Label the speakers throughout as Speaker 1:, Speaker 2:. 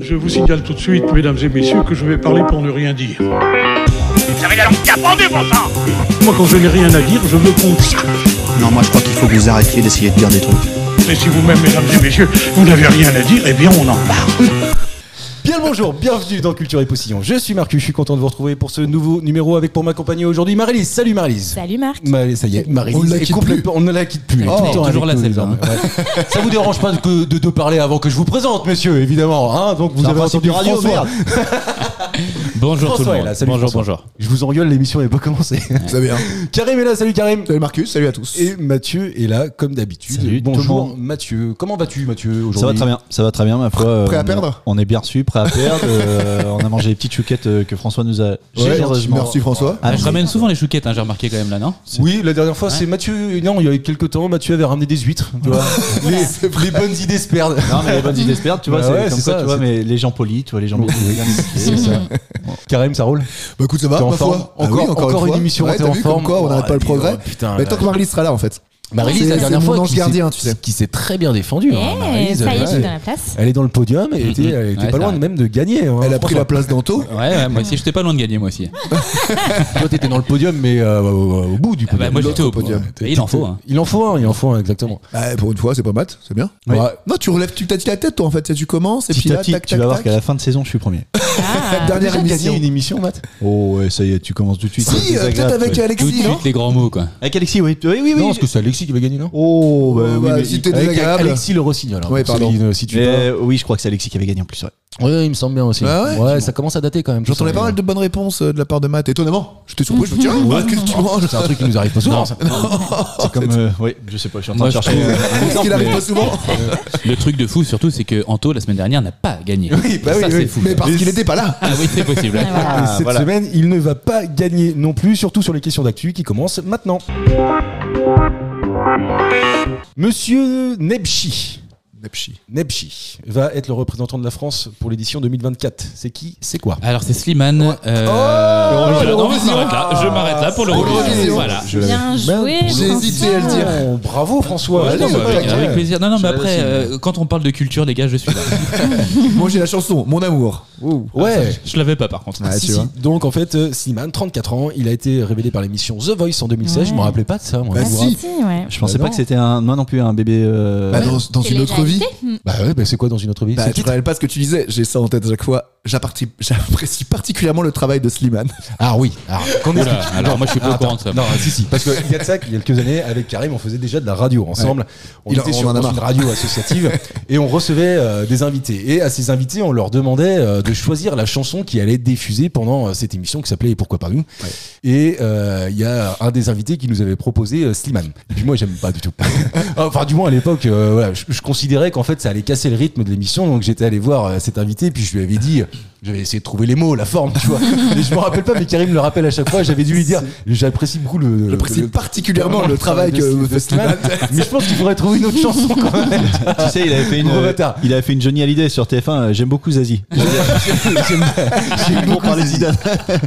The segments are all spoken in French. Speaker 1: Je vous signale tout de suite, mesdames et messieurs, que je vais parler pour ne rien dire.
Speaker 2: Vous avez la langue qui a pendu, bon sang
Speaker 1: Moi, quand je n'ai rien à dire, je veux qu'on sache.
Speaker 3: Non, moi je crois qu'il faut que vous arrêtiez d'essayer de dire des trucs.
Speaker 1: Mais si vous-même, mesdames et messieurs, vous n'avez rien à dire, eh bien, on en parle.
Speaker 4: Bien le bonjour, bienvenue dans Culture et Poussillon. Je suis Marcus, je suis content de vous retrouver pour ce nouveau numéro avec pour m'accompagner aujourd'hui Marilise. Salut Marilise.
Speaker 5: Salut Marc.
Speaker 4: Marilise, ça y est, Marilise.
Speaker 6: On la
Speaker 4: est
Speaker 6: quitte
Speaker 4: complètement- on ne la quitte plus.
Speaker 6: Elle est toujours
Speaker 4: avec
Speaker 6: là,
Speaker 4: nous,
Speaker 6: celle-là.
Speaker 4: désormais. hein. Ouais. ça vous dérange pas de, de, de parler avant que je vous présente, monsieur, évidemment. hein Donc vous
Speaker 3: C'est un
Speaker 4: avez
Speaker 3: principe
Speaker 4: entendu
Speaker 3: de radio,
Speaker 4: François.
Speaker 3: merde.
Speaker 6: Bonjour
Speaker 4: François
Speaker 6: tout le
Speaker 4: est
Speaker 6: monde.
Speaker 4: là, salut
Speaker 6: bonjour,
Speaker 4: François.
Speaker 6: bonjour.
Speaker 4: Je vous engueule, l'émission n'est pas commencée.
Speaker 3: Vous bien.
Speaker 4: Karim est là, salut Karim.
Speaker 3: Salut Marcus, salut à tous.
Speaker 4: Et Mathieu est là, comme d'habitude.
Speaker 6: Salut, tout le
Speaker 4: Bonjour
Speaker 6: monde.
Speaker 4: Mathieu. Comment vas-tu, Mathieu, aujourd'hui
Speaker 7: Ça va très bien, ça va très bien, ma foi. euh,
Speaker 3: Prêt à
Speaker 7: on-
Speaker 3: perdre
Speaker 7: On est bien reçu, prêt à perdre. euh, on a mangé les petites chouquettes euh, que François nous a généreusement.
Speaker 3: Merci
Speaker 4: Bah,
Speaker 3: François.
Speaker 6: Ah,
Speaker 7: Ah,
Speaker 6: je ramène souvent les chouquettes, hein, j'ai remarqué quand même là, non
Speaker 4: Oui, la dernière fois, c'est Mathieu. Non, il y a quelques temps, Mathieu avait ramené des huîtres. Tu vois. les, les bonnes idées se perdent.
Speaker 7: Non, mais les bonnes idées se perdent, tu vois.
Speaker 4: Bah
Speaker 7: c'est
Speaker 4: ouais,
Speaker 7: comme
Speaker 4: c'est
Speaker 7: quoi,
Speaker 4: ça,
Speaker 7: tu vois,
Speaker 4: c'est-
Speaker 7: mais les gens polis, tu vois, les gens bien
Speaker 4: C'est ça. Karim, ça roule
Speaker 3: Bah écoute, ça va,
Speaker 4: T'es en
Speaker 3: ma foi.
Speaker 4: forme
Speaker 3: Ah
Speaker 4: Encore- encore une
Speaker 3: fois.
Speaker 4: émission,
Speaker 3: Ouais,
Speaker 4: t'es
Speaker 3: t'as
Speaker 4: en
Speaker 3: vu comme
Speaker 4: forme.
Speaker 3: quoi, on n'arrête
Speaker 4: Oh,
Speaker 3: pas le
Speaker 4: puis,
Speaker 3: progrès.
Speaker 4: oh, putain,
Speaker 3: mais
Speaker 4: là.
Speaker 3: tant que Marilise sera là, en fait.
Speaker 4: Marilise,
Speaker 3: C'est-
Speaker 4: la dernière
Speaker 3: c'est mon
Speaker 4: fois,
Speaker 3: ange
Speaker 4: qui s'est-
Speaker 3: gardien, hein, tu sais.
Speaker 4: qui s'est très bien défendue. hein,
Speaker 5: Eh,
Speaker 4: Maryse,
Speaker 5: ça y est, je
Speaker 4: ouais.
Speaker 5: suis dans la place.
Speaker 4: Elle est dans le podium et elle était, elle était
Speaker 6: Ouais,
Speaker 4: pas
Speaker 6: c'est
Speaker 4: loin
Speaker 6: vrai.
Speaker 4: même de gagner. hein.
Speaker 3: Elle a pris la
Speaker 4: Franchement,
Speaker 3: place d'Anto.
Speaker 6: Ouais, ouais, moi aussi, j'étais pas loin de gagner, moi aussi.
Speaker 4: Toi, t'étais dans le podium, mais euh, au, au bout du
Speaker 6: Ah
Speaker 4: podium.
Speaker 6: bah, moi, j'étais au
Speaker 3: podium.
Speaker 6: Et il en faut, hein.
Speaker 4: Il en faut un, il en faut un, exactement.
Speaker 3: Ah, pour une fois, c'est pas mat, c'est bien.
Speaker 4: Ouais.
Speaker 3: Non, tu relèves, tu t'as dit la tête, toi, en fait. Tu sais, Tu commences, et puis
Speaker 7: Petit à
Speaker 3: là,
Speaker 7: petit,
Speaker 3: tac,
Speaker 7: tu vas voir
Speaker 3: tac,
Speaker 7: qu'à la
Speaker 3: tac.
Speaker 7: fin de saison, je suis premier.
Speaker 5: Ah,
Speaker 3: Dernière
Speaker 4: Déjà gagné
Speaker 3: émission.
Speaker 4: une émission, Matt
Speaker 7: Oh, ouais, ça y est, tu commences tout de suite.
Speaker 3: Si,
Speaker 7: c'est
Speaker 3: euh, peut-être
Speaker 7: désagréable,
Speaker 3: avec
Speaker 7: ouais.
Speaker 6: Tout de
Speaker 3: Alexis, non
Speaker 6: suite, les grands mots, quoi.
Speaker 7: Avec Alexis, oui. Oui, oui, oui.
Speaker 4: Non, parce que c'est Alexis qui va gagner, non
Speaker 7: Oh, bah, oui,
Speaker 3: Bah,
Speaker 7: mais-
Speaker 3: si t'es
Speaker 4: Avec
Speaker 3: désagréable.
Speaker 4: Alexis le Rossignol. hein,
Speaker 3: Ouais,
Speaker 4: parce que,
Speaker 3: pardon.
Speaker 4: euh, Si tu
Speaker 7: Mais,
Speaker 4: veux.
Speaker 7: euh, oui, je crois que c'est Alexis qui avait gagné en plus. Ouais.
Speaker 4: Ouais, il me semble bien aussi.
Speaker 3: Ouais, ouais,
Speaker 4: Ouais,
Speaker 3: effectivement.
Speaker 4: ça commence à dater quand même.
Speaker 3: J'entendais pas mal de bonnes réponses euh, de la part de Matt. Étonnamment, j'étais surpris. Je me dis, tiens, Matt, qu'est-ce que tu manges
Speaker 4: C'est un truc qui nous arrive pas souvent. ça.
Speaker 7: C'est comme. euh, oui, je sais pas, je suis en train
Speaker 6: Moi,
Speaker 7: de
Speaker 6: je
Speaker 7: chercher.
Speaker 6: trouve-
Speaker 7: euh,
Speaker 3: Parce qu'il arrive pas souvent. Bah
Speaker 6: Le truc de fou, surtout, c'est que Anto, la semaine dernière, n'a pas gagné.
Speaker 3: Oui, bah oui,
Speaker 6: Ça,
Speaker 3: oui.
Speaker 6: c'est fou.
Speaker 3: Mais parce qu'il était pas là.
Speaker 6: Ah oui, c'est possible.
Speaker 5: ouais, voilà.
Speaker 4: Et cette
Speaker 7: voilà.
Speaker 4: semaine, il ne va pas gagner non plus, surtout sur les questions d'actu qui commencent maintenant. Monsieur Nebchi.
Speaker 3: Nepchi.
Speaker 4: Nebchi va être le représentant de la France pour l'édition 2024. C'est qui C'est
Speaker 3: Ah,
Speaker 4: quoi
Speaker 6: Alors, c'est Slimane. euh, voilà. Non, mais je m'arrête là. Je m'arrête là pour le
Speaker 3: l'Eurovision.
Speaker 6: Voilà.
Speaker 7: je l'avais.
Speaker 5: Bien joué.
Speaker 4: Ben,
Speaker 3: J'ai hésité à le dire.
Speaker 4: Oh, Bravo François
Speaker 3: Ouais,
Speaker 4: Bravo,
Speaker 3: non,
Speaker 4: François.
Speaker 6: Avec, avec plaisir. Non, non, mais
Speaker 7: J'avais
Speaker 6: après,
Speaker 7: aussi,
Speaker 6: euh, quand on parle de culture, les gars, je suis là.
Speaker 3: Moi, j'ai la chanson, Mon amour. Ouh.
Speaker 4: Ouais.
Speaker 6: Je l'avais pas, par contre.
Speaker 3: Ouais,
Speaker 4: Ah, Si,
Speaker 3: Ah, tu
Speaker 4: si.
Speaker 3: vois.
Speaker 4: Donc en fait, euh, Slimane, 34 ans, il a été révélé par l'émission The Voice en 2016. Je
Speaker 5: Ouais.
Speaker 4: me rappelais pas de ça. Moi.
Speaker 3: Bah,
Speaker 5: Ah,
Speaker 4: Vous vous
Speaker 3: si.
Speaker 4: rappelez
Speaker 5: si, ouais.
Speaker 7: Je pensais
Speaker 4: Bah
Speaker 7: pas
Speaker 4: non.
Speaker 7: que c'était un, moi non plus, un bébé. euh,
Speaker 3: Bah, dans, dans une autre vie.
Speaker 4: Bah ouais, bah, c'est quoi dans une autre vie
Speaker 3: Bah,
Speaker 4: C'est
Speaker 3: tu
Speaker 4: le
Speaker 3: te rappelles pas ce que tu disais, j'ai ça en tête à chaque fois. J'apparti- J'apprécie particulièrement le travail de Slimane.
Speaker 4: titre Ah oui. Alors, qu'on
Speaker 6: Oula,
Speaker 4: explique.
Speaker 6: alors moi, je suis pas au courant de ça.
Speaker 4: Non, ah, si, si. Parce que il y a de ça, il y a quelques années, avec Karim, on faisait déjà de la radio ensemble. On
Speaker 3: Il en-
Speaker 4: était
Speaker 3: on
Speaker 4: sur
Speaker 3: en a
Speaker 4: dans une
Speaker 3: marre.
Speaker 4: radio associative et on recevait euh, des invités. Et à ces invités, on leur demandait euh, de choisir la chanson qui allait être diffusée pendant euh, cette émission qui s'appelait Et Pourquoi pas nous Et euh, il y a un des invités qui nous avait proposé euh, Slimane. Et puis moi, j'aime pas du tout. Ah, enfin, du moins à l'époque, euh, voilà, je, je considérais qu'en fait, ça allait casser le rythme de l'émission. Donc j'étais allé voir euh, cet invité, puis je lui avais dit, euh, j'avais essayé de trouver les mots, la forme, tu vois. Et je me rappelle pas, mais Karim le rappelle à chaque fois. J'avais dû lui dire, j'apprécie beaucoup le,
Speaker 3: J'apprécie
Speaker 4: le-
Speaker 3: particulièrement le travail que
Speaker 4: de- de
Speaker 3: fait Slimane.
Speaker 4: Slimane. Mais je pense qu'il faudrait trouver une autre chanson quand même.
Speaker 7: Tu sais, il avait fait une,
Speaker 4: Gros bâtard.
Speaker 7: il avait fait une Johnny Hallyday sur TF1. euh, J'aime beaucoup Zazie. J'aime beaucoup parler Zidane.
Speaker 4: Mais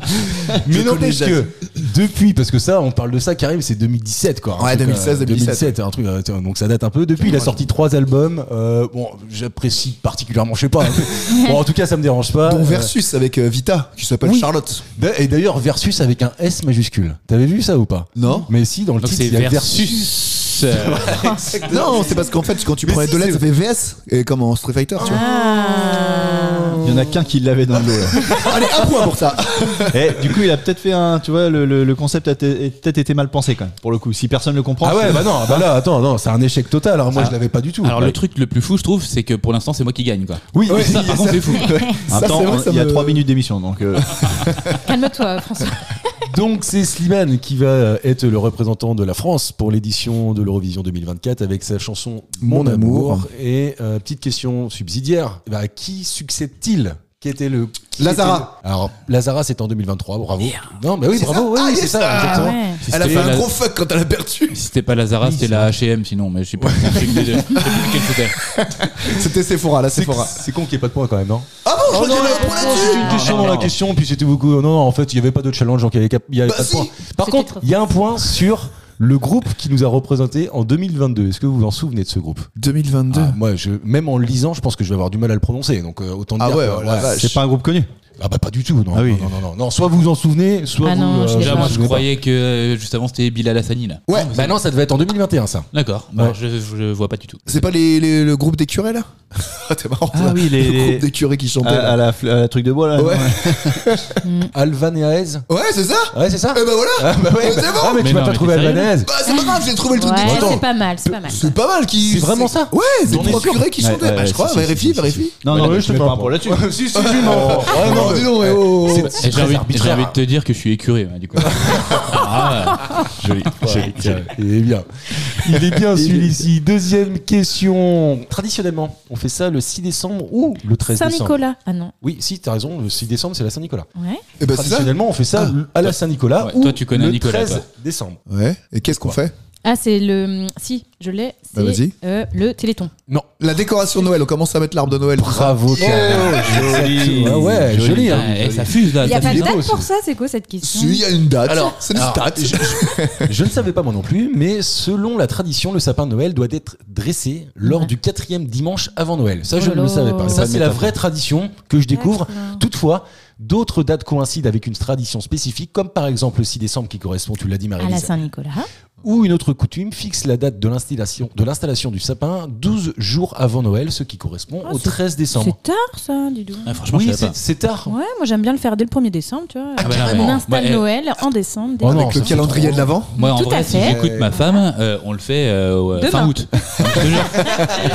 Speaker 3: Je connais
Speaker 4: n'empêche que
Speaker 3: Zazie.
Speaker 4: depuis, parce que ça, on parle de ça, Karim, c'est 2017 quoi. Un
Speaker 3: Ouais,
Speaker 4: truc,
Speaker 3: 2016,
Speaker 4: euh, 2017, un truc. euh, tiens, donc ça date un peu. Depuis, il a sorti trois albums. Euh, bon, j'apprécie particulièrement, je sais pas. hein. bon, en tout cas, ça me dérange pas.
Speaker 3: Bon
Speaker 4: Euh,
Speaker 3: versus avec euh, Vita, qui s'appelle
Speaker 4: oui.
Speaker 3: Charlotte.
Speaker 4: d'a- Et d'ailleurs, Versus avec un S majuscule. T'avais vu ça ou pas
Speaker 3: Non.
Speaker 4: Mais si, dans le
Speaker 6: Donc,
Speaker 4: titre,
Speaker 6: c'est
Speaker 4: il y a
Speaker 6: versus. euh,
Speaker 3: Non, c'est parce qu'en fait, quand tu prends les deux lettres, ça fait VS, et comme en Street Fighter, tu vois.
Speaker 4: Ah.
Speaker 7: Il y en a qu'un qui l'avait dans le lot. là.
Speaker 3: Allez, un point pour ça.
Speaker 7: Eh, du coup, il a peut-être fait un. Tu vois, le, le- le concept a t- a peut-être été mal pensé quand même. Pour le coup, si personne le comprend.
Speaker 4: Ah ouais,
Speaker 7: c'est-
Speaker 4: bah non, bah là, attends, non, c'est un échec total. hein. Moi, je l'avais pas du tout.
Speaker 6: Alors,
Speaker 4: Ouais.
Speaker 6: le truc le plus fou, je trouve, c'est que pour l'instant, c'est moi qui gagne, quoi.
Speaker 4: Oui, oui,
Speaker 6: Ça, par contre, c'est fou.
Speaker 7: En même
Speaker 3: Ça,
Speaker 7: temps,
Speaker 3: c'est vrai,
Speaker 7: on-
Speaker 3: ça
Speaker 7: il y a
Speaker 3: me-
Speaker 7: trois minutes d'émission, donc euh,
Speaker 5: Calme-toi, François.
Speaker 4: Donc c'est Slimane qui va euh, être le représentant de la France pour l'édition de l'Eurovision 2024 avec sa chanson Mon,
Speaker 3: Mon
Speaker 4: amour.
Speaker 3: amour.
Speaker 4: Et euh, petite question subsidiaire, bah, à qui succède-t-il qui était le qui
Speaker 3: Lazara.
Speaker 4: était le- Alors Lazara c'était en 2023, bravo. Non mais oui, bravo, oui,
Speaker 3: Ah,
Speaker 4: oui,
Speaker 3: yes,
Speaker 4: c'est ça,
Speaker 3: ah,
Speaker 4: exactement.
Speaker 5: ouais.
Speaker 6: Si
Speaker 3: Elle a
Speaker 6: c'était
Speaker 3: fait
Speaker 6: pas
Speaker 3: un
Speaker 6: la-
Speaker 3: gros fuck quand elle a perdu.
Speaker 6: Si c'était pas Lazara, c'était la H&M, sinon, mais je sais plus. Je sais plus lequel c'était.
Speaker 3: C'était Sephora, la
Speaker 4: C'est
Speaker 3: Sephora.
Speaker 4: c'est con qu'il n'y ait pas de point quand même, non
Speaker 3: Ah bon, je
Speaker 4: Oh
Speaker 3: crois
Speaker 4: non,
Speaker 3: qu'il y avait un
Speaker 4: non,
Speaker 3: point
Speaker 4: non,
Speaker 3: là-dessus.
Speaker 4: c'était une Ah, question
Speaker 6: non,
Speaker 4: dans la
Speaker 6: non.
Speaker 4: question, puis c'était beaucoup. Non, non, en fait, il n'y avait pas de challenge, donc il n'y avait, cap- il y avait
Speaker 3: Bah
Speaker 4: pas de
Speaker 3: si.
Speaker 4: point. Par
Speaker 5: C'était
Speaker 4: contre,
Speaker 5: trop
Speaker 4: il y a un point sur Le groupe qui nous a représenté en 2022, est-ce que vous vous en souvenez de ce groupe
Speaker 3: 2022.
Speaker 4: Ah, Moi, je, même en le lisant, je pense que je vais avoir du mal à le prononcer. Donc, euh, autant
Speaker 3: Ah
Speaker 4: dire
Speaker 3: ouais,
Speaker 4: que,
Speaker 3: oh la vache.
Speaker 7: C'est pas un groupe connu.
Speaker 4: Ah bah pas du tout, non.
Speaker 7: Ah oui.
Speaker 4: non, non, non, non. Soit vous vous en souvenez, soit
Speaker 5: Ah
Speaker 4: vous. euh,
Speaker 5: non, je l'ai
Speaker 6: Déjà,
Speaker 5: pas.
Speaker 6: moi,
Speaker 5: Je
Speaker 6: je
Speaker 4: vous en
Speaker 6: croyais que euh, juste avant, c'était Bilal Hassani, là.
Speaker 3: Ouais.
Speaker 4: souvenez pas. Bah non, ça devait être en 2021, ça.
Speaker 6: D'accord. Bah,
Speaker 4: Ouais.
Speaker 6: je, je vois pas du tout.
Speaker 3: C'est pas les, les- le groupe des curés là T'es marrant.
Speaker 7: Ah
Speaker 3: toi.
Speaker 7: oui, les-
Speaker 3: le
Speaker 7: les-
Speaker 3: groupe des curés qui chantait.
Speaker 7: À,
Speaker 4: Ah,
Speaker 7: à la, fl- à la truc de bois là.
Speaker 3: Ouais.
Speaker 4: Alvanaise.
Speaker 3: Ouais, c'est ça
Speaker 4: Ouais, c'est ça.
Speaker 3: Eh ben voilà
Speaker 4: Ah bah ouais,
Speaker 3: C'est
Speaker 4: bah-
Speaker 3: bon
Speaker 4: ah, mais,
Speaker 6: Mais
Speaker 4: tu m'as
Speaker 6: non,
Speaker 4: pas
Speaker 6: mais
Speaker 4: trouvé
Speaker 6: t'es sérieux
Speaker 4: Alvanaise.
Speaker 3: Bah, c'est pas grave, j'ai trouvé le truc
Speaker 5: Ouais,
Speaker 3: du
Speaker 5: c'est pas mal, c'est pas mal.
Speaker 3: C'est pas mal qui.
Speaker 4: C'est vraiment ça
Speaker 3: Ouais, c'est
Speaker 4: J'en ai
Speaker 3: trois
Speaker 4: sûr.
Speaker 3: curés qui
Speaker 7: Ouais,
Speaker 3: chantaient.
Speaker 7: ouais,
Speaker 3: bah, je
Speaker 7: si,
Speaker 3: crois,
Speaker 7: si,
Speaker 3: vérifie, vérifie.
Speaker 7: Non,
Speaker 4: Ouais,
Speaker 7: non,
Speaker 4: mais je
Speaker 7: mais je te
Speaker 4: mets
Speaker 7: mets
Speaker 4: pas
Speaker 7: pas
Speaker 4: un
Speaker 7: un
Speaker 4: point
Speaker 7: point là-dessus.
Speaker 4: si, si, non.
Speaker 3: Ah non, dis donc, eh, oh, oh, oh.
Speaker 4: C'est- c'est
Speaker 6: Et J'ai
Speaker 4: très
Speaker 6: envie, j'ai
Speaker 4: arbitraire.
Speaker 6: envie de te dire que je suis écuré, hein, du coup. ah, ouais. joli. joli, joli.
Speaker 4: Il est bien. Il est bien celui-ci. Deuxième question. Traditionnellement, on fait ça le 6 décembre ou le 13 décembre.
Speaker 5: Saint-Nicolas. Ah non.
Speaker 4: Oui, si, t'as raison, le 6 décembre, Bah, c'est la Saint-Nicolas.
Speaker 5: Ouais.
Speaker 3: Eh ben, c'est ça
Speaker 4: Traditionnellement, on fait ça Ah. Bah, à la Saint-Nicolas
Speaker 6: Ouais,
Speaker 4: ou
Speaker 6: toi, tu connais
Speaker 4: le
Speaker 6: Nicolas,
Speaker 4: 13
Speaker 6: toi.
Speaker 4: décembre.
Speaker 3: Ouais. Et qu'est-ce qu'on fait
Speaker 5: Ah, c'est le. Si, je l'ai.
Speaker 3: Bah, vas-y.
Speaker 5: C'est euh, le Téléthon.
Speaker 4: Non.
Speaker 3: La décoration de Noël, on commence à mettre l'arbre de Noël. tout ça.
Speaker 4: Bravo, Karine.
Speaker 7: Joli.
Speaker 4: Ouais, ouais, joli. hein.
Speaker 6: Ah, eh, ça fuse, là.
Speaker 5: Il n'y a
Speaker 6: ça
Speaker 5: pas de
Speaker 6: fuse.
Speaker 5: date pour ça, c'est quoi cette question
Speaker 3: Si, il y a une date.
Speaker 6: Alors,
Speaker 3: c'est une
Speaker 6: alors,
Speaker 3: stat.
Speaker 4: Je ne savais pas moi non plus, mais selon la tradition, le sapin de Noël doit être dressé lors
Speaker 5: Ouais.
Speaker 4: du quatrième dimanche avant Noël. Ça, je ne
Speaker 5: Oh
Speaker 4: le
Speaker 5: là.
Speaker 4: savais pas. Ça,
Speaker 5: Pas de
Speaker 4: c'est la vraie tradition que je découvre.
Speaker 5: D'accord.
Speaker 4: Toutefois, d'autres dates coïncident avec une tradition spécifique, comme par exemple le 6 décembre qui correspond, tu l'as dit, marie
Speaker 5: À Ah, la Saint-Nicolas.
Speaker 4: ou une autre coutume fixe la date de l'installation de l'installation du sapin 12 jours avant Noël, ce qui correspond
Speaker 5: Ah,
Speaker 4: au
Speaker 5: c'est-
Speaker 4: 13 décembre.
Speaker 5: C'est tard, ça, dis donc.
Speaker 6: Ah, franchement,
Speaker 4: Oui,
Speaker 6: je savais
Speaker 4: c'est
Speaker 6: pas.
Speaker 4: c'est tard.
Speaker 5: Ouais, moi j'aime bien le faire dès le 1er décembre, tu vois.
Speaker 6: bah,
Speaker 5: on
Speaker 6: ouais.
Speaker 5: installe
Speaker 6: Ouais, eh,
Speaker 5: Noël en décembre. dès
Speaker 4: Oh non,
Speaker 3: Avec le
Speaker 4: ça, c'est
Speaker 3: calendrier
Speaker 4: trop.
Speaker 3: de l'avant.
Speaker 6: Moi, en
Speaker 5: Tout
Speaker 6: vrai,
Speaker 5: à
Speaker 6: si
Speaker 5: fait.
Speaker 6: j'écoute ma femme, euh, on le fait euh, au-
Speaker 5: Demain.
Speaker 6: fin août. Je te jure.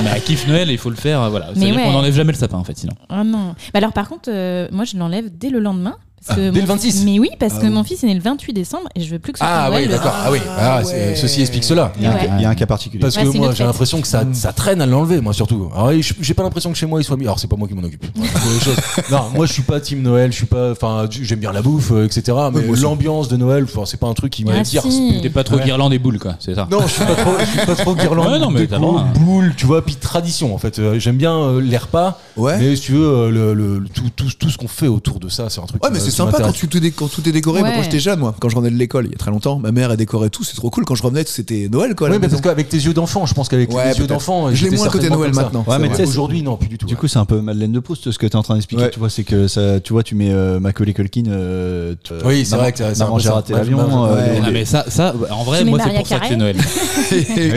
Speaker 6: Mais à kiff Noël, il faut le faire. euh, Voilà.
Speaker 5: Mais
Speaker 6: C'est-à-dire
Speaker 5: ouais.
Speaker 6: qu'on n'enlève jamais le sapin, en fait, sinon.
Speaker 5: Ah non. Bah alors par contre, euh, moi je l'enlève dès le lendemain. Parce que
Speaker 4: dès
Speaker 5: mon-
Speaker 4: le 26?
Speaker 5: Mais oui, parce que mon fils est né le 28 décembre et je veux plus que ce soit
Speaker 4: Ah
Speaker 5: Noël
Speaker 4: oui,
Speaker 5: le-
Speaker 4: d'accord. Ah oui, Ah, c'est- ceci explique cela.
Speaker 7: Il y a un
Speaker 5: Ouais.
Speaker 7: cas- il y a un cas particulier.
Speaker 4: Parce
Speaker 5: Ouais,
Speaker 4: que
Speaker 5: c'est
Speaker 4: moi,
Speaker 5: notre
Speaker 4: j'ai
Speaker 5: fête.
Speaker 4: l'impression que
Speaker 3: Mm.
Speaker 4: ça, ça traîne à l'enlever, moi surtout. Alors, je- j'ai pas l'impression que chez moi il soit mis. Alors, c'est pas moi qui m'en occupe. Voilà, c'est les choses. non, moi, je suis pas team Noël. Je suis pas. Enfin, j'aime bien la bouffe, euh, etc. Mais
Speaker 3: Oui, moi aussi.
Speaker 4: l'ambiance de Noël, enfin, c'est pas un truc qui
Speaker 5: Ah,
Speaker 4: m'attire.
Speaker 5: si.
Speaker 6: T'es pas trop guirlande et boule, quoi. C'est ça.
Speaker 4: Non, je suis pas trop, je suis pas trop guirlande.
Speaker 6: Ouais, non, mais
Speaker 4: déco,
Speaker 6: t'as le droit, hein.
Speaker 4: boule, tu vois, puis tradition en fait. Euh, J'aime bien euh, les repas,
Speaker 3: Ouais.
Speaker 4: mais si tu veux, euh, le, le- le- tout, tout, tout ce qu'on fait autour de ça, c'est un truc.
Speaker 3: Ouais,
Speaker 4: qui
Speaker 3: mais
Speaker 4: me-
Speaker 3: c'est
Speaker 4: qui
Speaker 3: sympa quand,
Speaker 4: euh, m'intéresse.
Speaker 3: tu, tout est- quand tout est décoré. Moi,
Speaker 5: Ouais.
Speaker 3: quand j'étais jeune, moi, quand je revenais de l'école, il y a très longtemps, ma mère, elle décorait tout. C'est trop cool. Quand je revenais, c'était Noël, quoi. à la
Speaker 4: Ouais, mais
Speaker 3: maison.
Speaker 4: parce qu'avec tes yeux d'enfant, je pense qu'avec
Speaker 3: Ouais,
Speaker 4: tes yeux
Speaker 3: peut-être.
Speaker 4: d'enfant,
Speaker 3: Je l'ai
Speaker 4: j'étais
Speaker 3: moins côté
Speaker 4: certainement
Speaker 3: Noël
Speaker 4: comme ça.
Speaker 3: maintenant.
Speaker 7: Ouais, mais tu sais,
Speaker 4: Aujourd'hui, non, plus du tout.
Speaker 7: Du
Speaker 4: ouais.
Speaker 7: coup, c'est un peu Madeleine de Proust ce que t'es en train d'expliquer.
Speaker 3: Ouais.
Speaker 7: Tu vois, c'est que ça, tu vois, tu mets euh, Macaulay Culkin. euh, tu-
Speaker 4: Oui, c'est
Speaker 7: Maman-
Speaker 4: vrai que c'est- c'est un
Speaker 7: Maman,
Speaker 4: peu
Speaker 7: j'ai
Speaker 4: ça.
Speaker 7: raté
Speaker 4: Ouais,
Speaker 7: l'avion.
Speaker 4: ouais,
Speaker 7: euh,
Speaker 3: ouais.
Speaker 7: les-
Speaker 6: Ah, mais ça, ça, en vrai,
Speaker 5: Tu mets
Speaker 6: moi, c'est
Speaker 5: Maria
Speaker 6: pour ça que c'est
Speaker 5: Carré
Speaker 6: Noël.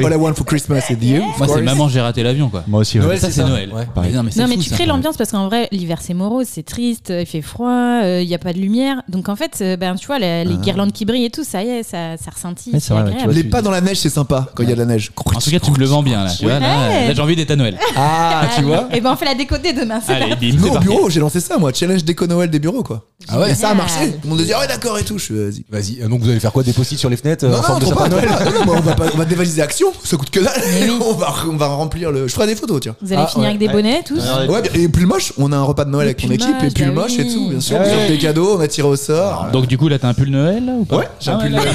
Speaker 3: All I want for Christmas is you. of
Speaker 6: Moi, c'est
Speaker 3: course.
Speaker 6: maman, j'ai raté l'avion, quoi.
Speaker 7: Moi aussi, ouais.
Speaker 4: Noël,
Speaker 6: ça, c'est Noël.
Speaker 4: Ouais.
Speaker 7: Pareil.
Speaker 6: Mais non, mais, c'est
Speaker 5: Non, mais
Speaker 6: fou,
Speaker 5: tu
Speaker 6: ça.
Speaker 5: crées l'ambiance parce qu'en vrai, l'hiver c'est morose, c'est triste, il fait froid, euh, il n'y a pas de lumière. Donc en fait, euh, ben, tu vois, la- les guirlandes qui brillent et tout, ça y est, ça, ça ressentit.
Speaker 7: Ouais, c'est
Speaker 5: c'est
Speaker 7: vrai, ouais,
Speaker 5: agréable.
Speaker 3: Les pas dans la neige, c'est sympa quand il y a de la neige.
Speaker 6: En tout cas, tu me le vends bien, là. Tu vois, là,
Speaker 5: Ouais.
Speaker 6: là, j'ai envie d'être à Noël.
Speaker 4: Ah, tu vois.
Speaker 5: Et ben on fait la décoter demain, c'est
Speaker 6: Allez,
Speaker 5: parti.
Speaker 6: bim, c'est
Speaker 3: Non, au
Speaker 6: parti.
Speaker 3: bureau, j'ai lancé ça, moi. Challenge déco Noël des bureaux, quoi.
Speaker 4: Ah ouais.
Speaker 3: Et ça a marché.
Speaker 5: Génial.
Speaker 3: Tout le monde a dit, ah ouais, d'accord et tout. Je suis, vas-y.
Speaker 4: Vas-y, euh, donc vous allez faire quoi Des post-it sur les fenêtres euh,
Speaker 3: Non,
Speaker 4: en
Speaker 3: non,
Speaker 4: forme de
Speaker 3: trop
Speaker 4: sapin
Speaker 3: pas,
Speaker 4: de Noël
Speaker 3: trop pas. Non, non, on va pas- on va dévaliser Action, ça coûte que dalle.
Speaker 5: Mais oui.
Speaker 3: on, va, on va remplir le. Je ferai des photos, tiens.
Speaker 5: Vous allez
Speaker 4: Ah,
Speaker 5: finir
Speaker 4: ouais. Ah.
Speaker 5: avec des bonnets, tous
Speaker 7: Ouais.
Speaker 3: Ouais, bien- et pull moche, on a un repas de Noël
Speaker 5: Les
Speaker 3: avec mon
Speaker 5: pulls
Speaker 3: équipe, les
Speaker 5: moches,
Speaker 3: pulls
Speaker 5: bah
Speaker 3: moches et
Speaker 5: oui.
Speaker 3: tout, bien sûr.
Speaker 4: Ouais.
Speaker 3: On offre des cadeaux, on a tiré au sort.
Speaker 6: Donc, du coup, là, t'as un pull Noël, là, ou pas
Speaker 3: Ouais, j'ai un
Speaker 6: Ah,
Speaker 3: pull
Speaker 6: d'accord.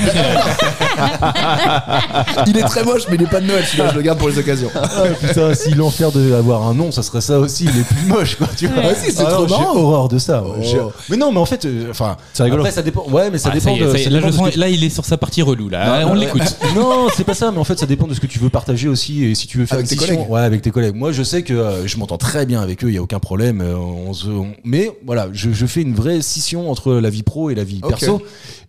Speaker 3: Il est très moche, mais il est pas de Noël, celui-là, je le garde pour les occasions. Bah,
Speaker 4: Ah, putain, si l'enfer devait avoir un nom, ça serait ça aussi, les plus moches, quoi. Tu vois.
Speaker 3: Ouais, si, c'est
Speaker 4: Ah
Speaker 3: trop
Speaker 4: non,
Speaker 3: marrant.
Speaker 4: J'ai horreur de ça. ouais.
Speaker 3: Oh.
Speaker 4: J'ai- Mais non, mais en fait, euh, enfin,
Speaker 7: C'est rigolo.
Speaker 4: après, ça dépend. Ouais, mais ça
Speaker 6: Ah,
Speaker 4: dépend
Speaker 6: y est,
Speaker 4: de.
Speaker 6: y est,
Speaker 4: ça
Speaker 6: là,
Speaker 4: dépend
Speaker 6: je
Speaker 4: de ce que
Speaker 6: prends-
Speaker 4: tu-
Speaker 6: là, il est sur sa partie relou, là.
Speaker 4: Ah,
Speaker 6: on
Speaker 4: ouais.
Speaker 6: l'écoute.
Speaker 4: Non, c'est pas ça, mais en fait, ça dépend de ce que tu veux partager aussi et si tu veux faire
Speaker 3: Avec
Speaker 4: une
Speaker 3: tes
Speaker 4: session-
Speaker 3: collègues.
Speaker 4: Ouais, avec tes collègues. Moi, je sais que euh, je m'entends très bien avec eux, il y a aucun problème. euh, on se- on- Mais voilà, je, je fais une vraie scission entre la vie pro et la vie
Speaker 3: Ok.
Speaker 4: perso.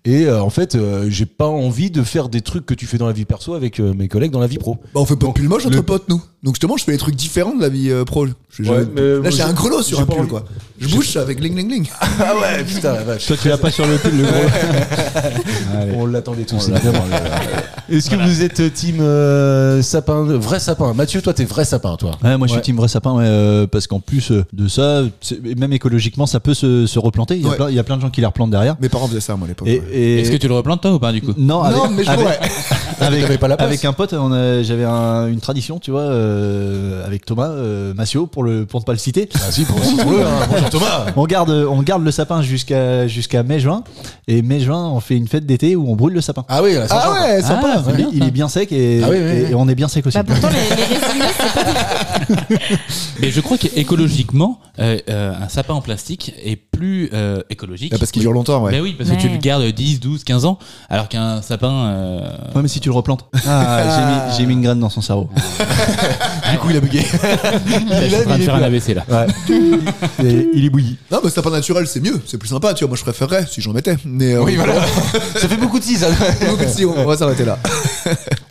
Speaker 4: Et euh, en fait, euh, j'ai pas envie de faire des trucs que tu fais dans la vie perso avec euh, mes collègues dans la vie pro.
Speaker 3: Bah, on fait pas de pull moche entre
Speaker 4: le-
Speaker 3: potes, nous. Donc, justement, je fais des trucs différents de la vie euh, pro. Je- je-
Speaker 4: Ouais, mais moi,
Speaker 3: Là, j'ai
Speaker 4: j'ai-
Speaker 3: un grelot sur
Speaker 4: j'ai
Speaker 3: un
Speaker 4: pas
Speaker 3: pull,
Speaker 4: envie.
Speaker 3: quoi. Je bouche avec ling ling ling.
Speaker 4: Ah ouais, putain, la vache.
Speaker 7: Toi, tu l'as pas sur le pull, le gros. Allez.
Speaker 4: On l'attendait tous, évidemment. Est-ce que vous êtes team euh, sapin, vrai sapin Mathieu, toi, t'es vrai sapin, toi.
Speaker 7: Ouais, moi je suis team vrai sapin ouais, euh, parce qu'en plus euh, de ça, c'est- et même écologiquement, ça peut se, se replanter. Il y, a
Speaker 3: Ouais.
Speaker 7: plein, il y a plein de gens qui les replantent derrière.
Speaker 3: Mes parents faisaient ça, moi, à l'époque.
Speaker 7: Et,
Speaker 3: ouais.
Speaker 7: et-
Speaker 6: Est-ce que tu le replantes, toi, ou pas, du coup
Speaker 7: non, avec,
Speaker 3: Non, mais je
Speaker 7: avec,
Speaker 3: pourrais.
Speaker 7: avec-
Speaker 4: T'avais pas la place.
Speaker 7: avec un pote, on a- j'avais un- une tradition, tu vois, euh, avec Thomas euh, Massio pour le pour ne pas le citer.
Speaker 4: Ah si, pour, si, pour eux, hein. Bonjour Thomas.
Speaker 7: On garde on garde le sapin jusqu'à jusqu'à mai-juin et mai-juin, on fait une fête d'été où on brûle le sapin.
Speaker 4: Ah oui, la Saint-Jean, quoi.
Speaker 3: Ah ouais, sympa.
Speaker 6: Ah,
Speaker 7: Il,
Speaker 6: bien,
Speaker 7: il est bien sec et,
Speaker 4: Ah oui, oui,
Speaker 7: et-
Speaker 4: oui.
Speaker 7: et on est bien sec aussi.
Speaker 5: Bah pourtant, les, les résineux, c'est pas
Speaker 6: Mais je crois qu'écologiquement, euh, euh, un sapin en plastique est plus euh, écologique.
Speaker 3: Ah, Parce qu'il dure longtemps, ouais.
Speaker 6: Ben oui, parce que tu
Speaker 5: Ouais.
Speaker 6: le gardes 10, 12, 15 ans, alors qu'un sapin. euh,
Speaker 7: Ouais, mais si tu le replante. Ah, j'ai mis, j'ai mis une graine dans son cerveau.
Speaker 3: Du coup, il a bugué.
Speaker 6: Je suis en train de faire un AVC là.
Speaker 4: Et il est bouilli.
Speaker 3: Non, mais c'est pas naturel, c'est mieux, c'est plus sympa, tu vois. Moi, je préférerais si j'en mettais. Mais euh,
Speaker 4: Oui, voilà. ça fait beaucoup de si, ça.
Speaker 3: donc, si, on, on va s'arrêter là.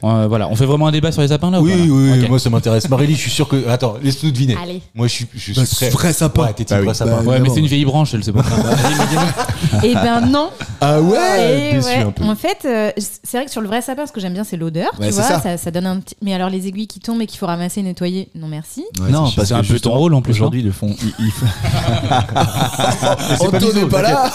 Speaker 6: Euh, voilà, on fait vraiment un débat sur les sapins là ou
Speaker 4: Oui,
Speaker 6: pas, là
Speaker 4: oui, oui,
Speaker 6: Ok.
Speaker 4: moi ça m'intéresse. Marélie, je suis sûr que. Attends, laisse-nous deviner.
Speaker 5: Allez.
Speaker 4: Moi je suis, je suis
Speaker 3: Bah,
Speaker 4: prêt.
Speaker 3: c'est vrai sapin.
Speaker 4: Ouais, t'es
Speaker 3: Bah oui.
Speaker 4: vrai sapin.
Speaker 3: Bah,
Speaker 6: Ouais, mais
Speaker 3: évidemment.
Speaker 6: c'est une vieille branche, elle, c'est pour ça. Vas-y, dis-nous.
Speaker 5: Et ben non.
Speaker 3: Ah ouais
Speaker 5: Et
Speaker 4: déçu
Speaker 5: ouais.
Speaker 4: un peu.
Speaker 5: En fait, euh, c'est vrai que sur le vrai sapin, ce que j'aime bien, c'est l'odeur.
Speaker 3: Ouais,
Speaker 5: tu
Speaker 3: c'est
Speaker 5: vois,
Speaker 3: ça.
Speaker 5: ça. Ça, donne un petit. Mais alors les aiguilles qui tombent et qu'il faut ramasser, et nettoyer, non merci.
Speaker 7: non,
Speaker 6: c'est un peu ton
Speaker 7: justement,
Speaker 6: rôle, en plus, hein.
Speaker 7: Aujourd'hui, ils le font. ils- ils-
Speaker 3: Anto n'est pas là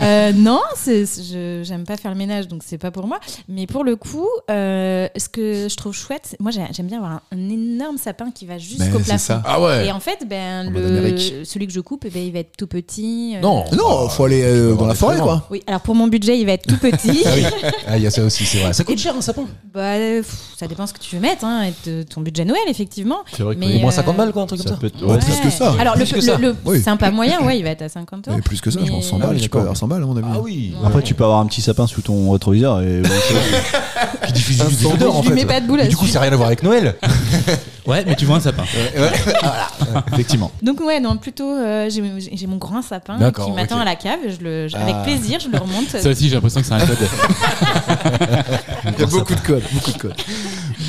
Speaker 5: Euh, non, c'est- c'est- je j'aime pas faire le ménage, donc c'est pas pour moi. Mais pour le coup, euh, ce que je trouve chouette, moi j'ai- j'aime bien avoir un, un énorme sapin qui va jusqu'au
Speaker 3: Mais c'est
Speaker 5: plafond.
Speaker 3: ça.
Speaker 4: Ah ouais.
Speaker 5: Et en fait, ben,
Speaker 3: En
Speaker 5: le-
Speaker 3: mode Amérique.
Speaker 5: celui que je coupe, eh ben, il va être tout petit. euh,
Speaker 4: Non.
Speaker 3: Non, faut aller euh, dans la forêt, quoi.
Speaker 5: Oui, alors pour mon budget, il va être tout petit.
Speaker 4: Ah oui, ah, il y a ça aussi, c'est vrai. Ça coûte cher un sapin.
Speaker 5: Bah, euh, pff, ça dépend ce que tu veux mettre, hein, et de ton budget Noël, effectivement.
Speaker 7: C'est vrai que
Speaker 5: Mais,
Speaker 4: Au moins
Speaker 5: euh,
Speaker 4: 50 balles, quoi, un truc comme ça.
Speaker 7: peut être-
Speaker 3: Ouais, plus que ça.
Speaker 5: Alors, le,
Speaker 4: Plus que ça.
Speaker 5: le- le
Speaker 3: Oui.
Speaker 5: sympa moyen, ouais, il va être à 50 euros.
Speaker 3: Mais plus que ça, je m'en
Speaker 5: Mais-
Speaker 3: 100 balles,
Speaker 5: Ah oui,
Speaker 3: je sais pas, alors 100 balles, à mon avis.
Speaker 4: oui.
Speaker 7: Après, tu peux avoir un petit sapin sous ton rétroviseur et
Speaker 4: Qui diffuse
Speaker 3: Un
Speaker 4: des
Speaker 3: sandwich,
Speaker 4: odeurs en
Speaker 5: euh, Je lui mets
Speaker 4: fait.
Speaker 5: pas de boule
Speaker 4: Mais Du coup, ça n'a rien à voir avec Noël.
Speaker 6: Ouais, mais tu vois un sapin.
Speaker 3: Effectivement.
Speaker 5: Donc ouais, non, plutôt euh, j'ai j'ai mon grand sapin
Speaker 4: D'accord,
Speaker 5: qui m'attend
Speaker 4: ok.
Speaker 5: à la cave. Je le, je- avec plaisir, je le remonte.
Speaker 6: Ça aussi, j'ai l'impression que c'est un code.
Speaker 3: Il y a beaucoup de codes, beaucoup de codes.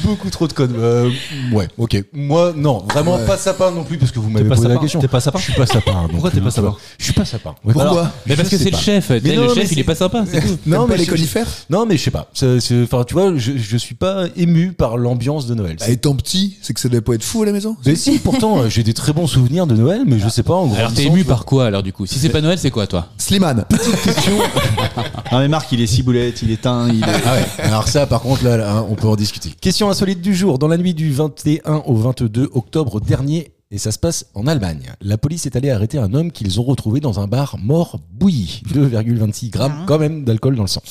Speaker 4: Beaucoup trop de codes. Euh, ouais, ok. Moi, non, vraiment
Speaker 3: Ouais.
Speaker 4: pas sapin non plus, parce que vous m'avez
Speaker 7: pas
Speaker 4: posé la
Speaker 7: sapin
Speaker 4: question.
Speaker 7: T'es pas sapin
Speaker 4: Je suis pas sapin.
Speaker 7: Pourquoi t'es pas sapin
Speaker 4: Je suis pas sapin.
Speaker 3: Pourquoi
Speaker 6: Mais parce que c'est le chef, tu sais,
Speaker 4: non,
Speaker 6: le
Speaker 4: mais
Speaker 6: chef, il est
Speaker 4: c'est-
Speaker 6: pas sympa, c'est tout.
Speaker 3: Non, mais les
Speaker 4: je-
Speaker 3: conifères
Speaker 4: Non, mais je sais pas. C'est- c'est- Enfin, tu vois, je, je suis pas ému par l'ambiance de Noël.
Speaker 3: Bah, Étant petit, c'est que ça devait pas être fou à la maison
Speaker 4: Mais si, pourtant, euh, j'ai des très bons souvenirs de Noël, mais je sais pas. En
Speaker 6: Alors
Speaker 4: grandissant,
Speaker 6: t'es ému
Speaker 4: tu vois.
Speaker 6: par quoi alors du coup Si c'est pas Noël, c'est quoi toi
Speaker 3: Slimane
Speaker 7: Non, Ah, mais Marc, il est ciboulette, il est teint, il est.
Speaker 4: Ah ouais. Alors ça, par contre, là, là, hein, on peut en discuter. Question insolite du jour. Dans la nuit du 21 au 22 octobre dernier, et ça se passe en Allemagne, la police est allée arrêter un homme qu'ils ont retrouvé dans un bar mort bouilli. 2,26 grammes quand même d'alcool dans le sang.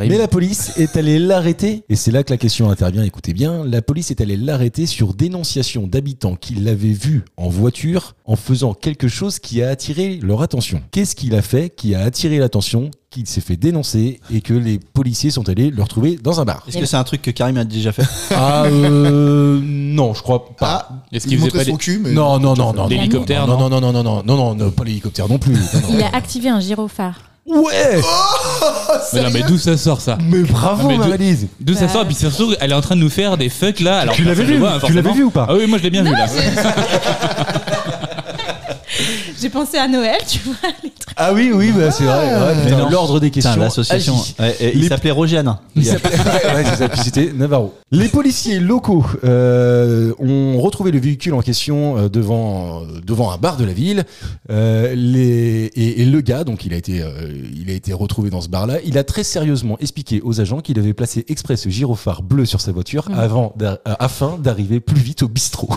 Speaker 4: Mais la police est allée l'arrêter, et c'est là que la question intervient, écoutez bien, la police est allée l'arrêter sur dénonciation d'habitants qui l'avaient vu en voiture en faisant quelque chose qui a attiré leur attention. Qu'est-ce qu'il a fait qui a attiré l'attention, qu'il s'est fait dénoncer et que les policiers sont allés le retrouver dans un bar
Speaker 7: Est-ce que c'est un truc que Karim a déjà fait
Speaker 4: Ah euh, non, je crois pas.
Speaker 6: Est-ce qu'il
Speaker 3: Il
Speaker 6: faisait
Speaker 3: montrait
Speaker 6: pas
Speaker 3: son
Speaker 6: des...
Speaker 3: cul, mais.
Speaker 4: Non, non, non, non.
Speaker 6: L'hélicoptère,
Speaker 4: non, non, non, non, non, non, non, non, non, pas l'hélicoptère non plus. Non, non.
Speaker 5: Il a activé un gyrophare.
Speaker 4: Ouais,
Speaker 6: Mais non mais d'où ça sort ça
Speaker 4: mais bravo,
Speaker 6: Non, Ah, mais
Speaker 4: ma
Speaker 6: de-
Speaker 4: valise.
Speaker 6: D'où ça sort Et puis surtout, elle est en train de nous faire des fucks là. Alors,
Speaker 4: Tu l'avais
Speaker 6: personne
Speaker 7: Ah,
Speaker 4: vu
Speaker 6: le voit, hein,
Speaker 4: Tu l'avais
Speaker 6: forcément.
Speaker 4: vu ou pas
Speaker 6: Ah oui, moi je l'ai bien vu là.
Speaker 5: J'ai pensé à Noël, tu vois. les trucs.
Speaker 4: Ah oui, oui, bah, c'est vrai. ouais, putain,
Speaker 7: Mais non.
Speaker 4: L'ordre des
Speaker 7: Putain,
Speaker 4: questions.
Speaker 7: l'association.
Speaker 4: agit.
Speaker 7: Ouais, et il
Speaker 4: Les-
Speaker 7: s'appelait Roger Hanin.
Speaker 4: Il s'appelait- ouais, ouais, c'est ça, puis c'était Navarro. Les policiers locaux euh, ont retrouvé le véhicule en question euh, devant euh, devant un bar de la ville. Euh, les, et, et le gars, donc il a été euh, il a été retrouvé dans ce bar-là. Il a très sérieusement expliqué aux agents qu'il avait placé exprès ce gyrophare bleu sur sa voiture
Speaker 6: Mm.
Speaker 4: avant d'a- euh, afin d'arriver plus vite au bistrot.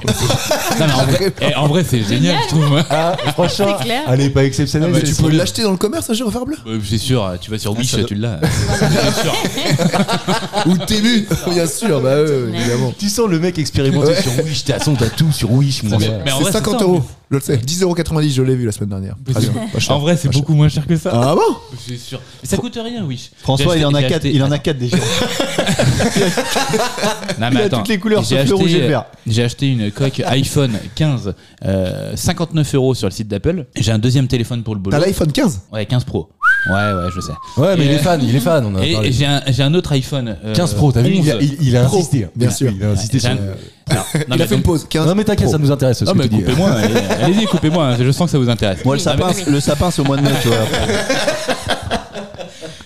Speaker 6: Non, mais en vrai, eh, en vrai, c'est génial, je trouve.
Speaker 4: Ah, franchement,
Speaker 5: C'est clair.
Speaker 4: elle est pas
Speaker 6: Ah
Speaker 4: exceptionnelle.
Speaker 6: bah,
Speaker 3: Mais
Speaker 4: cette
Speaker 3: tu
Speaker 4: histoire.
Speaker 3: peux l'acheter dans le commerce, un gyrophare bleu
Speaker 6: Euh, C'est sûr, tu vas sur Wish,
Speaker 3: ça doit-
Speaker 6: tu l'as. C'est sûr.
Speaker 3: Ou le Tému Bien sûr, bah eux, évidemment.
Speaker 4: Tu sens le mec expérimenté sur Wish. T'as son tatou sur Wish, mon gars.
Speaker 6: Mais en vrai,
Speaker 3: C'est
Speaker 6: c'est
Speaker 3: 50
Speaker 6: ça,
Speaker 3: euros, je le sais. 10,90€, je l'ai vu la semaine dernière.
Speaker 6: Parce que-
Speaker 3: Pas cher,
Speaker 6: En vrai, c'est
Speaker 3: pas cher.
Speaker 6: beaucoup moins cher que ça.
Speaker 3: Ah bon
Speaker 6: C'est sûr. Mais ça coûte rien, Wish.
Speaker 7: François,
Speaker 6: J'ai
Speaker 7: il en a
Speaker 6: acheté- j'ai
Speaker 7: quatre.
Speaker 6: acheté-
Speaker 7: Il en a quatre déjà.
Speaker 6: Non,
Speaker 7: Il
Speaker 6: mais
Speaker 7: a
Speaker 6: attends,
Speaker 7: toutes les couleurs,
Speaker 6: j'ai
Speaker 7: sauf le rouge et le
Speaker 6: acheté- euh,
Speaker 7: vert.
Speaker 6: J'ai acheté une coque iPhone 15, euh, 59 euros sur le site d'Apple. J'ai un deuxième téléphone pour le boulot.
Speaker 3: T'as l'iPhone 15
Speaker 6: Ouais, 15 Pro. Ouais, ouais, je sais.
Speaker 4: Ouais, mais
Speaker 6: Et,
Speaker 4: il est
Speaker 6: euh,
Speaker 4: fan, il est fan. On en a
Speaker 6: Et
Speaker 4: parlé.
Speaker 6: j'ai un, j'ai un autre iPhone. euh,
Speaker 4: 15 Pro, t'as vu il a,
Speaker 6: 11.
Speaker 4: il- il a
Speaker 3: Pro,
Speaker 4: insisté. hein.
Speaker 3: bien
Speaker 4: Il a-
Speaker 3: sûr.
Speaker 4: Il a insisté
Speaker 6: Ouais,
Speaker 4: sur
Speaker 6: j'ai un-
Speaker 4: le-
Speaker 6: Non, non,
Speaker 3: Il
Speaker 6: mais
Speaker 3: a fait une
Speaker 6: donc-
Speaker 3: pause. 15
Speaker 4: Non, mais t'inquiète,
Speaker 3: Pro.
Speaker 4: ça nous intéresse. ce
Speaker 6: Non,
Speaker 4: que
Speaker 6: mais
Speaker 4: tu dis.
Speaker 6: coupez-moi. allez- Allez-y, coupez-moi. hein, Je sens que ça vous intéresse.
Speaker 7: Moi, le
Speaker 4: Ah,
Speaker 7: sapin, le sapin, c'est au mois de mai, tu vois.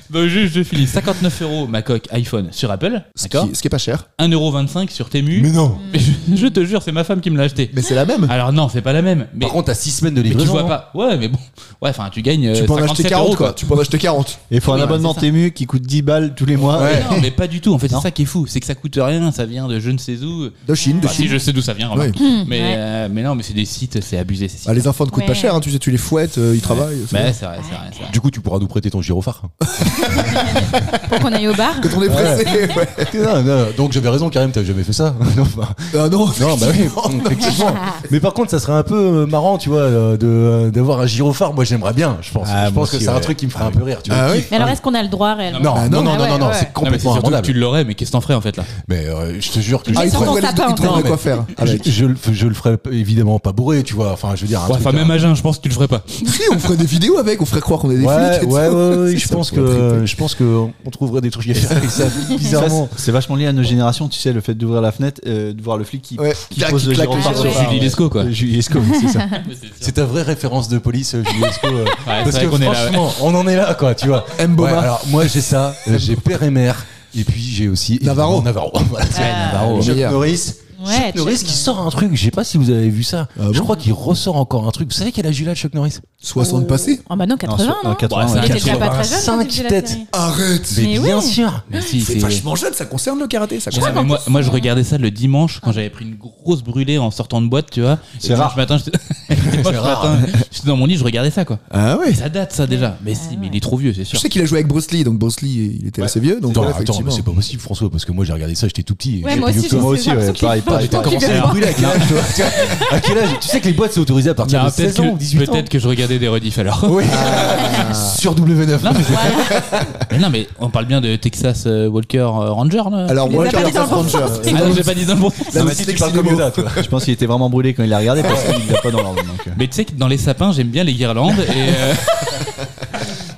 Speaker 6: Bah, juste, je finis. 59 euros ma coque iPhone sur Apple.
Speaker 3: Ce
Speaker 6: D'accord
Speaker 3: qui, ce qui est pas cher.
Speaker 6: 1,25€ sur Temu.
Speaker 4: Mais non.
Speaker 6: Mais je, je te jure, c'est ma femme qui me l'a acheté.
Speaker 3: Mais c'est la même.
Speaker 6: Alors non, c'est pas la même. Mais,
Speaker 4: Par contre, t'as hein. 6 Bah, semaines de
Speaker 6: mais tu
Speaker 4: livraison. hein.
Speaker 6: vois
Speaker 4: non
Speaker 6: pas. Ouais, mais bon. Ouais, enfin, tu gagnes. euh,
Speaker 3: tu peux en acheter
Speaker 6: 57
Speaker 3: 40,
Speaker 6: euros,
Speaker 3: quoi. Tu peux en acheter 40.
Speaker 7: Et il faut un
Speaker 6: Ouais,
Speaker 7: abonnement
Speaker 6: c'est ça.
Speaker 7: Tému qui coûte 10 balles tous les mois.
Speaker 6: Mais Non, mais pas du tout. En fait, c'est
Speaker 7: Non.
Speaker 6: ça qui est fou. C'est que ça coûte rien. Ça vient de je ne sais où.
Speaker 3: De Chine, de
Speaker 4: Ah,
Speaker 6: Enfin, si
Speaker 3: Chine.
Speaker 6: je sais d'où ça vient, remarque.
Speaker 5: Hmm,
Speaker 6: mais,
Speaker 5: ouais.
Speaker 6: euh, mais non, mais c'est des sites, c'est abusé ces sites.
Speaker 3: Ah, les enfants ne coûtent pas
Speaker 5: Ouais.
Speaker 3: cher, hein, tu sais, tu les fouettes, euh, ils travaillent. c'est
Speaker 6: mais
Speaker 3: bon.
Speaker 6: c'est vrai, c'est vrai. c'est vrai.
Speaker 4: Du coup, tu pourras nous prêter ton gyrophare.
Speaker 5: pour qu'on aille au bar.
Speaker 3: Quand on est pressé. ouais.
Speaker 4: Non, non, donc j'avais raison, Karim, t'avais jamais fait ça. non, bah,
Speaker 3: Ah non,
Speaker 4: non, bah oui,
Speaker 3: effectivement.
Speaker 4: effectivement. Mais par contre, ça serait un peu euh, marrant, tu vois, euh, de, euh, d'avoir un gyrophare. Moi, j'aimerais bien, je pense.
Speaker 7: Ah,
Speaker 4: je
Speaker 7: moi
Speaker 4: pense que
Speaker 7: aussi,
Speaker 4: c'est un
Speaker 7: ouais.
Speaker 4: truc qui me ferait un peu rire, tu vois.
Speaker 3: Ah oui
Speaker 5: Mais alors, est-ce qu'on a le droit réellement
Speaker 4: Non,
Speaker 3: Ah,
Speaker 4: non,
Speaker 3: non.
Speaker 4: non,
Speaker 5: Ah
Speaker 4: non,
Speaker 5: ouais,
Speaker 4: non,
Speaker 6: Non,
Speaker 4: c'est
Speaker 5: ouais.
Speaker 6: mais c'est
Speaker 4: complètement
Speaker 6: surtout que
Speaker 4: abordable.
Speaker 6: tu l'aurais, mais qu'est-ce que t'en ferais en fait là
Speaker 4: Mais euh, je te jure que
Speaker 5: Ah,
Speaker 3: Ah,
Speaker 5: Mais
Speaker 3: il
Speaker 5: sur
Speaker 3: trouve il
Speaker 5: ton sapin,
Speaker 3: trouve
Speaker 5: non,
Speaker 3: de quoi faire. Ah, bah,
Speaker 4: je, je le f- je le ferais évidemment pas bourré, tu vois. Enfin, je veux dire, un
Speaker 6: Ouais,
Speaker 4: truc,
Speaker 6: Enfin,
Speaker 4: un-
Speaker 6: même à jeun, je pense que tu le ferais pas.
Speaker 3: Si, on ferait des vidéos avec, on ferait croire qu'on est des
Speaker 4: Ouais,
Speaker 3: flics. et
Speaker 4: ouais,
Speaker 3: tout.
Speaker 4: ouais, ouais,
Speaker 3: C'est
Speaker 4: je
Speaker 3: ça,
Speaker 4: pense
Speaker 3: on pourrait
Speaker 4: que
Speaker 3: traiter.
Speaker 4: je pense que on trouverait des trucs à faire et ça, bizarrement.
Speaker 7: Ça, c'est- c'est vachement lié à nos générations, tu sais, le fait d'ouvrir la fenêtre, euh, de voir le flic qui,
Speaker 3: Ouais,
Speaker 7: qui
Speaker 3: tac,
Speaker 7: pose
Speaker 3: qui
Speaker 7: le
Speaker 3: claque le
Speaker 7: gyrophare.
Speaker 3: gyrophare.
Speaker 7: sur-
Speaker 6: Julie Lescaut, quoi.
Speaker 7: Euh, Julie Lescaut, oui, c'est ça.
Speaker 4: C'est ta vraie référence de police, euh, Julien Lescaut, euh, parce
Speaker 6: vrai
Speaker 4: que
Speaker 6: qu'on est là,
Speaker 4: franchement, on en est là, quoi, tu vois.
Speaker 3: Mboma.
Speaker 4: Ouais, alors moi j'ai ça, euh, j'ai père et mère, et puis j'ai aussi
Speaker 3: Navarro.
Speaker 4: évidemment, Navarro. Voilà, c'est
Speaker 5: Ah.
Speaker 4: Navarro.
Speaker 3: Le
Speaker 4: Chuck
Speaker 3: meilleur.
Speaker 4: Norris.
Speaker 5: Ouais,
Speaker 4: Chuck Norris
Speaker 5: Chuck
Speaker 4: qui
Speaker 5: Norris.
Speaker 4: sort un truc. Je sais pas si vous avez vu ça.
Speaker 3: Ah
Speaker 4: je crois qu'il ressort encore un truc. Vous savez quelle âge il a, Chuck Norris
Speaker 3: 60 passés
Speaker 5: Oh bah non, 80, non,
Speaker 7: Non, sur- euh, 80,
Speaker 6: Ouais,
Speaker 7: ouais.
Speaker 5: Il était déjà pas très jeune.
Speaker 4: 85
Speaker 5: quand il faisait la
Speaker 4: têtes.
Speaker 5: série.
Speaker 3: Arrête
Speaker 4: Mais,
Speaker 5: Mais
Speaker 4: bien
Speaker 5: oui.
Speaker 4: sûr.
Speaker 6: Mais si,
Speaker 3: C'est
Speaker 6: c'est-
Speaker 3: vachement jeune, ça concerne le karaté, ça
Speaker 6: Mais non,
Speaker 3: concerne.
Speaker 6: mais moi, moi, je regardais ça le dimanche quand j'avais pris une grosse brûlée en sortant de boîte, tu vois.
Speaker 7: C'est
Speaker 6: Et le
Speaker 7: rare.
Speaker 6: dimanche matin, j'étais- le dimanche matin, j'étais dans mon lit, je regardais ça, quoi.
Speaker 3: Ah ouais
Speaker 6: Et ça date, ça déjà. Mais, si, mais il est trop vieux, c'est
Speaker 3: Je
Speaker 6: sûr.
Speaker 3: sais qu'il a joué avec Bruce Lee, donc Bruce Lee, il était assez vieux, donc
Speaker 4: Attends,
Speaker 3: ouais,
Speaker 4: attends, mais
Speaker 3: effectivement.
Speaker 4: c'est pas possible, François, parce que moi j'ai regardé ça, j'étais tout petit.
Speaker 5: Ouais,
Speaker 4: J'ai
Speaker 5: moi
Speaker 4: pas vu
Speaker 5: aussi,
Speaker 4: que toi.
Speaker 5: j'ai-
Speaker 7: Moi aussi,
Speaker 5: C'est
Speaker 7: ouais,
Speaker 5: l'impression
Speaker 7: pareil,
Speaker 5: qu'il
Speaker 7: pareil. pareil.
Speaker 5: faut- Quand tu viens
Speaker 4: à
Speaker 5: voir.
Speaker 4: brûler à quel âge, toi Tu vois, À quel âge Tu sais que les boîtes c'est autorisé à partir
Speaker 6: Ah,
Speaker 4: de
Speaker 6: Peut-être
Speaker 4: 16 ans ou 18
Speaker 6: que,
Speaker 4: ans.
Speaker 6: peut-être que je regardais des rediffs alors.
Speaker 4: Oui. Sur W9.
Speaker 6: Non mais, c'est Mais non, mais on parle bien de Texas euh, Walker euh, Ranger là.
Speaker 3: Alors
Speaker 5: Il
Speaker 3: moi,
Speaker 5: les a pas dit dans le bon
Speaker 3: Ranger.
Speaker 5: sens.
Speaker 6: ah, non, j'ai pas dit d'un bon.
Speaker 3: Là,
Speaker 4: Ah,
Speaker 3: mais
Speaker 4: bah, si,
Speaker 3: c'est
Speaker 4: tu parles comme
Speaker 3: Sexy
Speaker 4: Yoda, toi.
Speaker 7: Je pense qu'il était vraiment brûlé quand il l'a regardé parce qu'il l'a pas dans l'ordre. donc, euh.
Speaker 6: Mais tu sais que dans les sapins, j'aime bien les guirlandes et euh,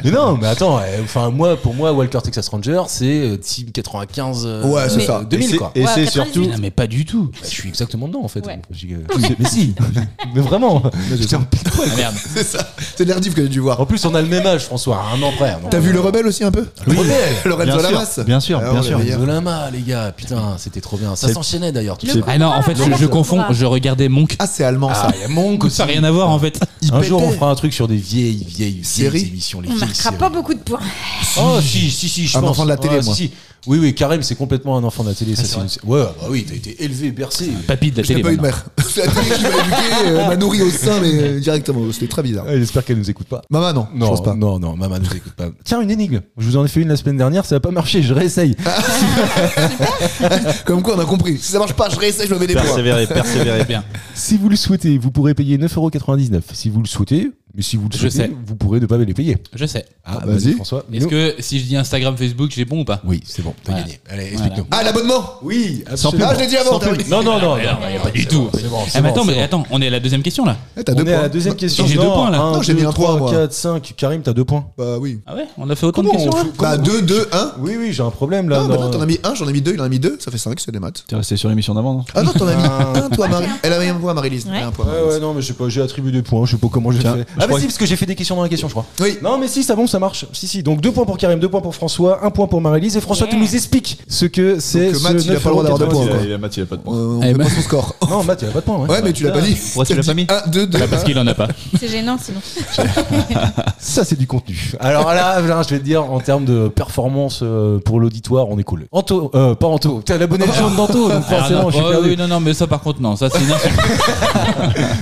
Speaker 4: Mais non, mais attends, euh, enfin moi, pour moi, Walker Texas Ranger, c'est euh, Team 95. euh,
Speaker 3: Ouais, c'est
Speaker 5: Mais-
Speaker 3: ça.
Speaker 4: 2000
Speaker 7: Et
Speaker 4: quoi.
Speaker 7: c'est- Et
Speaker 5: Ouais,
Speaker 7: c'est
Speaker 5: 98.
Speaker 7: surtout.
Speaker 6: non, mais pas du tout.
Speaker 4: Bah, je suis exactement dedans en fait.
Speaker 5: Ouais.
Speaker 4: J'ai-
Speaker 7: euh.
Speaker 4: Mais si, mais vraiment. J'étais en pile poil.
Speaker 6: Ah, merde.
Speaker 3: C'est ça. C'est l'air diff que j'ai dû voir.
Speaker 4: En plus, on a le même âge, François, un an près. donc-
Speaker 3: T'as vu le rebelle aussi un peu
Speaker 4: Oui.
Speaker 3: Lorenzo
Speaker 7: Bien sûr,
Speaker 3: Lamas
Speaker 7: bien sûr,
Speaker 3: Ah,
Speaker 7: bien
Speaker 3: on
Speaker 7: sûr.
Speaker 3: l'a vu.
Speaker 4: De Lama, les gars, putain, c'était trop bien. Ça
Speaker 7: C'est-
Speaker 4: s'enchaînait d'ailleurs. tout
Speaker 5: Le
Speaker 4: ça.
Speaker 5: bras,
Speaker 6: Ah non, en fait, je,
Speaker 5: le
Speaker 6: je
Speaker 5: bras.
Speaker 6: confonds. Je regardais Monk.
Speaker 3: Ah, c'est allemand ça.
Speaker 4: Ah, il y a Monk aussi.
Speaker 6: Ça n'a rien à voir en fait.
Speaker 3: Il
Speaker 4: Un jour, on
Speaker 3: pétait.
Speaker 4: fera un truc sur des vieilles, vieilles,
Speaker 3: Séries.
Speaker 4: vieilles émissions. Les
Speaker 5: On
Speaker 4: vieilles
Speaker 5: marquera
Speaker 4: séries.
Speaker 5: pas beaucoup de points.
Speaker 4: Oh, si, si, si, je
Speaker 3: Un
Speaker 4: pense.
Speaker 3: enfant de la télé,
Speaker 4: Ouais,
Speaker 3: moi.
Speaker 4: si, si. Oui, oui, Karim, c'est complètement un enfant de la télé. ça,
Speaker 6: c'est
Speaker 4: Ah, c'est Ah, une- Ouais, bah oui, t'as été élevé, bercé.
Speaker 6: Papy de la
Speaker 3: J'ai
Speaker 6: télé.
Speaker 3: pas eu de
Speaker 6: maintenant.
Speaker 3: mère. C'est la télé qui m'a éduqué, euh, m'a nourri au sein, mais euh, directement. C'était très bizarre.
Speaker 4: bah, Ouais, J'espère qu'elle nous écoute pas.
Speaker 3: Maman, non, je
Speaker 4: Non,
Speaker 3: pense pas.
Speaker 4: non, non, maman nous écoute pas. Tiens, une énigme. Je vous en ai fait une la semaine dernière, ça n'a pas marché, je réessaye.
Speaker 3: Comme quoi, on a compris. Si ça marche pas, je réessaye, je me mets des points.
Speaker 7: Persévérer, persévérer.
Speaker 6: Bien.
Speaker 4: Si vous le souhaitez, vous pourrez payer 9,99€. Si vous le souhaitez, mais si vous le
Speaker 6: Je
Speaker 4: souhaitez,
Speaker 6: sais.
Speaker 4: vous pourrez ne pas les payer.
Speaker 6: Je sais.
Speaker 4: Ah,
Speaker 3: vas-y.
Speaker 4: dis, François.
Speaker 6: Est-ce
Speaker 4: dis-nous.
Speaker 6: que si je dis Instagram, Facebook, j'ai bon ou pas
Speaker 4: Oui, c'est bon, t'as
Speaker 6: Voilà.
Speaker 4: gagné. Allez, explique-nous.
Speaker 3: Ah, l'abonnement
Speaker 4: Oui, absolument.
Speaker 3: Ah, je l'ai dit avant,
Speaker 4: Sans
Speaker 3: t'as
Speaker 4: pub.
Speaker 3: raison.
Speaker 4: Non, non, non,
Speaker 6: Mais
Speaker 4: non.
Speaker 6: non, mais pas du tout.
Speaker 4: Eh,
Speaker 6: Ah, mais attends, mais attends, on est à la deuxième question là.
Speaker 3: Eh, T'as
Speaker 4: On
Speaker 3: deux
Speaker 4: est à
Speaker 3: points.
Speaker 4: la deuxième question.
Speaker 6: J'ai deux points, là.
Speaker 3: Non, j'ai mis un trois, moi.
Speaker 4: 4, 5. Karim, t'as deux points.
Speaker 3: Bah oui.
Speaker 6: Ah ouais On a fait autant de
Speaker 4: hein. Comment on
Speaker 6: questions là
Speaker 4: fait-
Speaker 3: Bah 2, 2, 1.
Speaker 4: Oui, oui, j'ai un problème là.
Speaker 3: Non, bah
Speaker 4: dans-
Speaker 3: non, t'en as mis 1, j'en ai mis 2, il en a mis 2, ça fait 5, c'est des maths.
Speaker 7: T'es resté sur l'émission d'avant, non
Speaker 3: Ah non, t'en as mis 1,
Speaker 5: Ah,
Speaker 3: toi, Marie. Elle avait un point, Marie-Lise. Elle a un point.
Speaker 4: Ouais, ouais, non, mais je sais pas, j'ai attribué des points, je sais pas comment j'ai
Speaker 7: Tiens,
Speaker 4: fait.
Speaker 7: je
Speaker 4: Ah, mais
Speaker 7: crois
Speaker 4: si,
Speaker 7: que-
Speaker 4: parce que j'ai fait des questions dans la question, je crois.
Speaker 3: Oui.
Speaker 4: Non, mais si, ça bon, ça marche. Si, si. Donc, deux points pour Karim, deux points pour François, un point pour Marie-Lise. Et François,
Speaker 5: Yeah.
Speaker 4: tu nous expliques ce que c'est.
Speaker 3: Donc,
Speaker 4: ce
Speaker 3: Matt, il a pas le droit d'avoir deux points,
Speaker 4: 9,99.
Speaker 3: quoi.
Speaker 7: a Math, il a pas de
Speaker 3: Euh, On
Speaker 6: Eh
Speaker 3: fait
Speaker 6: ben.
Speaker 3: pas son score.
Speaker 4: Non, Matt, il a pas de points.
Speaker 3: Ouais, mais tu l'as pas dit.
Speaker 7: Pourquoi tu l'as pas mis
Speaker 3: 1, 2, 2.
Speaker 6: Bah, Parce qu'il en a pas.
Speaker 5: C'est gênant sinon.
Speaker 4: Ça, c'est du contenu. Alors là, là, je vais te dire, en termes de performance euh, pour l'auditoire, on est cool. Anto, euh, pas Anto. T'as l'abonné de jaune d'Anto, donc
Speaker 6: Ah,
Speaker 4: forcément,
Speaker 6: non,
Speaker 4: je suis
Speaker 6: oh,
Speaker 4: perdu.
Speaker 6: oui, non, non, mais ça par contre, non, ça c'est une insulte.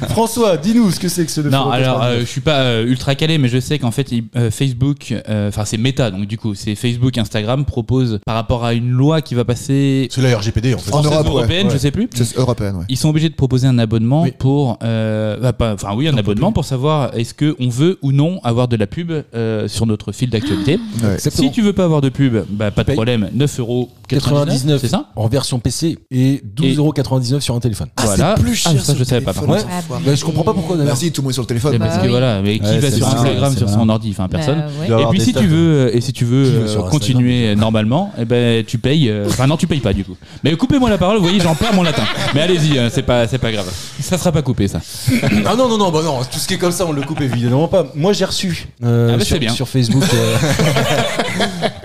Speaker 4: François, dis-nous ce que c'est que ce
Speaker 6: Non,
Speaker 4: 9,99.
Speaker 6: alors euh, je suis pas euh, ultra calé, mais je sais qu'en fait il- euh, Facebook, euh, enfin c'est Meta, donc du coup c'est Facebook, Instagram propose par rapport à une loi qui va passer
Speaker 4: C'est la RGPD, en fait.
Speaker 3: En
Speaker 6: française
Speaker 3: Europe,
Speaker 6: ou européenne,
Speaker 3: ouais.
Speaker 6: je sais plus.
Speaker 3: C'est européenne, ouais.
Speaker 6: Ils sont obligés de proposer un abonnement
Speaker 4: Oui.
Speaker 6: pour, euh, bah, pas- enfin oui, un abonnement pour savoir est-ce que on veut ou non avoir de la pub euh, sur notre fil d'actualité.
Speaker 3: Ouais.
Speaker 4: Exactement.
Speaker 6: Si tu veux pas avoir de pub, bah pas de
Speaker 4: Paye.
Speaker 6: problème, 9 euros
Speaker 4: 99,
Speaker 6: c'est ça
Speaker 4: En version PC et 12,99€ sur un téléphone.
Speaker 3: Ah,
Speaker 6: Voilà.
Speaker 3: c'est plus cher.
Speaker 6: Ah, ça,
Speaker 3: sur
Speaker 6: je
Speaker 3: le
Speaker 6: savais pas, par
Speaker 3: téléphone,
Speaker 5: contre.
Speaker 3: ce soir.
Speaker 5: Ouais.
Speaker 4: Bah, je comprends pas pourquoi d'ailleurs.
Speaker 3: Ah, Merci, tout le monde est sur le téléphone.
Speaker 6: C'est parce
Speaker 5: Bah
Speaker 6: que
Speaker 5: oui.
Speaker 6: voilà, mais qui
Speaker 4: Ouais,
Speaker 6: va
Speaker 4: c'est
Speaker 6: sur
Speaker 4: ça,
Speaker 6: Instagram
Speaker 4: c'est
Speaker 6: sur
Speaker 4: ça.
Speaker 6: son ordi, enfin personne.
Speaker 5: Bah,
Speaker 7: dois
Speaker 5: ouais.
Speaker 6: Et
Speaker 7: avoir
Speaker 6: puis
Speaker 7: des
Speaker 6: si
Speaker 7: stats,
Speaker 6: tu veux euh, et si tu veux
Speaker 4: hein. Qui veut
Speaker 6: euh,
Speaker 4: sur Instagram,
Speaker 6: continuer euh, normalement, eh ben tu payes. euh, Enfin non, tu payes pas du coup. Mais coupez-moi la parole. Vous voyez, j'en perds mon latin. Mais allez-y, euh, c'est pas c'est pas grave. Ça sera pas coupé ça.
Speaker 4: Ah non, non, non, bah non, tout ce qui est comme ça, on le coupe évidemment pas. Moi, j'ai reçu euh,
Speaker 6: Ah bah, c'est
Speaker 4: sur,
Speaker 6: bien.
Speaker 4: sur Facebook. euh,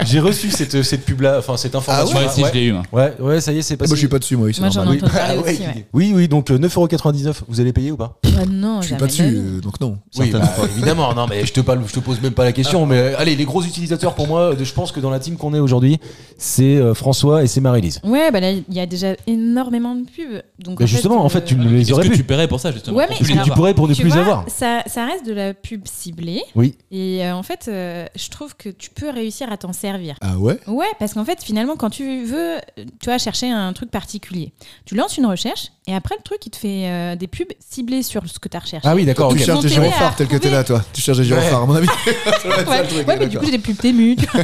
Speaker 4: J'ai reçu cette, cette pub-là, enfin cette information.
Speaker 6: Moi aussi, je l'ai eu. hein. moi.
Speaker 4: ouais, ouais, ça y est, c'est
Speaker 3: Ah,
Speaker 4: passé.
Speaker 3: Moi, je suis pas dessus, moi. oui, c'est
Speaker 5: Moi, j'en
Speaker 3: normal.
Speaker 5: ai entendu parler
Speaker 3: Ah, ouais.
Speaker 5: aussi. ouais.
Speaker 4: Oui, oui, donc euh, 9,99€, vous allez payer ou pas
Speaker 5: Ah non,
Speaker 3: Je suis
Speaker 5: jamais
Speaker 3: pas dessus,
Speaker 5: de la vie.
Speaker 3: euh, donc non.
Speaker 4: Oui,
Speaker 7: Certainement
Speaker 4: bah, évidemment. Non, mais je te, parle- je te pose même pas la question. Mais euh, allez, les gros utilisateurs pour moi, de- je pense que dans la team qu'on est aujourd'hui, c'est euh, François et c'est Marie-Lise.
Speaker 5: Ouais, bah là, il y a déjà énormément de pubs. Donc,
Speaker 4: Bah, justement, en fait, tu ne les
Speaker 6: Est-ce
Speaker 4: aurais
Speaker 6: que
Speaker 4: plus.
Speaker 6: tu paierais pour ça, justement
Speaker 5: Ouais,
Speaker 6: pour
Speaker 5: mais-
Speaker 6: plus les
Speaker 5: Alors,
Speaker 4: Tu
Speaker 6: avoir
Speaker 4: pourrais pour ne
Speaker 5: tu
Speaker 4: plus
Speaker 5: vois,
Speaker 4: avoir.
Speaker 5: Ça, ça reste de la pub ciblée.
Speaker 4: Oui.
Speaker 5: Et euh, en fait, euh, je trouve que tu peux réussir à t'en servir.
Speaker 3: Ah ouais
Speaker 5: Ouais, parce qu'en fait, finalement, quand tu veux, euh, tu vois, chercher un truc particulier, tu lances une recherche et après, le truc, il te fait euh, des pubs ciblées sur ce que tu as recherché.
Speaker 4: Ah oui, d'accord.
Speaker 3: Tu
Speaker 4: ok.
Speaker 5: Ils
Speaker 3: cherches
Speaker 5: sont
Speaker 3: des
Speaker 5: télé à
Speaker 3: gyrophares tel que t'es
Speaker 5: trouver.
Speaker 3: là, toi. Tu cherches des gyrophares, à mon avis.
Speaker 5: ouais,
Speaker 3: truc,
Speaker 5: ouais, mais du
Speaker 3: d'accord.
Speaker 5: coup, j'ai des pubs d'ému. tu vois.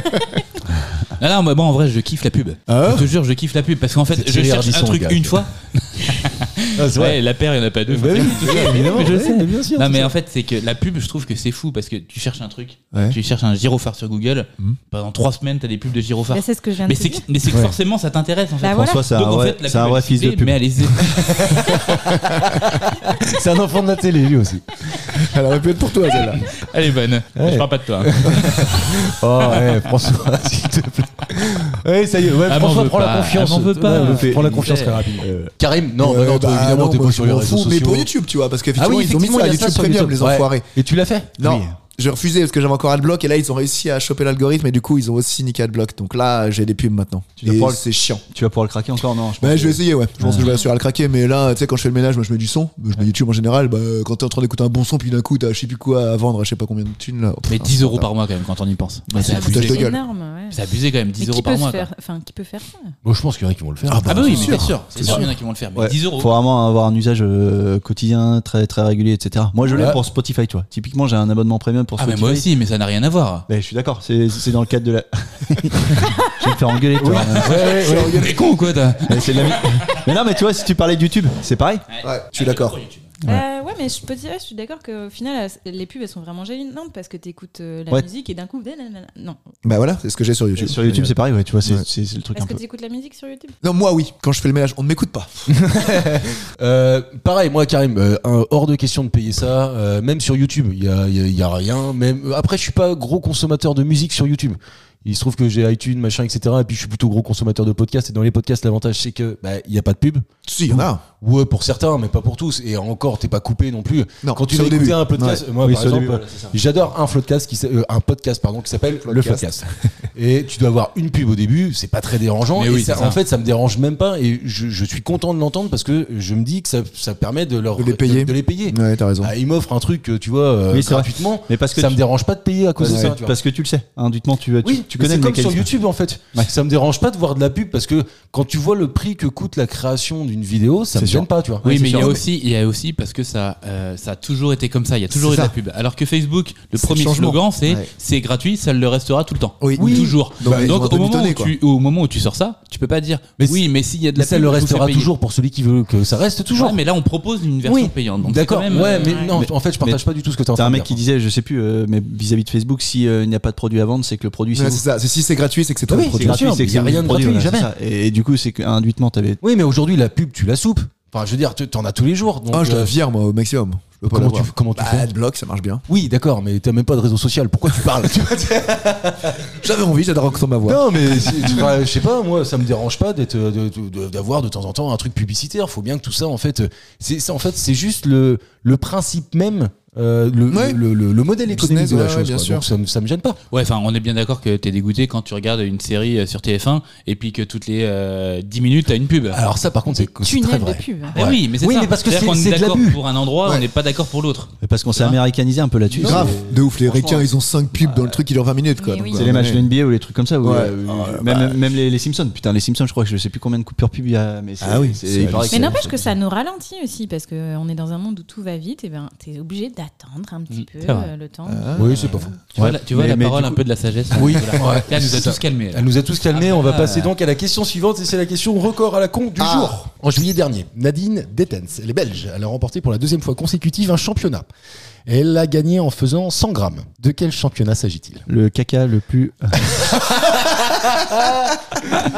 Speaker 6: Non, non, moi, moi, en vrai, je kiffe la pub.
Speaker 3: Ah ouais
Speaker 6: je te jure, je kiffe la pub parce qu'en fait, je
Speaker 4: Thierry
Speaker 6: cherche
Speaker 4: Ardisson,
Speaker 6: un truc
Speaker 4: le gars.
Speaker 6: une fois.
Speaker 4: Ah, c'est vrai.
Speaker 6: Ouais, la paire, il n'y en a pas deux.
Speaker 4: Bah oui,
Speaker 6: Faut faire-
Speaker 4: évidemment,
Speaker 6: Mais je
Speaker 4: ouais,
Speaker 6: sais.
Speaker 4: mais bien sûr.
Speaker 6: Non
Speaker 4: tout
Speaker 6: mais
Speaker 4: ça.
Speaker 6: en fait c'est que la pub je trouve que c'est fou parce que tu cherches un truc,
Speaker 3: Ouais.
Speaker 6: tu cherches un gyrophare sur Google, pendant trois semaines t'as des pubs de gyrophares.
Speaker 5: Bah, c'est ce que je viens de
Speaker 6: Mais
Speaker 5: te
Speaker 6: c'est
Speaker 5: dire.
Speaker 6: que, mais c'est que
Speaker 4: Ouais.
Speaker 6: forcément ça t'intéresse en fait.
Speaker 5: Bah, voilà.
Speaker 7: François, c'est
Speaker 6: Donc
Speaker 7: un
Speaker 6: en
Speaker 7: vrai,
Speaker 6: fait la
Speaker 7: c'est
Speaker 6: pub,
Speaker 7: un vrai
Speaker 6: elle est
Speaker 7: fils de
Speaker 6: ciblée,
Speaker 7: pub.
Speaker 6: Mais allez-y.
Speaker 4: c'est un enfant de la télé, lui aussi.
Speaker 3: Elle aurait pu être pour toi, celle-là.
Speaker 6: Elle est bonne.
Speaker 4: Ouais.
Speaker 6: Je parle pas de toi. hein.
Speaker 4: Oh, ouais, François, s'il te plaît. Ouais, ça y est, ouais,
Speaker 6: Ah, m'en
Speaker 4: François,
Speaker 6: veux
Speaker 4: prends la
Speaker 6: pas,
Speaker 4: confiance.
Speaker 6: ah, m'en veux pas.
Speaker 4: Ouais,
Speaker 6: Ouais.
Speaker 4: prends la confiance
Speaker 6: Ouais.
Speaker 4: très rapidement. Karim, non,
Speaker 3: Euh,
Speaker 4: bah non, toi,
Speaker 3: bah,
Speaker 4: évidemment,
Speaker 3: non,
Speaker 4: t'es
Speaker 3: moi,
Speaker 4: pas
Speaker 3: je
Speaker 4: sur les
Speaker 3: m'en
Speaker 4: réseaux
Speaker 3: fous, Mais
Speaker 4: sociaux.
Speaker 3: pour YouTube, tu vois, parce
Speaker 4: Ah
Speaker 3: qu'effectivement,
Speaker 4: oui,
Speaker 3: ils ont mis
Speaker 4: effectivement,
Speaker 3: ça à
Speaker 4: il y a
Speaker 3: YouTube
Speaker 4: ça sur
Speaker 3: Premium,
Speaker 4: YouTube.
Speaker 3: les
Speaker 4: Ouais.
Speaker 3: enfoirés.
Speaker 4: Et tu l'as fait
Speaker 3: Non,
Speaker 4: Oui.
Speaker 3: j'ai refusé parce que j'avais encore AdBlock et là ils ont réussi à choper l'algorithme et du coup ils ont aussi niqué AdBlock. Donc là j'ai des pubs maintenant.
Speaker 7: Tu dois
Speaker 3: Et
Speaker 7: pas le-
Speaker 3: c'est chiant.
Speaker 7: Tu vas pouvoir le craquer encore, non je pense
Speaker 3: Bah, je vais
Speaker 7: que-
Speaker 3: essayer, ouais. Je pense que je vais assurer à le craquer, mais là, tu sais, quand je fais le ménage, moi je mets du son. Je mets YouTube en général. Bah, quand t'es en train d'écouter un bon son, puis d'un coup t'as je sais plus quoi à vendre, à je sais pas combien de thunes là. Oh,
Speaker 6: Mais
Speaker 3: putain,
Speaker 6: 10 euros
Speaker 3: c'est pas
Speaker 6: par mois quand même quand on y pense.
Speaker 5: Bah,
Speaker 6: c'est
Speaker 5: ça,
Speaker 3: foutage de
Speaker 5: c'est
Speaker 3: gueule.
Speaker 5: énorme. ouais.
Speaker 6: C'est abusé quand même
Speaker 5: Mais
Speaker 6: 10
Speaker 5: qui
Speaker 6: euros
Speaker 5: peut
Speaker 6: par
Speaker 5: se
Speaker 6: mois. quoi.
Speaker 5: faire- Enfin, qui peut faire ça
Speaker 4: Bon, je pense qu'il y en a qui vont le faire.
Speaker 6: Ah bah oui,
Speaker 3: c'est
Speaker 6: mais c'est
Speaker 3: sûr.
Speaker 6: sûr. C'est sûr, il y en a qui vont le faire. Mais
Speaker 7: Ouais,
Speaker 6: 10 euros.
Speaker 7: Faut vraiment avoir un usage euh, quotidien très très régulier, etc. Moi, je l'ai
Speaker 4: Ouais.
Speaker 7: pour Spotify, tu vois. Typiquement, j'ai un abonnement premium pour
Speaker 6: Ah mais
Speaker 7: Spotify.
Speaker 6: moi aussi, mais ça n'a rien à voir.
Speaker 7: Mais je suis d'accord, c'est c'est dans le cadre de la. je vais me faire engueuler, toi. hein.
Speaker 6: Ouais, T'es con ou quoi t'as
Speaker 7: Mais c'est de la mi- mais non, mais tu vois, si tu parlais de YouTube, c'est pareil.
Speaker 4: Ah,
Speaker 3: grave. Ouais, je suis d'accord.
Speaker 5: Euh, ouais, mais je peux dire, je suis d'accord qu'au final, euh, les pubs elles sont vraiment gênantes parce que t'écoutes euh, la
Speaker 7: Ouais.
Speaker 5: musique et d'un coup, nanana. non.
Speaker 3: Bah voilà, c'est ce que j'ai sur YouTube.
Speaker 7: Sur YouTube, c'est pareil, ouais, tu vois, c'est c'est- c'est le truc un
Speaker 5: Est-ce que
Speaker 7: peu.
Speaker 5: t'écoutes la musique sur YouTube
Speaker 3: Non, moi oui, quand je fais le ménage, on ne m'écoute pas.
Speaker 4: Euh, pareil, moi, Karim, euh, un- hors de question de payer ça. euh, même sur YouTube, il y a, il y a- il y a rien. Même après, je suis pas gros consommateur de musique sur YouTube. Il se trouve que j'ai iTunes, machin, etc. Et puis, je suis plutôt gros consommateur de podcasts. Et dans les podcasts, l'avantage, c'est que bah, il y a pas de pub.
Speaker 3: Si, y en a.
Speaker 4: Ouais, pour certains, mais pas pour tous. Et encore, t'es pas coupé non plus.
Speaker 3: Non,
Speaker 4: Quand tu
Speaker 3: c'est
Speaker 4: vas
Speaker 3: au
Speaker 4: écouter
Speaker 3: début.
Speaker 4: un podcast, moi,
Speaker 7: Oui,
Speaker 4: par
Speaker 7: c'est au
Speaker 4: exemple, euh,
Speaker 7: début, voilà, c'est ça.
Speaker 4: j'adore un podcast qui s'a- euh, un podcast pardon qui s'appelle le podcast. et tu dois avoir une pub au début, c'est pas très dérangeant.
Speaker 6: Mais
Speaker 4: et
Speaker 6: oui,
Speaker 4: ça-
Speaker 6: c'est ça.
Speaker 4: en fait, ça me dérange même pas. Et je, je suis content de l'entendre parce que je me dis que ça, ça permet de leur
Speaker 3: De les payer.
Speaker 4: De, les payer.
Speaker 3: Ouais, t'as raison.
Speaker 4: Ah, ils m'offrent un truc, euh, tu vois, euh,
Speaker 7: Oui, c'est vrai.
Speaker 4: gratuitement.
Speaker 7: Mais parce que
Speaker 4: ça
Speaker 7: tu-
Speaker 4: me dérange pas de payer à cause de
Speaker 7: Parce,
Speaker 4: ça.
Speaker 7: que-
Speaker 4: tu vois.
Speaker 7: parce que tu le sais, induitement, tu, tu,
Speaker 4: Oui,
Speaker 7: tu
Speaker 4: mais
Speaker 7: connais
Speaker 4: c'est
Speaker 7: le
Speaker 4: comme
Speaker 7: mécanisme.
Speaker 4: sur YouTube en fait. Ça me dérange pas de voir de la pub parce que quand tu vois le prix que coûte la création d'une vidéo, ça me
Speaker 7: C'est sûr.
Speaker 4: gêne pas, tu vois.
Speaker 6: Oui,
Speaker 7: Ouais,
Speaker 6: mais
Speaker 7: c'est
Speaker 6: il y a
Speaker 7: sûr.
Speaker 6: aussi, il y a aussi parce que ça, euh, ça a toujours été comme ça. Il y a toujours eu
Speaker 3: C'est
Speaker 6: de la
Speaker 3: ça.
Speaker 6: pub. Alors que Facebook, le
Speaker 3: C'est le
Speaker 6: premier
Speaker 3: changement.
Speaker 6: slogan, c'est
Speaker 3: Ouais.
Speaker 6: c'est gratuit, ça le restera tout le temps,
Speaker 3: Oui.
Speaker 6: Ou
Speaker 3: Oui.
Speaker 6: toujours.
Speaker 3: Non, mais ils ont un
Speaker 6: Donc
Speaker 3: peu
Speaker 6: au moment,
Speaker 3: mitonné,
Speaker 6: où
Speaker 3: quoi.
Speaker 6: tu, au moment où tu sors ça, tu peux pas dire
Speaker 4: Mais
Speaker 6: oui, mais s'il y a de
Speaker 4: Mais
Speaker 6: la
Speaker 4: ça
Speaker 6: pub,
Speaker 4: le
Speaker 6: je vous fais
Speaker 4: restera
Speaker 6: payer.
Speaker 4: toujours pour celui qui veut que ça reste toujours.
Speaker 6: Ouais, mais là, on propose une version
Speaker 4: Oui.
Speaker 6: payante. Donc c'est
Speaker 4: D'accord.
Speaker 6: quand même,
Speaker 4: Ouais,
Speaker 6: euh,
Speaker 4: mais non, en fait, je partage
Speaker 7: mais-
Speaker 4: pas du tout ce que t'es en
Speaker 7: T'as
Speaker 4: train de
Speaker 7: un mec
Speaker 4: dire.
Speaker 7: qui disait, je sais plus, euh, mais vis-à-vis de Facebook, si euh, il n'y a pas de produit à vendre, c'est que le produit c'est
Speaker 3: Ouais,
Speaker 7: vous.
Speaker 3: c'est ça. C'est- Si c'est gratuit, c'est que c'est
Speaker 4: Ah
Speaker 3: toi
Speaker 4: oui,
Speaker 3: le
Speaker 7: C'est
Speaker 3: produit.
Speaker 7: gratuit,
Speaker 4: sûr,
Speaker 7: c'est que
Speaker 4: il y a
Speaker 7: c'est
Speaker 4: rien
Speaker 7: vous
Speaker 4: de
Speaker 7: le produit,
Speaker 4: gratuit,
Speaker 7: voilà,
Speaker 4: jamais.
Speaker 7: c'est ça. Et, et du coup, c'est que induitement, t'avais.
Speaker 4: Oui, mais aujourd'hui, la pub, tu la soupes. Enfin, je veux dire, tu- t'en as tous les jours. Donc,
Speaker 3: Ah, je
Speaker 4: euh,
Speaker 3: la vire moi au maximum. Je peux pas
Speaker 4: comment
Speaker 3: l'avoir.
Speaker 4: tu- comment tu
Speaker 3: Bah,
Speaker 4: fais
Speaker 3: Adblock, ça marche bien.
Speaker 4: Oui, d'accord, mais t'as même pas de réseau social. Pourquoi tu parles tu vois, tu-
Speaker 3: J'avais envie, j'adore entendre ma voix.
Speaker 4: Non, mais c'est- tu vois, je sais pas, moi, ça me dérange pas d'être, euh, de- de- de- d'avoir de, temps en temps un truc publicitaire. Faut bien que tout ça, en fait, euh, c'est c'est- en fait, c'est juste le, le principe même, euh, le,
Speaker 3: Ouais.
Speaker 4: le, le- le modèle
Speaker 3: Business,
Speaker 4: économique de la
Speaker 3: ouais, ouais,
Speaker 4: chose.
Speaker 3: bien
Speaker 4: quoi.
Speaker 3: sûr.
Speaker 4: Donc ça, me- ça me gêne pas.
Speaker 6: Ouais, enfin, on est bien d'accord que t'es dégoûté quand tu regardes une série euh, sur TF1 et puis que toutes les euh, 10 minutes, t'as une pub.
Speaker 4: Alors ça, par contre, c'est c'est très
Speaker 5: Tunnel de
Speaker 4: vrai.
Speaker 5: pub.
Speaker 6: Bah Oui, mais c'est
Speaker 4: Ah, Oui,
Speaker 6: ça.
Speaker 4: mais parce que
Speaker 6: C'est-à-dire
Speaker 4: c'est-
Speaker 6: qu'on
Speaker 4: c'est
Speaker 6: est
Speaker 4: de
Speaker 6: d'accord
Speaker 4: l'abus.
Speaker 6: pour un endroit,
Speaker 3: Ouais.
Speaker 6: on n'est pas d'accord pour l'autre.
Speaker 7: Parce qu'on s'est américanisé un peu là-dessus.
Speaker 3: Grave, de ouf, les
Speaker 7: Franchement,
Speaker 3: requins ils ont 5 pubs dans le truc qui dure 20 minutes quoi.
Speaker 5: Mais
Speaker 3: donc, euh,
Speaker 5: oui.
Speaker 3: ouais.
Speaker 7: C'est les matchs de NBA ou les trucs comme ça. où,
Speaker 3: Ouais.
Speaker 7: euh,
Speaker 3: Ah,
Speaker 7: même
Speaker 4: bah.
Speaker 7: même les, les Simpsons. Putain, les Simpsons, je crois que je sais plus combien de coupures pub il y a. Mais c'est-
Speaker 3: Ah oui,
Speaker 7: c'est-
Speaker 3: c'est
Speaker 7: il paraît que
Speaker 5: Mais
Speaker 7: c'est-
Speaker 5: n'empêche que ça nous ralentit aussi parce qu'on est dans un monde où tout va vite et ben t'es obligé d'attendre un petit peu
Speaker 6: c'est vrai.
Speaker 5: euh, le temps.
Speaker 4: Oui, c'est pas faux.
Speaker 6: Tu vois, la- tu vois
Speaker 7: Mais-
Speaker 6: la
Speaker 7: mais
Speaker 6: parole
Speaker 7: du
Speaker 6: un
Speaker 7: coup-
Speaker 6: peu de la sagesse.
Speaker 4: Oui,
Speaker 6: Voilà.
Speaker 4: ouais,
Speaker 6: Là, elle nous
Speaker 4: c'est
Speaker 6: a
Speaker 4: ça.
Speaker 6: tous calmés. là.
Speaker 4: Elle nous a tous calmés.
Speaker 6: Ah.
Speaker 4: on va passer donc à la question suivante et c'est la question record à la con du
Speaker 3: Ah.
Speaker 4: jour. En juillet dernier, Nadine Detens, elle est belge, elle a remporté pour la deuxième fois consécutive un championnat. Elle l'a gagné en faisant 100 grammes. De quel championnat s'agit-il
Speaker 7: Le caca le plus.
Speaker 5: Ah,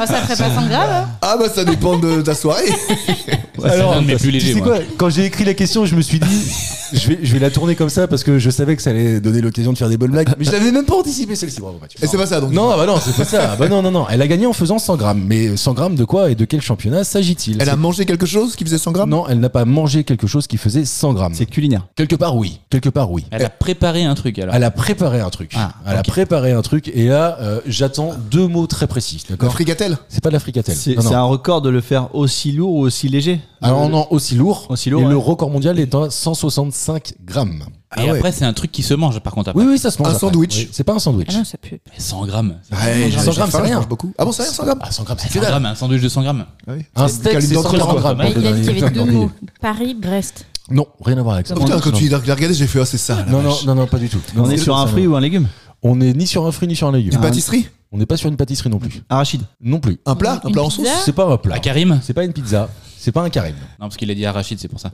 Speaker 5: ça ferait pas sans grave. hein
Speaker 3: Ah bah ça dépend de ta soirée.
Speaker 6: Ça, c'est l'un de mes plus
Speaker 4: tu
Speaker 6: légers,
Speaker 4: sais
Speaker 6: moi.
Speaker 4: quoi Quand j'ai écrit la question, je me suis dit, je, vais, je vais la tourner comme ça parce que je savais que ça allait donner l'occasion de faire des bonnes blagues. Mais je l'avais même pas anticipé celle-ci. Bravo Mathieu.
Speaker 3: Et c'est pas ça donc.
Speaker 4: Non, bah non, c'est pas ça. Bah non, non, non. Elle a gagné en faisant 100 grammes. Mais 100 grammes de quoi et de quel championnat s'agit-il
Speaker 3: Elle a mangé quelque chose qui faisait 100 grammes
Speaker 4: Non, elle n'a pas mangé quelque chose qui faisait 100 grammes.
Speaker 7: C'est culinaire.
Speaker 4: Quelque part, oui. Quelque part, oui.
Speaker 6: Elle a préparé un truc alors.
Speaker 4: Elle a préparé un truc.
Speaker 7: Ah,
Speaker 4: elle a préparé un truc. Et là, euh, j'attends deux mots très précis.
Speaker 3: Une
Speaker 4: D'accord
Speaker 3: frigatelle
Speaker 4: C'est pas de la fricatelle.
Speaker 7: C'est
Speaker 4: Non, non.
Speaker 7: c'est un record de le faire aussi lourd ou aussi léger.
Speaker 4: Alors non, aussi lourd.
Speaker 7: Aussi lourd,
Speaker 4: et
Speaker 7: ouais.
Speaker 4: le record mondial est à 165
Speaker 6: Et
Speaker 4: grammes.
Speaker 3: Ah ouais.
Speaker 6: après, c'est un truc qui se mange par contre. Après.
Speaker 4: Oui, oui, ça se mange.
Speaker 3: Ah bah, Un
Speaker 4: après.
Speaker 3: sandwich.
Speaker 4: Oui, C'est pas un sandwich.
Speaker 5: Ah non, ça pue.
Speaker 6: 100 grammes.
Speaker 3: Ouais, j'ai-
Speaker 4: 100
Speaker 3: j'ai
Speaker 4: grammes,
Speaker 3: faim,
Speaker 4: c'est
Speaker 3: je
Speaker 4: rien.
Speaker 3: mange beaucoup. Ah bon, c'est rien, 100 grammes
Speaker 4: Ah, 100 grammes, c'est
Speaker 6: 100
Speaker 4: que dalle.
Speaker 6: grammes, un sandwich de 100 grammes.
Speaker 3: Ah oui.
Speaker 4: Un
Speaker 3: C'est
Speaker 4: steak,
Speaker 3: calibre
Speaker 4: c'est
Speaker 3: d'entrée,
Speaker 4: 140
Speaker 3: quoi.
Speaker 4: grammes.
Speaker 5: Ouais, il a dit qu'il y avait deux
Speaker 4: Non,
Speaker 5: mots Paris, Brest.
Speaker 4: Non, rien à voir avec ça.
Speaker 3: Oh, putain, quand tu l'as regardé, j'ai fait, ah, c'est ça. la
Speaker 4: Non, non,
Speaker 3: vache.
Speaker 4: non, non, pas du tout. Non,
Speaker 7: On est
Speaker 4: non,
Speaker 7: sur
Speaker 4: ça,
Speaker 7: un
Speaker 4: non.
Speaker 7: fruit ou un légume
Speaker 4: On est ni sur un fruit ni sur un légume.
Speaker 3: Une pâtisserie Ah.
Speaker 4: On n'est pas sur une pâtisserie non plus.
Speaker 7: Arachide.
Speaker 4: Non plus.
Speaker 3: Un plat Un
Speaker 5: Une
Speaker 3: plat bah, en sauce
Speaker 5: pizza
Speaker 4: C'est pas un
Speaker 3: Ah,
Speaker 4: plat.
Speaker 6: À Karim
Speaker 4: C'est pas une pizza. C'est pas un carême.
Speaker 6: Non, parce qu'il a dit arachide, c'est pour ça.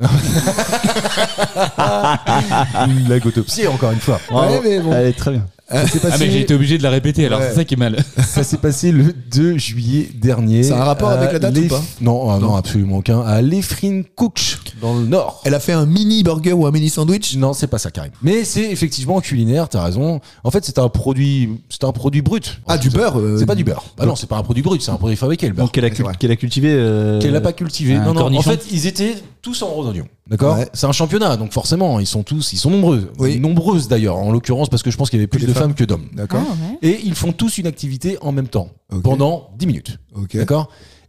Speaker 4: Une blague autopsie, encore une fois.
Speaker 7: Bravo.
Speaker 3: Ah Ouais, mais bon.
Speaker 7: Elle est très bien.
Speaker 4: Ça s'est
Speaker 6: Ah, mais j'ai
Speaker 4: passé,
Speaker 6: été obligé de la répéter alors,
Speaker 3: Ouais.
Speaker 6: c'est ça qui est mal.
Speaker 4: ça s'est passé le 2 juillet dernier.
Speaker 3: Ça a un rapport
Speaker 4: à
Speaker 3: avec la date ou
Speaker 4: Lef-
Speaker 3: pas
Speaker 4: non, ah, non, absolument aucun. À Lefrin Cookch, dans le Nord.
Speaker 3: Elle a fait un mini burger ou un mini sandwich
Speaker 4: Non, c'est pas ça, Karim. Mais c'est effectivement culinaire, t'as raison. En fait, c'est un produit, c'est un produit brut.
Speaker 3: Ah, du beurre euh,
Speaker 4: C'est pas du beurre. Bah non, c'est pas un produit brut, Bah, c'est un produit fabriqué, le beurre.
Speaker 7: Donc qu'elle a,
Speaker 3: c'est
Speaker 7: cul-
Speaker 3: vrai.
Speaker 7: qu'elle a cultivé. euh,
Speaker 4: Qu'elle n'a pas cultivé.
Speaker 6: un
Speaker 4: Non, non. En
Speaker 6: cornichon.
Speaker 4: fait, ils étaient tous en rose d'oignon. D'accord
Speaker 3: Ouais.
Speaker 4: C'est un championnat, donc forcément, ils sont tous, ils sont nombreux.
Speaker 3: Oui.
Speaker 4: Nombreuses d'ailleurs, en l'occurrence, parce que je pense qu'il y avait plus
Speaker 3: des
Speaker 4: de
Speaker 3: femmes.
Speaker 4: femmes que d'hommes.
Speaker 5: Ah,
Speaker 3: D'accord.
Speaker 5: ouais.
Speaker 4: Et ils font tous une activité en même temps,
Speaker 3: Ok.
Speaker 4: pendant 10 minutes.
Speaker 3: Ok.
Speaker 4: D'accord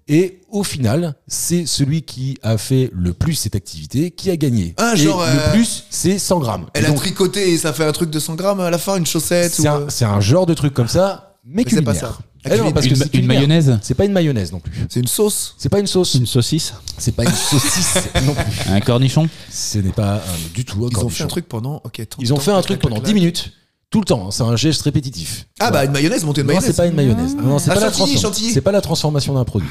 Speaker 4: Et au final, c'est celui qui a fait le plus cette activité qui a gagné.
Speaker 3: Ah,
Speaker 4: Et
Speaker 3: genre, euh,
Speaker 4: le plus, c'est 100 grammes.
Speaker 3: Elle
Speaker 4: Et
Speaker 3: a
Speaker 4: donc,
Speaker 3: tricoté et ça fait un truc de 100 grammes à la fin, une chaussette ou.
Speaker 4: C'est un,
Speaker 3: euh,
Speaker 4: c'est un genre de truc comme ça, mais
Speaker 3: Mais c'est
Speaker 4: culinaire.
Speaker 3: pas ça.
Speaker 4: Eh non,
Speaker 3: Culinaire.
Speaker 4: parce que
Speaker 6: Une,
Speaker 4: c'est
Speaker 6: ma- une
Speaker 4: culinaire.
Speaker 6: mayonnaise
Speaker 4: C'est pas une mayonnaise non plus.
Speaker 3: C'est une sauce
Speaker 4: C'est pas une sauce.
Speaker 7: Une saucisse.
Speaker 4: C'est pas une saucisse non plus.
Speaker 6: Un cornichon
Speaker 4: Ce n'est pas un- du tout un
Speaker 3: Ils ont fait
Speaker 4: cornichon.
Speaker 3: un truc pendant. Ok, attends,
Speaker 4: Ils ont fait un
Speaker 3: attends,
Speaker 4: truc
Speaker 3: clac,
Speaker 4: pendant
Speaker 3: clac,
Speaker 4: 10 minutes, tout le temps. hein. C'est un geste répétitif.
Speaker 3: clac. Ah bah une mayonnaise, montée de
Speaker 4: Non, c'est
Speaker 3: mayonnaise.
Speaker 4: pas une mayonnaise. Non, c'est
Speaker 3: Ah,
Speaker 4: pas, la
Speaker 3: chantilly,
Speaker 4: transform-
Speaker 3: chantilly.
Speaker 4: c'est pas la transformation d'un produit.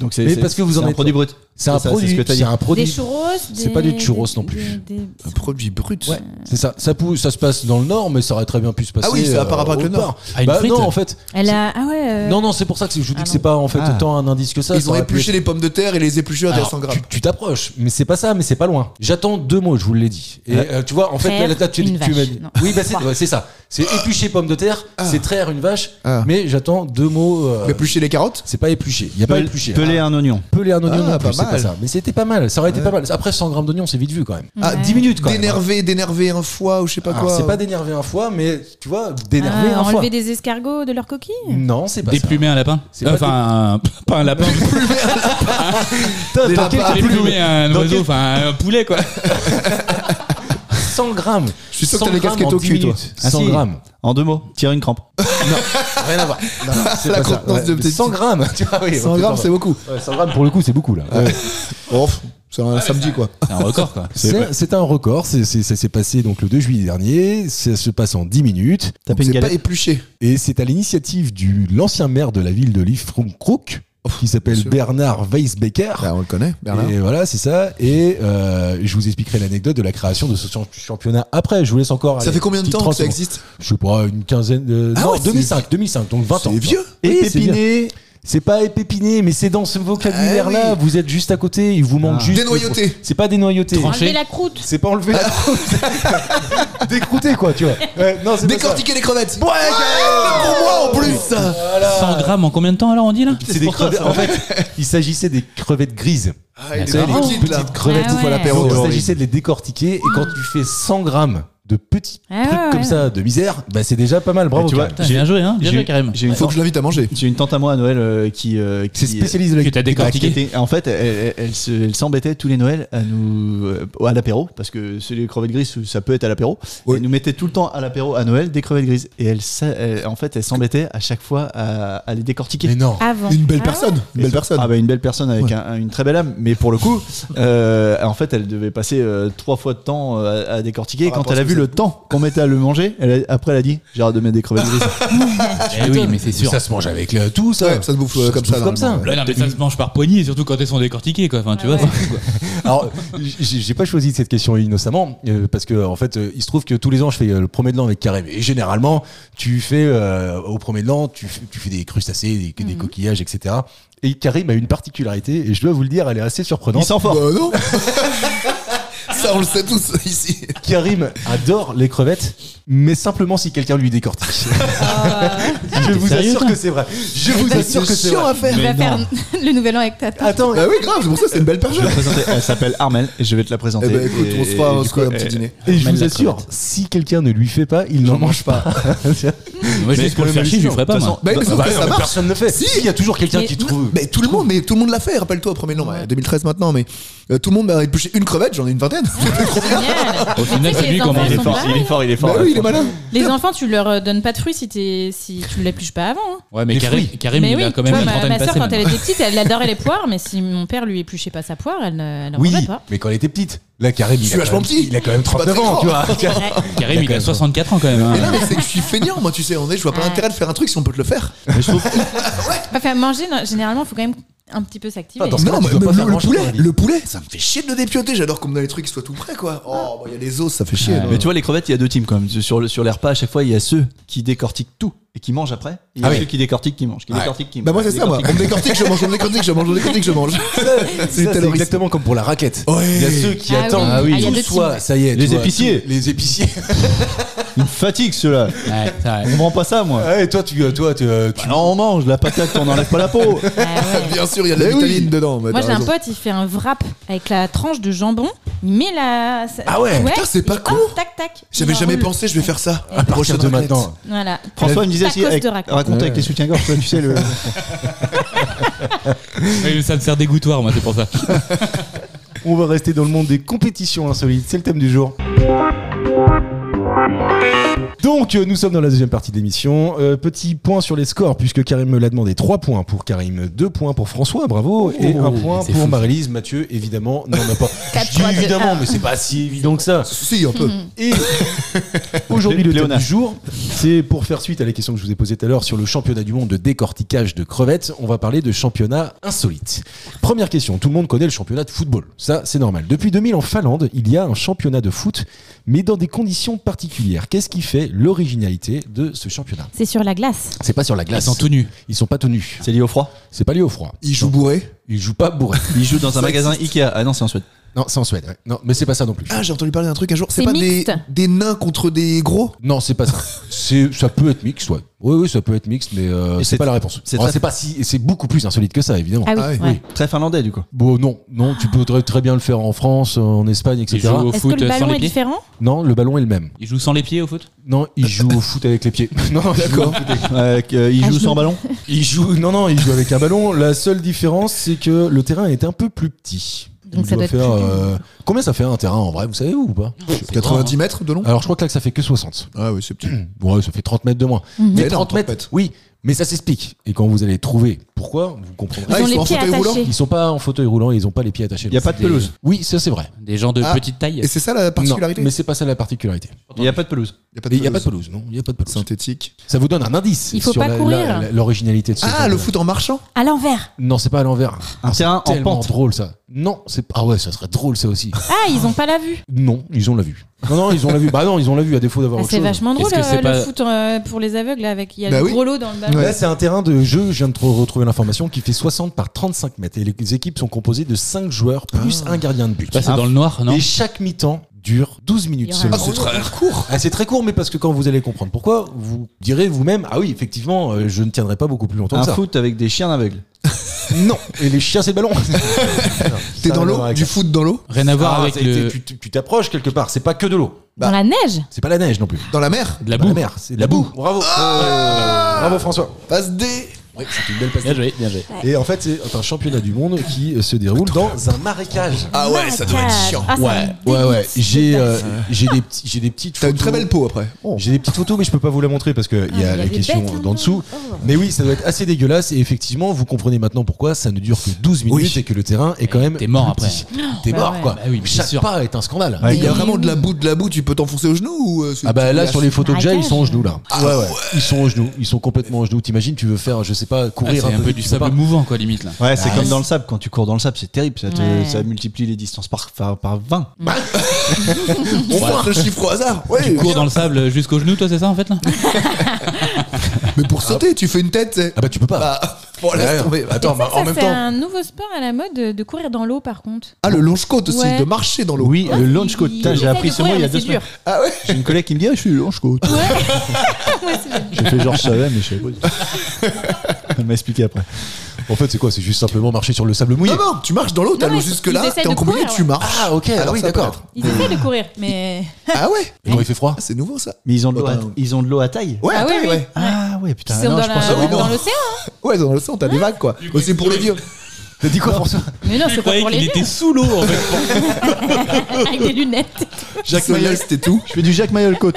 Speaker 7: donc c'est
Speaker 4: Mais
Speaker 7: c'est-
Speaker 4: parce que vous
Speaker 7: c'est
Speaker 4: en
Speaker 7: un
Speaker 4: êtes-
Speaker 7: produit brut.
Speaker 4: C'est un
Speaker 7: ça, C'est ce
Speaker 4: produit.
Speaker 7: que t'as
Speaker 4: C'est
Speaker 7: dit.
Speaker 4: un
Speaker 5: Des
Speaker 4: produit.
Speaker 5: churros
Speaker 4: c'est pas du churros non plus.
Speaker 5: des- des-
Speaker 3: Un produit brut.
Speaker 4: Ouais, c'est ça. Ça, pou- ça se passe dans le Nord, mais ça aurait très bien pu se passer.
Speaker 3: Ah oui, ça a
Speaker 4: euh,
Speaker 3: pas rapport avec
Speaker 4: au
Speaker 3: le Nord.
Speaker 4: port.
Speaker 6: Ah, une
Speaker 4: Bah
Speaker 6: frite
Speaker 4: non, en fait.
Speaker 5: Elle a. Ah ouais. euh,
Speaker 4: Non, non, c'est pour ça que je vous dis
Speaker 5: Ah
Speaker 4: que
Speaker 5: non.
Speaker 4: c'est pas en fait
Speaker 7: Ah.
Speaker 4: autant un indice que ça.
Speaker 3: Ils
Speaker 4: ça
Speaker 3: ont
Speaker 4: aurait pu
Speaker 3: épluché
Speaker 4: être-
Speaker 3: les pommes de terre et les épluchures à
Speaker 4: Alors,
Speaker 3: 100
Speaker 4: tu-
Speaker 3: grammes.
Speaker 4: Tu t'approches, mais c'est pas ça, mais c'est pas loin. J'attends deux mots, je vous l'ai dit. Et euh, tu vois, en fait, là,
Speaker 5: Traire
Speaker 4: là, tu, tu
Speaker 5: une
Speaker 4: m'as
Speaker 5: vache.
Speaker 4: dit.
Speaker 5: Non.
Speaker 4: Oui, bah, c'est ouais, c'est ça. C'est éplucher pomme de terre, c'est traire une vache,
Speaker 3: Ah.
Speaker 4: mais j'attends deux mots. euh,
Speaker 3: Éplucher les carottes
Speaker 4: c'est pas éplucher. Il y a pas
Speaker 7: Pel-
Speaker 4: épluché.
Speaker 7: Peler un oignon.
Speaker 4: Peler un oignon
Speaker 3: Ah,
Speaker 4: non plus,
Speaker 3: pas
Speaker 4: c'est pas
Speaker 3: mal.
Speaker 4: ça. Mais c'était pas mal, ça aurait été pas mal. Après 100 grammes d'oignon, c'est vite vu quand même.
Speaker 3: Ah,
Speaker 5: Ouais.
Speaker 3: 10 minutes
Speaker 4: quand même.
Speaker 3: D'énerver, d'énerver un foie ou je sais pas
Speaker 4: Alors,
Speaker 3: quoi. euh.
Speaker 4: c'est pas d'énerver un foie, mais tu vois, d'énerver
Speaker 5: ah,
Speaker 4: un foie.
Speaker 5: enlever des escargots de leur coquille
Speaker 4: Non, Bah, c'est pas ça.
Speaker 6: Déplumer un lapin
Speaker 4: C'est pas
Speaker 6: Enfin, un- pas un lapin.
Speaker 4: Putain, dans quel-
Speaker 3: lapins.
Speaker 6: Déplumer un
Speaker 4: Dans
Speaker 6: oiseau,
Speaker 4: quel-
Speaker 6: enfin un poulet quoi.
Speaker 4: 100 grammes. Je
Speaker 3: suis sûr que t'as les casquettes au cul, toi.
Speaker 4: 100
Speaker 7: Ah, si.
Speaker 4: grammes.
Speaker 7: En deux mots. Tirer une crampe.
Speaker 4: Rien à voir. Non, non, c'est
Speaker 3: La
Speaker 4: pas ça.
Speaker 3: contenance de petit-
Speaker 4: 100 grammes. Tu vois, oui,
Speaker 3: 100
Speaker 4: ouais,
Speaker 3: grammes, c'est Ah, beaucoup.
Speaker 4: Ouais, 100 grammes pour le coup, c'est beaucoup là.
Speaker 3: Oh, pff, c'est un samedi quoi.
Speaker 6: C'est un record quoi.
Speaker 4: C'est c'est un record. c'est- c'est- ça s'est passé donc le 2 juillet dernier. Ça se passe en 10 minutes.
Speaker 7: Taper une
Speaker 3: C'est pas
Speaker 7: galette.
Speaker 3: épluché.
Speaker 4: Et c'est à l'initiative du l'ancien maire de la ville de Liffronkrook qui s'appelle
Speaker 3: bien sûr.
Speaker 4: Bernard Weisbecker.
Speaker 3: Bah, on le connaît, Bernard.
Speaker 4: Et voilà, c'est ça. Et euh, je vous expliquerai l'anecdote de la création de ce champ- championnat après. Je vous laisse encore.
Speaker 3: Ça
Speaker 4: allez,
Speaker 3: fait combien de
Speaker 4: petite
Speaker 3: temps que
Speaker 4: 30
Speaker 3: ça
Speaker 4: secondes.
Speaker 3: existe
Speaker 4: Je sais pas, une quinzaine de.
Speaker 3: Ah
Speaker 4: non,
Speaker 3: ouais, c'est-
Speaker 4: 2005, 2005, donc 20 ans.
Speaker 3: C'est vieux.
Speaker 4: Oui,
Speaker 7: Et
Speaker 4: c'est
Speaker 7: pépiner.
Speaker 4: C'est pas épiné, mais c'est dans ce vocabulaire-là.
Speaker 3: Ah oui.
Speaker 4: Vous êtes juste à côté. Il vous manque
Speaker 7: Ah.
Speaker 4: juste.
Speaker 3: Dénoyauté.
Speaker 4: C'est pas dénoyauté.
Speaker 6: Tranché.
Speaker 5: Enlever la croûte
Speaker 4: C'est pas enlever la croûte. Décrouter, quoi, tu vois. Ouais, non, c'est pas ça.
Speaker 3: Décortiquer les crevettes. Ouais, pour moi en plus.
Speaker 6: 100 grammes en combien de temps alors on dit là
Speaker 4: C'est des crevettes. En fait, il s'agissait des crevettes grises.
Speaker 3: Ah, il est
Speaker 4: Vous savez,
Speaker 3: vraiment
Speaker 4: les
Speaker 3: petite, là.
Speaker 4: petites crevettes
Speaker 5: Ah
Speaker 4: tout à
Speaker 5: ouais.
Speaker 4: l'apéro.
Speaker 3: Oh,
Speaker 4: Il
Speaker 3: horrible.
Speaker 4: s'agissait de les décortiquer. Et quand tu fais 100 grammes de petits
Speaker 5: Ah
Speaker 4: trucs
Speaker 5: ouais,
Speaker 4: comme
Speaker 5: ouais.
Speaker 4: ça, de misère, bah c'est déjà pas mal. Bravo,
Speaker 7: tu vois,
Speaker 4: Karel.
Speaker 6: Putain, Bien joué hein, bien
Speaker 7: J'ai-
Speaker 6: joué Karim.
Speaker 7: J'ai une
Speaker 3: Faut que je l'invite à manger.
Speaker 7: J'ai une tante à moi à Noël euh, qui, euh, qui
Speaker 4: C'est spécialiste de
Speaker 6: Que t'as
Speaker 4: la
Speaker 7: Bah, qui
Speaker 6: décortiqué.
Speaker 7: était- en fait, elle, elle- elle se- elle s'embêtait tous les Noëls à nous euh, à l'apéro parce que c'est les crevettes grises, ça peut être à l'apéro.
Speaker 3: Oui.
Speaker 7: Elle nous mettait tout le temps à l'apéro à Noël des crevettes grises et elle, s'a- elle- en fait, elle s'embêtait à chaque fois à, à les décortiquer.
Speaker 4: Mais non.
Speaker 5: avant.
Speaker 3: Une belle
Speaker 5: Ah
Speaker 3: personne. Une
Speaker 7: Et
Speaker 3: belle
Speaker 7: sur-
Speaker 3: personne.
Speaker 7: Ah bah une belle personne avec un- un- une très belle âme. Mais pour le coup, euh, en fait, elle devait passer euh, trois fois de temps euh, à, à décortiquer. Et
Speaker 3: Par
Speaker 7: quand
Speaker 3: rapport
Speaker 7: elle
Speaker 3: à
Speaker 7: a
Speaker 3: ce
Speaker 7: vu
Speaker 3: que
Speaker 7: le
Speaker 3: ça-
Speaker 7: temps qu'on mettait à le manger, elle a- après elle a dit J'arrête de mettre des crevettes grises.
Speaker 6: Eh oui, mais c'est sûr.
Speaker 4: Ça se mange avec le- tout, ça.
Speaker 3: Ouais, ça se bouffe, euh, comme
Speaker 4: se
Speaker 3: ça,
Speaker 4: bouffe Comme ça.
Speaker 3: normalement,
Speaker 6: Ouais, non, mais ça se mange par poignée, surtout quand elles sont décortiquées quoi. Enfin, tu vois,
Speaker 5: Ah ouais.
Speaker 6: c'est fou, quoi.
Speaker 4: Alors, j'ai j'ai pas choisi cette question innocemment euh, parce que en fait, euh, il se trouve que tous les ans, je fais euh, le premier de l'an avec Carême. Et généralement, tu fais euh, au premier de l'an, tu, f- tu fais des crustacés, des, des
Speaker 3: Mhm.
Speaker 4: coquillages, etc. Et Carême a une particularité, et je dois vous le dire, elle est assez surprenante.
Speaker 7: Il sent
Speaker 3: Bah
Speaker 7: fort.
Speaker 3: non. Ça, on le sait tous ici.
Speaker 4: Karim adore les crevettes, mais simplement si quelqu'un lui décortique.
Speaker 3: Ah.
Speaker 4: je vous
Speaker 6: sérieux,
Speaker 4: assure
Speaker 6: toi
Speaker 4: que c'est vrai. Je vous assure que c'est
Speaker 3: chiant
Speaker 4: vrai.
Speaker 3: à faire.
Speaker 5: Il va
Speaker 6: Mais
Speaker 5: faire
Speaker 6: non.
Speaker 5: le nouvel an avec ta tante.
Speaker 4: Attends,
Speaker 3: Bah oui, grave, c'est pour ça que c'est une belle
Speaker 7: Je vais
Speaker 3: période.
Speaker 7: la présenter. Elle s'appelle Armel et je vais te la présenter.
Speaker 3: Eh ben écoute, on se fera on
Speaker 7: du
Speaker 3: se fera un
Speaker 7: coup,
Speaker 3: petit
Speaker 7: euh,
Speaker 3: dîner.
Speaker 4: et je
Speaker 6: Mène
Speaker 4: vous
Speaker 6: la
Speaker 4: assure,
Speaker 6: crevette.
Speaker 4: si quelqu'un ne lui fait pas, il n'en mange pas.
Speaker 6: Moi, juste pour le faire chier, je le ferais pas, moi.
Speaker 3: Bah, mais sauf
Speaker 4: Bah
Speaker 3: que
Speaker 4: non,
Speaker 3: ça
Speaker 4: mais
Speaker 3: marche.
Speaker 4: personne ne le fait.
Speaker 3: Si.
Speaker 4: il y a toujours quelqu'un
Speaker 5: Mais-
Speaker 4: qui trouve.
Speaker 3: Mais tout le monde, mais tout le monde l'a fait, rappelle-toi, au premier non, bah, 2013 maintenant, mais euh, tout le monde m'a épluché une crevette, j'en ai une vingtaine.
Speaker 5: Génial.
Speaker 6: Au final,
Speaker 5: Tu
Speaker 6: c'est
Speaker 5: sais que
Speaker 6: lui qui
Speaker 5: les
Speaker 6: en
Speaker 5: enfants
Speaker 6: mange
Speaker 7: Il est
Speaker 5: sont
Speaker 7: fort,
Speaker 5: pas
Speaker 7: il est fort, il est fort.
Speaker 3: bah oui, il est malin.
Speaker 5: Les enfants, tu leur euh, donnes pas de fruits si, t'es- si tu l'épluches pas avant. hein.
Speaker 6: Ouais, mais
Speaker 4: Les
Speaker 6: Karim,
Speaker 4: fruits.
Speaker 6: Karim, il a quand même
Speaker 5: tu vois,
Speaker 6: une
Speaker 5: ma,
Speaker 6: trentaine
Speaker 5: ma soeur,
Speaker 6: passée.
Speaker 5: quand elle
Speaker 6: maintenant.
Speaker 5: était petite, elle adorait les poires, mais si mon père lui épluchait pas sa poire, elle ne elle en
Speaker 4: Oui,
Speaker 5: mangeait pas.
Speaker 4: mais quand elle était petite. Là, Karim, il
Speaker 3: suis
Speaker 4: a, quand
Speaker 3: vachement
Speaker 4: même,
Speaker 3: petit.
Speaker 4: il a quand même
Speaker 3: suis pas
Speaker 4: 39 ans, tu
Speaker 3: très
Speaker 4: vois.
Speaker 6: Karim, il a 64 ans quand même. hein.
Speaker 3: Mais non, mais c'est que je suis feignant, moi, tu sais, on est, je vois pas
Speaker 5: Ouais.
Speaker 3: l'intérêt de faire un truc si on peut te le faire.
Speaker 5: Enfin, manger, non, généralement, il faut quand même un petit peu s'activer.
Speaker 4: Attends. Parce que là,
Speaker 3: Non,
Speaker 4: tu
Speaker 3: mais
Speaker 4: dois
Speaker 3: même
Speaker 4: pas faire
Speaker 3: le, le
Speaker 4: grand-chose dans la
Speaker 3: poulet,
Speaker 4: vie.
Speaker 3: le poulet, ça me fait chier de le dépioter, j'adore qu'on me donne les trucs qui soient tout prêts, quoi.
Speaker 5: Ah.
Speaker 3: Oh, bah, il y a les os, ça fait chier.
Speaker 6: Ouais.
Speaker 3: là.
Speaker 7: Mais tu vois, les crevettes, il y a deux teams quand même. Sur, le- sur les repas, à chaque fois, il y a ceux qui décortiquent tout et qui mangent après. Il y a
Speaker 4: Ah oui.
Speaker 7: ceux qui décortiquent, qui mangent. Qui
Speaker 4: Ouais.
Speaker 7: décortiquent, qui
Speaker 3: Bah moi c'est
Speaker 7: mangent.
Speaker 3: ça moi, on me décortique, je mange, on me décortique, je mange, on me décortique, je mange.
Speaker 4: C'est
Speaker 3: le terrorisme.
Speaker 4: exactement comme pour la raquette.
Speaker 3: Ouais.
Speaker 4: Il y a ceux qui
Speaker 5: Ah oui.
Speaker 4: attendent
Speaker 5: Ah oui. Ah, il y a
Speaker 4: tout
Speaker 5: deux
Speaker 4: soit,
Speaker 5: types.
Speaker 4: ça y est.
Speaker 7: Les
Speaker 4: tu vois,
Speaker 7: épiciers.
Speaker 4: tout- Les épiciers.
Speaker 7: Ils me fatiguent, ceux-là.
Speaker 6: Ouais, c'est vrai.
Speaker 7: On vend pas ça, moi.
Speaker 4: Ah
Speaker 7: Bah
Speaker 4: Ouais, et toi, tu, euh, toi, tu, tu-
Speaker 7: Non, on mange. La patate, on enlève pas la peau.
Speaker 5: Ah ouais.
Speaker 3: Bien sûr, il y a de la
Speaker 7: Mais oui.
Speaker 3: vitamine dedans. bah,
Speaker 5: Moi,
Speaker 3: t'as
Speaker 5: j'ai un
Speaker 3: raison.
Speaker 5: pote, il fait un wrap avec la tranche de jambon, il met la.
Speaker 4: Ah ouais,
Speaker 3: putain, c'est pas
Speaker 5: il-
Speaker 3: con.
Speaker 5: hop, Tac, tac.
Speaker 3: J'avais
Speaker 5: il
Speaker 3: jamais
Speaker 5: enroule.
Speaker 3: pensé, je vais faire ça.
Speaker 4: à partir de maintenant.
Speaker 5: Voilà.
Speaker 7: François il me disait
Speaker 5: Tacos
Speaker 7: aussi, avec-
Speaker 5: de raconte.
Speaker 7: raconte avec
Speaker 4: Ouais.
Speaker 7: les soutiens-gorge, toi, tu sais, le.
Speaker 6: Ouais, Ça me sert d'égouttoir, moi, c'est pour ça.
Speaker 4: On va rester dans le monde des compétitions insolites, c'est le thème du jour. Donc, euh, nous sommes dans la deuxième partie d'émission. Euh, petit point sur les scores, puisque Karim me l'a demandé. 3 points pour Karim, 2 points pour François, bravo, et 1 point
Speaker 6: c'est
Speaker 4: pour
Speaker 6: fou.
Speaker 4: Marie-Lise. Mathieu, évidemment, n'en a pas.
Speaker 5: Quatre,
Speaker 4: Je
Speaker 5: trois,
Speaker 4: dis
Speaker 5: deux,
Speaker 4: évidemment,
Speaker 5: un.
Speaker 4: mais c'est pas si évident que ça.
Speaker 3: Si, un peu.
Speaker 4: Et aujourd'hui, le thème
Speaker 7: Léonard.
Speaker 4: du jour, c'est pour faire suite à la question que je vous ai posée tout à l'heure sur le championnat du monde de décortiquage de crevettes. On va parler de championnat insolite. Première question. Tout le monde connaît le championnat de football. Ça, c'est normal. Depuis 2000, en Finlande, il y a un championnat de foot, mais dans des conditions particulières. Qu'est-ce qui fait l'originalité de ce championnat
Speaker 5: C'est sur la glace.
Speaker 4: C'est pas sur la
Speaker 6: Ils
Speaker 4: glace.
Speaker 6: sont tout nus.
Speaker 4: Ils sont pas tenus.
Speaker 7: C'est lié au froid.
Speaker 4: C'est pas lié au froid.
Speaker 3: Il joue
Speaker 4: Non.
Speaker 3: bourré.
Speaker 4: Ils jouent pas bourré.
Speaker 7: Ils jouent dans un magasin Ikea. Ah non, c'est en Suède.
Speaker 4: Non, c'est en Suède. ouais. Non, mais c'est pas ça non plus.
Speaker 3: Ah, j'ai entendu parler d'un truc un jour. C'est
Speaker 5: C'est
Speaker 3: pas des,
Speaker 5: mixte.
Speaker 3: des nains contre des gros
Speaker 4: Non, c'est pas ça. C'est, ça peut être mixte, ouais. Oui, oui, ça peut être mixte, mais euh,
Speaker 7: Et
Speaker 4: c'est
Speaker 7: c'est-
Speaker 4: pas la réponse.
Speaker 7: c'est
Speaker 4: Ouais,
Speaker 7: très-
Speaker 4: C'est pas si, c'est beaucoup plus insolite que ça, évidemment.
Speaker 5: Ah oui.
Speaker 3: Ah oui,
Speaker 5: ouais.
Speaker 7: Très finlandais, du coup.
Speaker 4: Bon, non, non, tu peux très, très bien le faire en France, en Espagne,
Speaker 6: Ils
Speaker 4: etc.
Speaker 6: jouent au
Speaker 5: Est-ce
Speaker 6: foot
Speaker 5: que le
Speaker 6: euh, sans
Speaker 5: ballon
Speaker 6: les
Speaker 5: est
Speaker 6: pieds.
Speaker 5: différent
Speaker 4: Non, le ballon est le même.
Speaker 6: Ils jouent sans les pieds au foot
Speaker 4: Non, il joue au foot avec les pieds. Non, d'accord.
Speaker 7: Euh, que- euh, ils
Speaker 5: Ah,
Speaker 7: jouent
Speaker 5: je
Speaker 7: sans
Speaker 5: me-
Speaker 7: ballon.
Speaker 4: Il joue, non, non, il joue avec un ballon. La seule différence, c'est que le terrain est un peu plus petit.
Speaker 5: Donc ça
Speaker 4: doit
Speaker 5: doit être
Speaker 4: faire,
Speaker 5: plus dur.
Speaker 4: euh, combien ça fait un terrain en vrai, vous savez ou pas
Speaker 3: 90 mètres de long
Speaker 4: Alors, je crois que là, que ça fait que 60.
Speaker 3: Ah oui, c'est petit.
Speaker 4: Bon, ouais, ça fait 30 mètres de moins.
Speaker 5: Mhm.
Speaker 4: Mais
Speaker 3: Mais non,
Speaker 4: 30 mètres, oui, mais ça s'explique. Et quand vous allez trouver pourquoi, vous comprendrez.
Speaker 5: Ils
Speaker 3: Ah,
Speaker 5: ont
Speaker 3: ils sont
Speaker 5: les
Speaker 3: en
Speaker 5: pieds
Speaker 3: fauteuil roulant
Speaker 5: attachés.
Speaker 4: Ils sont pas en fauteuil roulant, ils ont pas les pieds attachés.
Speaker 7: Il n'y a pas de
Speaker 6: des-
Speaker 7: pelouse.
Speaker 4: Oui, ça c'est vrai.
Speaker 6: Des gens de
Speaker 3: Ah.
Speaker 6: petite taille
Speaker 3: Et c'est ça la particularité
Speaker 4: Non, mais c'est pas ça la particularité.
Speaker 7: Il n'y a pas de pelouse.
Speaker 3: Il y a pas
Speaker 4: Il n'y a pas de
Speaker 3: pelouse.
Speaker 4: pelouse, non Il y a pas de pelouse.
Speaker 3: Synthétique.
Speaker 4: Ça vous donne un indice
Speaker 5: Il faut
Speaker 4: sur
Speaker 5: pas
Speaker 4: la-
Speaker 5: courir.
Speaker 4: la- la- l'originalité de ce
Speaker 3: Ah,
Speaker 4: jeu.
Speaker 3: le foot en marchant
Speaker 5: À l'envers.
Speaker 4: Non, c'est pas à l'envers.
Speaker 7: Un terrain en
Speaker 4: Tellement
Speaker 7: pente.
Speaker 4: drôle ça. Non, c'est ah ouais, ça serait drôle ça aussi.
Speaker 5: Ah, ils ont pas la vue.
Speaker 4: non, ils ont la vue. Non, non, ils ont la vue. Bah non, ils ont la vue à défaut d'avoir
Speaker 5: Ah,
Speaker 4: autre
Speaker 5: c'est
Speaker 4: chose.
Speaker 5: vachement drôle
Speaker 6: Est-ce que
Speaker 5: euh,
Speaker 6: c'est
Speaker 5: le
Speaker 6: pas-
Speaker 5: foot euh, pour les aveugles avec il y a
Speaker 3: Bah
Speaker 5: le
Speaker 3: oui.
Speaker 5: gros lot dans le ballon.
Speaker 4: Là, c'est un terrain de jeu, je viens de trop- retrouver l'information, qui fait 60 par 35 mètres. Et les équipes sont composées de 5 joueurs plus un gardien de but.
Speaker 6: Bah, C'est dans le noir, non
Speaker 4: Et chaque mi-temps dure 12 minutes
Speaker 5: Il y aura
Speaker 4: seulement.
Speaker 5: un rouleau.
Speaker 3: court
Speaker 4: Ah, c'est très court, mais parce que quand vous allez comprendre pourquoi, vous direz vous-même Ah oui, effectivement, euh, je ne tiendrai pas beaucoup plus longtemps
Speaker 7: Un
Speaker 4: que ça.
Speaker 7: foot avec des chiens aveugles.
Speaker 4: Non, et les chiens, c'est le ballon.
Speaker 3: T'es
Speaker 4: Ça
Speaker 3: dans
Speaker 4: n'a rien à voir
Speaker 3: l'eau
Speaker 4: avec
Speaker 3: Du
Speaker 4: ça.
Speaker 3: foot dans l'eau
Speaker 6: Rien à voir
Speaker 4: Ah,
Speaker 6: avec
Speaker 4: c'est-
Speaker 6: le.
Speaker 4: tu- Tu tu t'approches quelque part, c'est pas que de l'eau,
Speaker 5: Dans la neige.
Speaker 4: c'est pas la neige non plus.
Speaker 3: Dans la mer
Speaker 6: De la
Speaker 4: Pas
Speaker 6: boue.
Speaker 4: la mer, c'est de la boue. Bravo. Euh, Bravo François.
Speaker 3: Passe des
Speaker 4: Oui, c'est une belle passe.
Speaker 6: Bien joué, bien joué.
Speaker 4: Et en fait, c'est un championnat du monde qui se déroule dans un marécage.
Speaker 3: Ah ouais, ça doit être chiant.
Speaker 5: Ah, ça me
Speaker 4: Ouais,
Speaker 5: dégoûte.
Speaker 4: ouais, ouais. J'ai euh, j'ai des, petits- j'ai des petites
Speaker 3: T'as
Speaker 4: photos.
Speaker 3: une très belle peau après.
Speaker 6: Oh.
Speaker 4: J'ai des petites photos, mais je peux pas vous la montrer parce qu'il
Speaker 5: Ah,
Speaker 4: y a
Speaker 5: il y
Speaker 4: la
Speaker 5: a des
Speaker 4: question
Speaker 5: bêtes, hein.
Speaker 4: d'en dessous.
Speaker 5: Oh.
Speaker 4: Mais oui, ça doit être assez dégueulasse. Et effectivement, vous comprenez maintenant pourquoi ça ne dure que 12 minutes et que le terrain est quand même.
Speaker 6: T'es mort
Speaker 4: plus
Speaker 6: après.
Speaker 4: petit. T'es
Speaker 5: bah
Speaker 4: mort,
Speaker 5: ouais.
Speaker 4: quoi.
Speaker 6: Bah oui, mais c'est
Speaker 4: Chaque
Speaker 6: sûr.
Speaker 4: pas est un scandale.
Speaker 3: Il y a
Speaker 5: Mais
Speaker 3: vraiment de la
Speaker 5: oui.
Speaker 3: boue, de la boue, tu peux t'enfoncer au genou ou euh, c'est-
Speaker 4: Ah bah là sur les photos que j'ai ils sont en genoux là.
Speaker 3: Ah
Speaker 4: ouais, ouais. Ils sont en genoux, ils sont complètement en genoux. T'imagines tu veux faire je sais pas
Speaker 6: Ah, C'est
Speaker 4: courir
Speaker 6: un peu
Speaker 4: vite,
Speaker 6: du
Speaker 4: tu peux
Speaker 6: sable
Speaker 4: pas.
Speaker 6: mouvant, quoi, limite là.
Speaker 7: Ouais, c'est comme dans le sable. Quand tu cours dans le sable, c'est terrible. Ça, te-
Speaker 5: Ouais.
Speaker 7: ça multiplie les distances par, par, par 20.
Speaker 3: On voit le chiffre au hasard. Ouais,
Speaker 6: Tu cours dans le sable jusqu'au genou, toi, c'est ça en fait là
Speaker 3: Mais pour sauter, tu fais une tête. c'est-
Speaker 4: Ah bah tu peux pas.
Speaker 3: Bah, Bon, laisse
Speaker 4: Ouais.
Speaker 3: tomber. Attends,
Speaker 4: Attends,
Speaker 5: Mais
Speaker 4: bah,
Speaker 5: ça,
Speaker 4: en
Speaker 5: ça
Speaker 4: même
Speaker 5: fait
Speaker 4: temps-
Speaker 5: un nouveau sport à la mode de, de courir dans l'eau, par contre.
Speaker 3: ah, le longe côte aussi,
Speaker 5: Ouais.
Speaker 3: de marcher dans l'eau.
Speaker 5: Oh,
Speaker 7: Oui, le launch
Speaker 5: launch
Speaker 7: coat. Putain, J'ai appris ce mot
Speaker 5: hein,
Speaker 7: il y a deux semaines.
Speaker 3: Ah ouais
Speaker 7: J'ai une collègue qui me dit Ah, Je suis le launch coat. J'ai fait genre je savais, mais je savais pas. Elle m'a expliqué après.
Speaker 4: En fait, c'est quoi C'est juste simplement marcher sur le sable mouillé.
Speaker 3: Non,
Speaker 5: Ah
Speaker 3: non, tu marches dans l'eau, t'as
Speaker 5: Non,
Speaker 3: l'eau
Speaker 5: mais ils
Speaker 3: jusque-là,
Speaker 5: essaient
Speaker 3: t'es en
Speaker 5: de
Speaker 3: combiné,
Speaker 5: courir,
Speaker 3: tu
Speaker 5: ouais.
Speaker 3: marches.
Speaker 4: Ah, ok, alors
Speaker 3: ça
Speaker 4: ça
Speaker 3: peut
Speaker 4: d'accord.
Speaker 3: être.
Speaker 5: Ils essaient de courir, mais.
Speaker 3: Ah ouais
Speaker 4: Et quand il fait froid
Speaker 3: C'est nouveau ça
Speaker 7: Mais ils ont de l'eau à,
Speaker 3: Attends.
Speaker 7: ils ont de l'eau à taille
Speaker 3: Ouais,
Speaker 5: Ah oui,
Speaker 3: attends,
Speaker 5: oui.
Speaker 3: ouais.
Speaker 7: Ah ouais, putain.
Speaker 5: Ils sont
Speaker 7: non,
Speaker 5: dans
Speaker 7: je pense
Speaker 5: la-
Speaker 3: ah oui, non.
Speaker 5: dans l'océan. hein.
Speaker 3: Ouais, dans l'océan, t'as des vagues quoi. C'est pour les vieux.
Speaker 7: T'as dit quoi, François
Speaker 5: Mais non,
Speaker 6: Je
Speaker 5: c'est pas
Speaker 6: croyais
Speaker 5: pour les
Speaker 6: qu'il
Speaker 5: vieux.
Speaker 6: était sous l'eau en fait.
Speaker 5: Avec des lunettes.
Speaker 3: Jacques Mayol, c'était tout.
Speaker 7: Je fais du Jacques Mayol Côte.